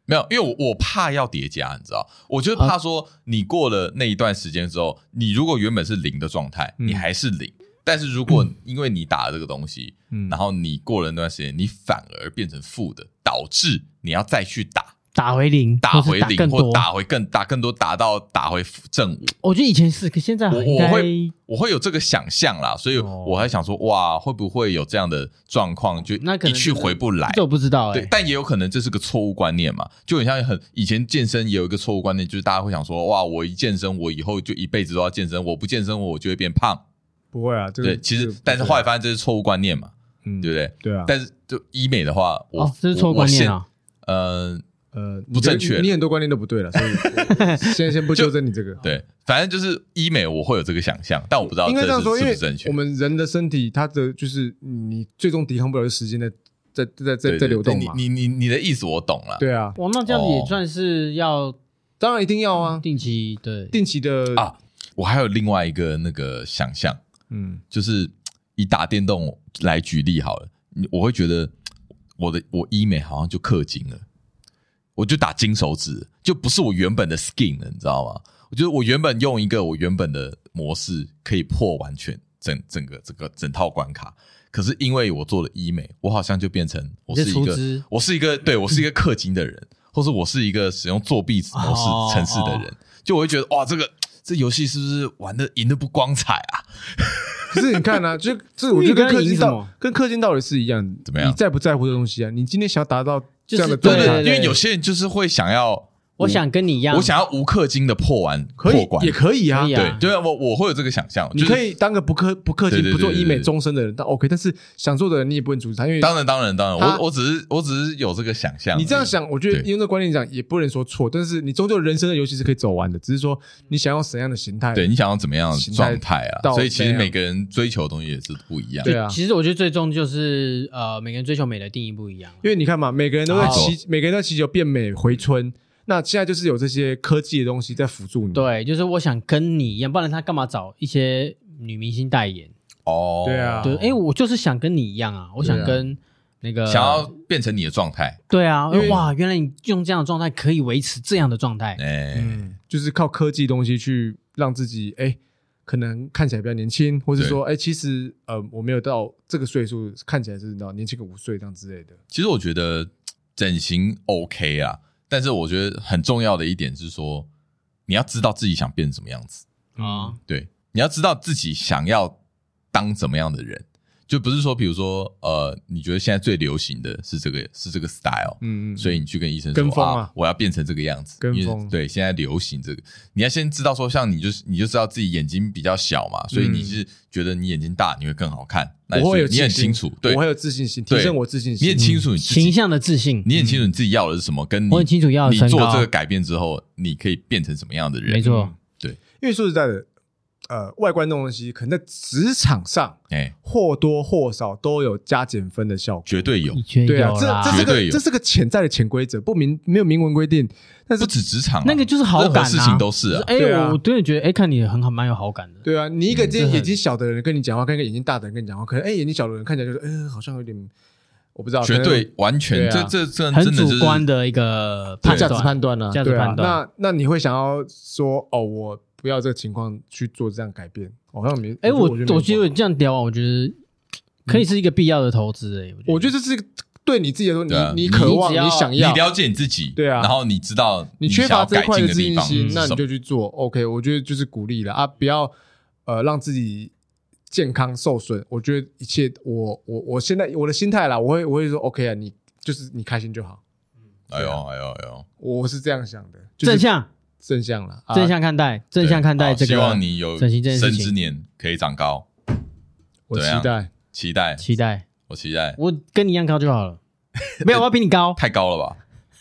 Speaker 3: 没有，因为我我怕要叠加，你知道，我
Speaker 2: 啊
Speaker 3: 就是怕说你过了那一段时间之后，你如果原本是零的状态，
Speaker 1: 嗯
Speaker 3: 你还是零，但是
Speaker 2: 嗯
Speaker 3: 如果因为你打了这个东西，
Speaker 1: 嗯
Speaker 3: 然后你过了那段时间，你反而变成负的，导致你要再去打，
Speaker 2: 打回零，
Speaker 3: 打
Speaker 2: 或
Speaker 3: 回
Speaker 2: 是
Speaker 3: 零
Speaker 2: 更
Speaker 3: 或
Speaker 2: 多。
Speaker 3: 打回更打更多，打到打回正五，
Speaker 2: 我觉得以前是，可现在
Speaker 3: 我
Speaker 2: 应
Speaker 3: 我
Speaker 2: 该
Speaker 3: 会我会有这个想象啦，所以
Speaker 2: 哦
Speaker 3: 我还想说，哇，会不会有这样的状况，就
Speaker 2: 那可
Speaker 3: 一
Speaker 2: 能
Speaker 3: 去回不来？
Speaker 2: 这我不知道哎、
Speaker 3: 对，但也有可能这是个错误观念嘛，就很像很以前健身也有一个错误观念，就是大家会想说，哇，我一健身，我以后就一辈子都要健身，我不健身我就会变胖。
Speaker 1: 不会啊。这个
Speaker 3: 对，其
Speaker 1: 这个不
Speaker 3: 实
Speaker 1: 会
Speaker 3: 但是后来发现这是错误观念嘛，
Speaker 1: 嗯
Speaker 3: 对不对？
Speaker 1: 对啊，
Speaker 3: 但是就医美的话，我、
Speaker 2: 哦，这是错
Speaker 3: 我
Speaker 2: 观念啊。！
Speaker 3: 我现呃，
Speaker 1: 呃
Speaker 3: 不正确哦
Speaker 1: 你你很多观念都不对了，所 以我先先不纠正你这个。
Speaker 3: 对，反正就是医美，我会有这个想象，但我不知道
Speaker 1: 哦应该这样
Speaker 3: 是
Speaker 1: 说，
Speaker 3: 是
Speaker 1: 因
Speaker 3: 不
Speaker 1: 为
Speaker 3: 是正确
Speaker 1: 我。们人的身体，它的就是你最终抵抗不了的时间在在在在
Speaker 3: 对
Speaker 1: 在
Speaker 3: 对
Speaker 1: 流
Speaker 3: 对
Speaker 1: 动嘛。
Speaker 3: 你你你你的意思我懂了。
Speaker 1: 对啊，
Speaker 2: 哇，那这样子
Speaker 3: 哦
Speaker 2: 也算是要
Speaker 1: 当然一定要啊，
Speaker 2: 定期对，
Speaker 1: 定期的
Speaker 3: 啊我还有另外一个那个想象，
Speaker 1: 嗯
Speaker 3: 就是以打电动来举例好了，你我会觉得我的我医美好像就氪金了，我就打金手指，就不是我原本的 skin 了，你知道吗？我觉得我原本用一个我原本的模式可以破完全整整个整个整套关卡，可是因为我做了医美，我好像就变成我是一
Speaker 2: 你是
Speaker 3: 个
Speaker 2: 出资
Speaker 3: 我是一个对我是一个氪金的人，或是我是一个使用作弊模
Speaker 2: 哦
Speaker 3: 式城市的人，就我会觉得哇，这个这游戏是不是玩的赢的不光彩啊？
Speaker 1: 可是你看 啊，就这我觉得跟氪金
Speaker 2: 你跟他赢什
Speaker 1: 道
Speaker 2: 么
Speaker 1: 跟氪金道理是一样的，
Speaker 3: 怎么样
Speaker 1: 你在不在乎这东西啊？你今天想要达到这样的
Speaker 2: 就
Speaker 1: 状
Speaker 2: 是
Speaker 3: 对
Speaker 1: 态，
Speaker 3: 对，
Speaker 2: 对
Speaker 3: 因为有些人就是会想要，
Speaker 2: 我想跟你一样，
Speaker 3: 我想要无氪金的破完
Speaker 1: 可
Speaker 3: 破
Speaker 1: 以
Speaker 3: 关
Speaker 1: 也，可以啊
Speaker 2: 可以。啊
Speaker 3: 对，对啊，我我会有这个想象，
Speaker 1: 你
Speaker 3: 就是
Speaker 1: 可以当个不氪不氪金、
Speaker 3: 对对对
Speaker 1: 不做医
Speaker 3: 对
Speaker 1: 美
Speaker 3: 对
Speaker 1: 终身的人，但 OK。但是想做的人，你也不能阻止他，因为
Speaker 3: 当然当然当然，
Speaker 1: 他
Speaker 3: 我我只是我只是有这个想象，
Speaker 1: 你这样，想，我觉得
Speaker 3: 对
Speaker 1: 用这个观念讲也不能说错，但是你终究人生的游戏是可以走完的，只是说你想要什么样的形态。
Speaker 3: 对你想要怎么样的
Speaker 1: 形态
Speaker 3: 状态啊？
Speaker 1: 到
Speaker 3: 所以其
Speaker 1: 这
Speaker 3: 实
Speaker 1: 样
Speaker 3: 每个人追求的东西也是不一样，
Speaker 1: 对啊
Speaker 2: 其实我觉得最终就是呃，每个人追求美的定义不一样。
Speaker 3: 嗯
Speaker 1: 因为你看嘛，每个人都在
Speaker 2: 好
Speaker 1: 祈，每个人都在祈求变美回春。那现在就是有这些科技的东西在辅助你。
Speaker 2: 对，就是我想跟你一样，不然他干嘛找一些女明星代言？
Speaker 3: 哦，
Speaker 1: 对啊
Speaker 2: 对，哎，我就是想跟你一样啊，我想
Speaker 1: 对啊
Speaker 2: 跟那个
Speaker 3: 想要变成你的状态，
Speaker 2: 对啊
Speaker 1: 因为，
Speaker 2: 哇，原来你用这样的状态可以维持这样的状态，
Speaker 3: 哎，
Speaker 1: 嗯，就是靠科技东西去让自己哎、可能看起来比较年轻，或是说哎、其实呃我没有到这个岁数，看起来是到年轻个五岁这样之类的。
Speaker 3: 其实我觉得嘖整形 OK 啊，但是我觉得很重要的一点是说，你要知道自己想变成什么样子。
Speaker 2: 啊，
Speaker 3: 对，你要知道自己想要当怎么样的人，就不是说，比如说，呃，你觉得现在最流行的是这个是这个 style，、
Speaker 1: 嗯，嗯
Speaker 3: 所
Speaker 1: 以
Speaker 3: 以你去跟医生说
Speaker 1: 跟风啊
Speaker 3: 我要变成这个样子，
Speaker 1: 跟风
Speaker 3: 因为对，现在流行这个，你要先知道说，像你就是你就知道自己眼睛比较小嘛，所以你是觉得你眼睛大你会更好看，那你
Speaker 1: 嗯我会有
Speaker 3: 你很
Speaker 1: 自信
Speaker 3: 清楚，对
Speaker 1: 我会，有自信心，
Speaker 3: 对
Speaker 1: 提升我自信
Speaker 3: 你
Speaker 1: 心。
Speaker 3: 很清楚你自己
Speaker 2: 形象的自信，
Speaker 3: 你很清楚你自己要的是什么，跟你
Speaker 2: 我很清楚要的
Speaker 3: 你
Speaker 2: 身
Speaker 3: 做
Speaker 2: 高
Speaker 3: 这个改变之后，你可以变成什么样的人？
Speaker 2: 没错，
Speaker 1: 因为说实在的，呃，外观这种东西可能在职场上
Speaker 3: 哎、
Speaker 1: 或多或少都有加减分的效果。
Speaker 3: 绝对有
Speaker 2: 你，觉得
Speaker 1: 对啊
Speaker 2: 有，
Speaker 1: 这
Speaker 2: 啦
Speaker 1: 这是
Speaker 3: 绝对
Speaker 1: 个
Speaker 3: 有
Speaker 1: 这是个潜在的潜规则，不明没有明文规定，但是
Speaker 3: 不止职场、啊，
Speaker 2: 那个就是好
Speaker 3: 任何
Speaker 2: 感啊
Speaker 3: 事情都是啊，
Speaker 2: 哎
Speaker 1: 对啊，
Speaker 2: 我真的觉得哎，看你很好，蛮有好感的。
Speaker 1: 对啊，你一个今
Speaker 2: 嗯
Speaker 1: 天
Speaker 2: 这
Speaker 1: 眼睛小的人跟你讲话，跟一个眼睛大的人跟你讲话，可能哎、眼睛小的人看起来就是嗯、好像有点我不知道，
Speaker 3: 绝对完全，
Speaker 1: 对啊
Speaker 3: 这这这
Speaker 2: 很
Speaker 3: 真的就
Speaker 2: 主
Speaker 3: 是
Speaker 2: 观的一个
Speaker 1: 可能
Speaker 2: 判
Speaker 1: 价
Speaker 2: 断，
Speaker 1: 值判断呢、
Speaker 2: 价值
Speaker 1: 对啊
Speaker 2: 判。断
Speaker 1: 那那你会想要说哦，我不要这个情况去做这样改变，好像没
Speaker 2: 哎，我
Speaker 1: 觉得
Speaker 2: 我
Speaker 1: 我觉
Speaker 2: 觉
Speaker 1: 得没有
Speaker 2: 得这样聊啊，我觉得可以是一个必要的投资。哎，
Speaker 1: 我觉得这是对你自己来说，你、
Speaker 3: 对啊
Speaker 1: 你
Speaker 3: 你
Speaker 1: 渴望
Speaker 2: 只要
Speaker 1: 你想
Speaker 3: 你
Speaker 1: 要。
Speaker 3: 了解你自己，
Speaker 1: 对啊
Speaker 3: 然后你知道
Speaker 1: 你缺乏
Speaker 3: 想
Speaker 1: 这
Speaker 3: 要
Speaker 1: 一
Speaker 3: 改
Speaker 1: 块
Speaker 3: 进
Speaker 1: 的
Speaker 3: 的
Speaker 1: 自
Speaker 3: 地
Speaker 1: 信
Speaker 3: 方
Speaker 1: 心，
Speaker 3: 是
Speaker 1: 那
Speaker 3: 什
Speaker 1: 你
Speaker 3: 么？
Speaker 1: 就去做。OK，我觉得就是鼓励了啊，不要呃让自己健康受损。我觉得一切，我我我现在我的心态啦，我会我会说 OK 啊，你就是你开心就好，
Speaker 3: 哎呦哎呦哎呦，
Speaker 1: 我是这样想的，就是
Speaker 2: 正向
Speaker 1: 正向了，啊
Speaker 2: 正向看待，正向看待
Speaker 3: 对
Speaker 2: 这个。
Speaker 3: 好希望你有
Speaker 2: 整形这件
Speaker 3: 生
Speaker 2: 事情
Speaker 3: 之年可以长高，
Speaker 1: 我期
Speaker 3: 怎样
Speaker 1: 待。
Speaker 3: 期待
Speaker 2: 期待，
Speaker 3: 我期待，
Speaker 2: 我跟你一样高就好了。没有，我要比你高，
Speaker 3: 太高了吧？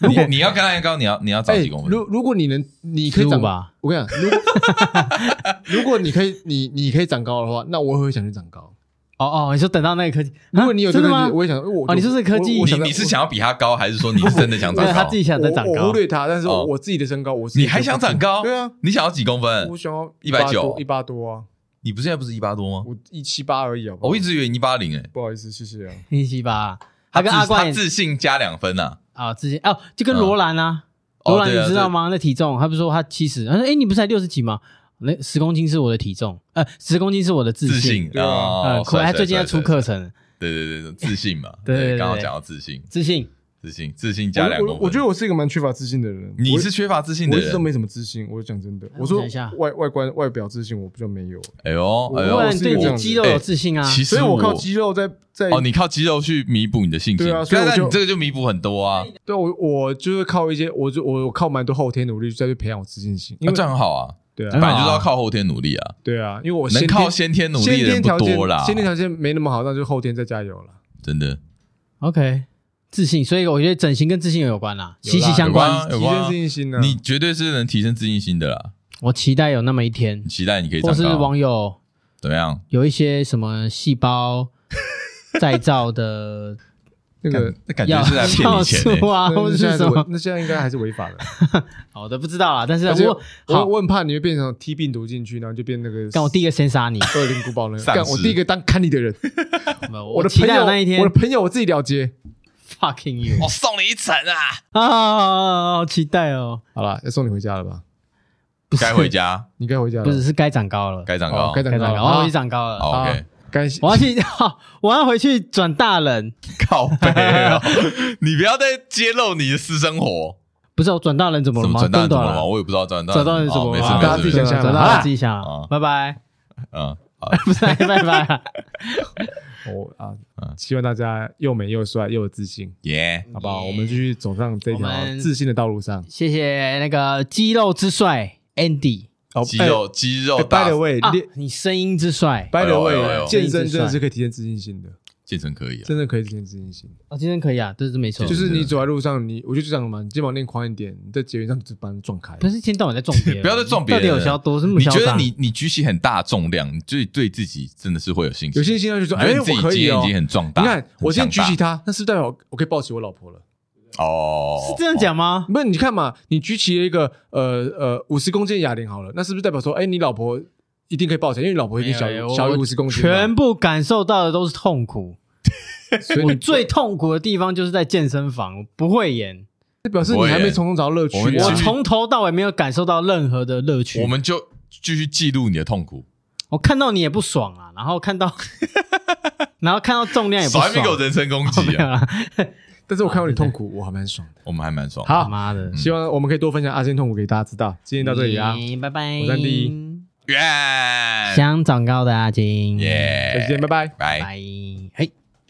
Speaker 3: 你你要跟他一样高，你要你要长
Speaker 1: 哎
Speaker 3: 几公，分？
Speaker 1: 如如果你能，你可以
Speaker 2: 15
Speaker 1: 长，
Speaker 2: 吧？
Speaker 1: 我跟你 讲，如果如果你可以，你你可以长高的话，那我也会想去长高。
Speaker 2: 哦哦，你说等到那个科技，
Speaker 1: 如果你有这
Speaker 2: 啊真
Speaker 1: 个
Speaker 2: 的
Speaker 1: 技，
Speaker 2: 吗？
Speaker 1: 我也想。我
Speaker 2: 哦你是不是科技
Speaker 1: 我我
Speaker 3: 你
Speaker 1: 在
Speaker 3: 你是想要比他高，还是说你是真的想长
Speaker 2: 对他
Speaker 3: 高
Speaker 2: 自？己想在长
Speaker 1: 我我
Speaker 2: 高
Speaker 1: 忽，略它，但是我
Speaker 3: 哦
Speaker 1: 我自己的身高，我自己
Speaker 3: 你还想长高？
Speaker 1: 对啊，
Speaker 3: 你想要几公分
Speaker 1: 我？想要
Speaker 3: 190
Speaker 1: 一八多啊，
Speaker 3: 你不是现在不是一八多吗？
Speaker 1: 我一七八而已啊。
Speaker 3: 哦我一直以为你一八零哎，
Speaker 1: 不好意思，谢谢啊。
Speaker 2: 一七八，他跟阿
Speaker 3: 自他
Speaker 2: 怪
Speaker 3: 自信加两分呐。
Speaker 2: 啊，之前哦，就跟罗兰啊，
Speaker 3: 哦
Speaker 2: 罗兰
Speaker 3: 对啊
Speaker 2: 你知道吗？那体重，他不是说他七十，他说哎，你不是才六十几吗？那十公斤是我的体重，呃，十公斤是我的
Speaker 3: 自
Speaker 2: 自
Speaker 3: 信
Speaker 2: 信。
Speaker 1: 对啊
Speaker 3: 啊
Speaker 2: 呃，，酷，他
Speaker 3: 帅
Speaker 2: 最近在出，课
Speaker 3: 帅帅帅
Speaker 2: 程，
Speaker 3: 对对对对，自信嘛，
Speaker 2: 对对对
Speaker 3: 对，
Speaker 2: 对
Speaker 3: 刚好讲到自信，
Speaker 2: 自信
Speaker 3: 自信，自信加两
Speaker 1: 我
Speaker 3: 公
Speaker 1: 我
Speaker 3: 分。
Speaker 1: 我觉得我是一个蛮缺乏自信的人。
Speaker 3: 你
Speaker 1: 我
Speaker 3: 是缺乏自信
Speaker 1: 我
Speaker 3: 的
Speaker 1: 一直都
Speaker 3: 人。
Speaker 1: 没什么自信，我讲真的。
Speaker 2: 哎我
Speaker 1: 我说
Speaker 2: 想一下
Speaker 1: 外外观外表自信，我比较没有，
Speaker 3: 哎呦，哎
Speaker 2: 不然对
Speaker 3: 呦，
Speaker 1: 我是这
Speaker 2: 你
Speaker 1: 样子
Speaker 2: 肌肉有自信啊。
Speaker 3: 其实
Speaker 1: 所以我靠肌肉在在
Speaker 3: 哦，你靠肌肉去弥补你的信心，
Speaker 1: 对啊所以我
Speaker 3: 但是
Speaker 1: 就
Speaker 3: 你这个就弥补很多啊，
Speaker 1: 对我我就是靠一些我就我我靠蛮多后天努力再去培养我自信心，因
Speaker 3: 那
Speaker 1: 为
Speaker 3: 这样很好啊，
Speaker 1: 对
Speaker 3: 本
Speaker 2: 很
Speaker 1: 啊
Speaker 2: 好
Speaker 3: 来就是要靠后天努力啊，
Speaker 1: 对啊，因为我先
Speaker 3: 能
Speaker 1: 天
Speaker 3: 靠先天努力
Speaker 1: 先
Speaker 3: 的
Speaker 1: 天
Speaker 3: 人不
Speaker 1: 条件
Speaker 3: 多啦，
Speaker 1: 先天条件没那么好，那就后天再加油了。
Speaker 3: 真的
Speaker 2: OK，自信，所以我觉得整形跟自信有关啦，
Speaker 1: 有啦
Speaker 2: 息息相
Speaker 3: 有关
Speaker 2: 关。
Speaker 1: 提
Speaker 3: 啊
Speaker 1: 升自信心呢？
Speaker 3: 你绝对是能提升自信心的啦，
Speaker 2: 我期待有那么一天
Speaker 3: 你，期待你可以
Speaker 2: 或
Speaker 3: 长
Speaker 2: 是
Speaker 3: 高，
Speaker 2: 网友
Speaker 3: 怎么样？
Speaker 2: 有一些什么细胞再造的
Speaker 1: 那个
Speaker 3: 那感觉
Speaker 2: 药
Speaker 3: 是在骗
Speaker 2: 酵
Speaker 3: 你钱
Speaker 2: 素
Speaker 3: 欸
Speaker 2: 啊，或
Speaker 1: 那
Speaker 2: 者
Speaker 1: 现在
Speaker 2: 是
Speaker 1: 是
Speaker 2: 什
Speaker 1: 违
Speaker 2: 么？
Speaker 1: 那现在应该还是违法的。
Speaker 2: 好的，不知道啦。但是
Speaker 1: 而且
Speaker 2: 我
Speaker 1: 我
Speaker 2: 好，
Speaker 1: 我很怕你会变成 T 病毒进去，然后就变那个
Speaker 2: 干我第一个先杀你。
Speaker 1: 恶灵古堡人，
Speaker 3: 丧
Speaker 1: 干我
Speaker 3: 尸
Speaker 1: 第一个当看你的人。
Speaker 2: 我
Speaker 1: 的
Speaker 2: 期
Speaker 1: 朋
Speaker 2: 待
Speaker 1: 友
Speaker 2: 有那一天
Speaker 1: 我的朋友我自己了结。
Speaker 2: ，fucking you
Speaker 3: 我送你一层 啊，
Speaker 2: 啊，好期待哦！
Speaker 1: 好了，要送你回家了吧？
Speaker 3: 该回家，
Speaker 1: 你该回家了。
Speaker 2: 不只是该长高了，
Speaker 3: 该长
Speaker 1: 哦
Speaker 3: 高
Speaker 1: 该，长
Speaker 2: 该
Speaker 1: 高
Speaker 2: 长
Speaker 1: 了
Speaker 2: 高，我要
Speaker 1: 啊
Speaker 2: 去！长高了。
Speaker 3: 好，OK，
Speaker 1: 该
Speaker 2: 我要去， 好我要回去转大人，
Speaker 3: 靠背哦，你不要再揭露你的私生活，
Speaker 2: 不是我转大人怎么
Speaker 3: 什
Speaker 2: 了
Speaker 3: 么
Speaker 2: 吗？
Speaker 3: 转大人怎么了
Speaker 2: 真的
Speaker 3: 吗？
Speaker 2: 啊
Speaker 3: 我也不知道转大
Speaker 2: 转大人怎
Speaker 3: 哦
Speaker 2: 么
Speaker 3: 没
Speaker 2: 了
Speaker 3: 事
Speaker 2: 吗？
Speaker 1: 大家自
Speaker 3: 没事
Speaker 1: 己
Speaker 3: 没
Speaker 1: 想
Speaker 3: 事，
Speaker 1: 象
Speaker 2: 转
Speaker 1: 啦好
Speaker 2: 大人
Speaker 1: 啦
Speaker 2: 自己想
Speaker 3: 啊
Speaker 2: 啊， 拜拜，
Speaker 3: 嗯，好
Speaker 2: 不是拜 拜拜。
Speaker 1: 我啊
Speaker 3: 嗯，
Speaker 1: 希望大家又美又帅又有自信，
Speaker 3: 耶，
Speaker 1: 好不好？
Speaker 2: Yeah
Speaker 1: 我们继续走上这条
Speaker 2: 我们
Speaker 1: 自信的道路上。
Speaker 2: 谢谢那个肌肉之帅 Andy
Speaker 1: 哦
Speaker 3: 肌肉肌肉
Speaker 1: 哎
Speaker 3: 大
Speaker 1: ，By the way，
Speaker 2: 啊
Speaker 1: 练，
Speaker 2: 你声音之帅
Speaker 1: By
Speaker 3: 哎
Speaker 1: the
Speaker 3: 呦哎呦哎呦
Speaker 1: way，健身真的是可以提升自信心的，
Speaker 3: 健身可以啊，
Speaker 1: 真的可以提升自信心。
Speaker 2: 哦，今天可以啊，这是没错
Speaker 3: 对
Speaker 1: 就。是
Speaker 3: 对
Speaker 1: 你走在路上，你我就这样嘛，你肩膀练宽一点，你在捷运上就把你撞开。
Speaker 2: 不是一天到晚在撞别人，
Speaker 3: 不要再撞别人
Speaker 2: 到底有消多？这么
Speaker 3: 你
Speaker 2: 嚣
Speaker 3: 觉得
Speaker 2: 张
Speaker 3: 你你举起很大重量，你对对自己真的是会有信心？
Speaker 1: 有些心他就说：“
Speaker 3: 你觉
Speaker 1: 哎，
Speaker 3: 得
Speaker 1: 我
Speaker 3: 自己
Speaker 1: 可
Speaker 3: 今
Speaker 1: 以
Speaker 3: 天
Speaker 1: 哦。”
Speaker 3: 已经很壮大，
Speaker 1: 你看，我今天
Speaker 3: 很
Speaker 1: 举
Speaker 3: 强
Speaker 1: 起它，那是不是代表我可以抱起我老婆了？
Speaker 3: 大哦，
Speaker 2: 是这样讲吗？
Speaker 1: 不是，你看嘛，你举起了一个呃呃五十公斤的哑铃好了，那是不是代表说，哎，你老婆一定可以抱起来，因为你老婆一定小
Speaker 2: 没
Speaker 1: 于
Speaker 2: 有
Speaker 3: 哎
Speaker 1: 小于
Speaker 2: 哎我
Speaker 1: 五十公斤嘛。
Speaker 2: 全部感受到的都是痛苦。
Speaker 1: 所以
Speaker 2: 我
Speaker 1: 你
Speaker 2: 最痛苦的地方就是在健身房，我不会演，
Speaker 1: 这表示你
Speaker 3: 我也
Speaker 1: 还没从中找到乐
Speaker 3: 我们
Speaker 1: 趣
Speaker 3: 继
Speaker 1: 啊
Speaker 2: 我
Speaker 3: 续！
Speaker 2: 从头到尾没有感受到任何的乐趣。
Speaker 3: 我们就继续记录你的痛苦。
Speaker 2: 我看到你也不爽啊，然后看到， 然后看到重
Speaker 1: 哎
Speaker 2: 量也不
Speaker 3: 少
Speaker 2: 爽
Speaker 3: 还没。给我人身攻击
Speaker 2: 没有
Speaker 3: 啊！
Speaker 2: 啦
Speaker 1: 但是我看到你痛苦，我还蛮爽的。
Speaker 3: 我们还蛮爽。
Speaker 2: 他
Speaker 1: 好，
Speaker 2: 妈
Speaker 3: 啊
Speaker 2: 的，
Speaker 1: 希望我们可以多分享阿仙痛苦给大家知道。今天到这里啊，
Speaker 3: 嗯
Speaker 2: 耶嗯拜拜，
Speaker 1: 我是安迪
Speaker 3: 愿
Speaker 2: 想长高的阿金，
Speaker 3: 哎耶，
Speaker 1: 再见，拜拜。
Speaker 3: 拜。
Speaker 2: 拜，嘿。哎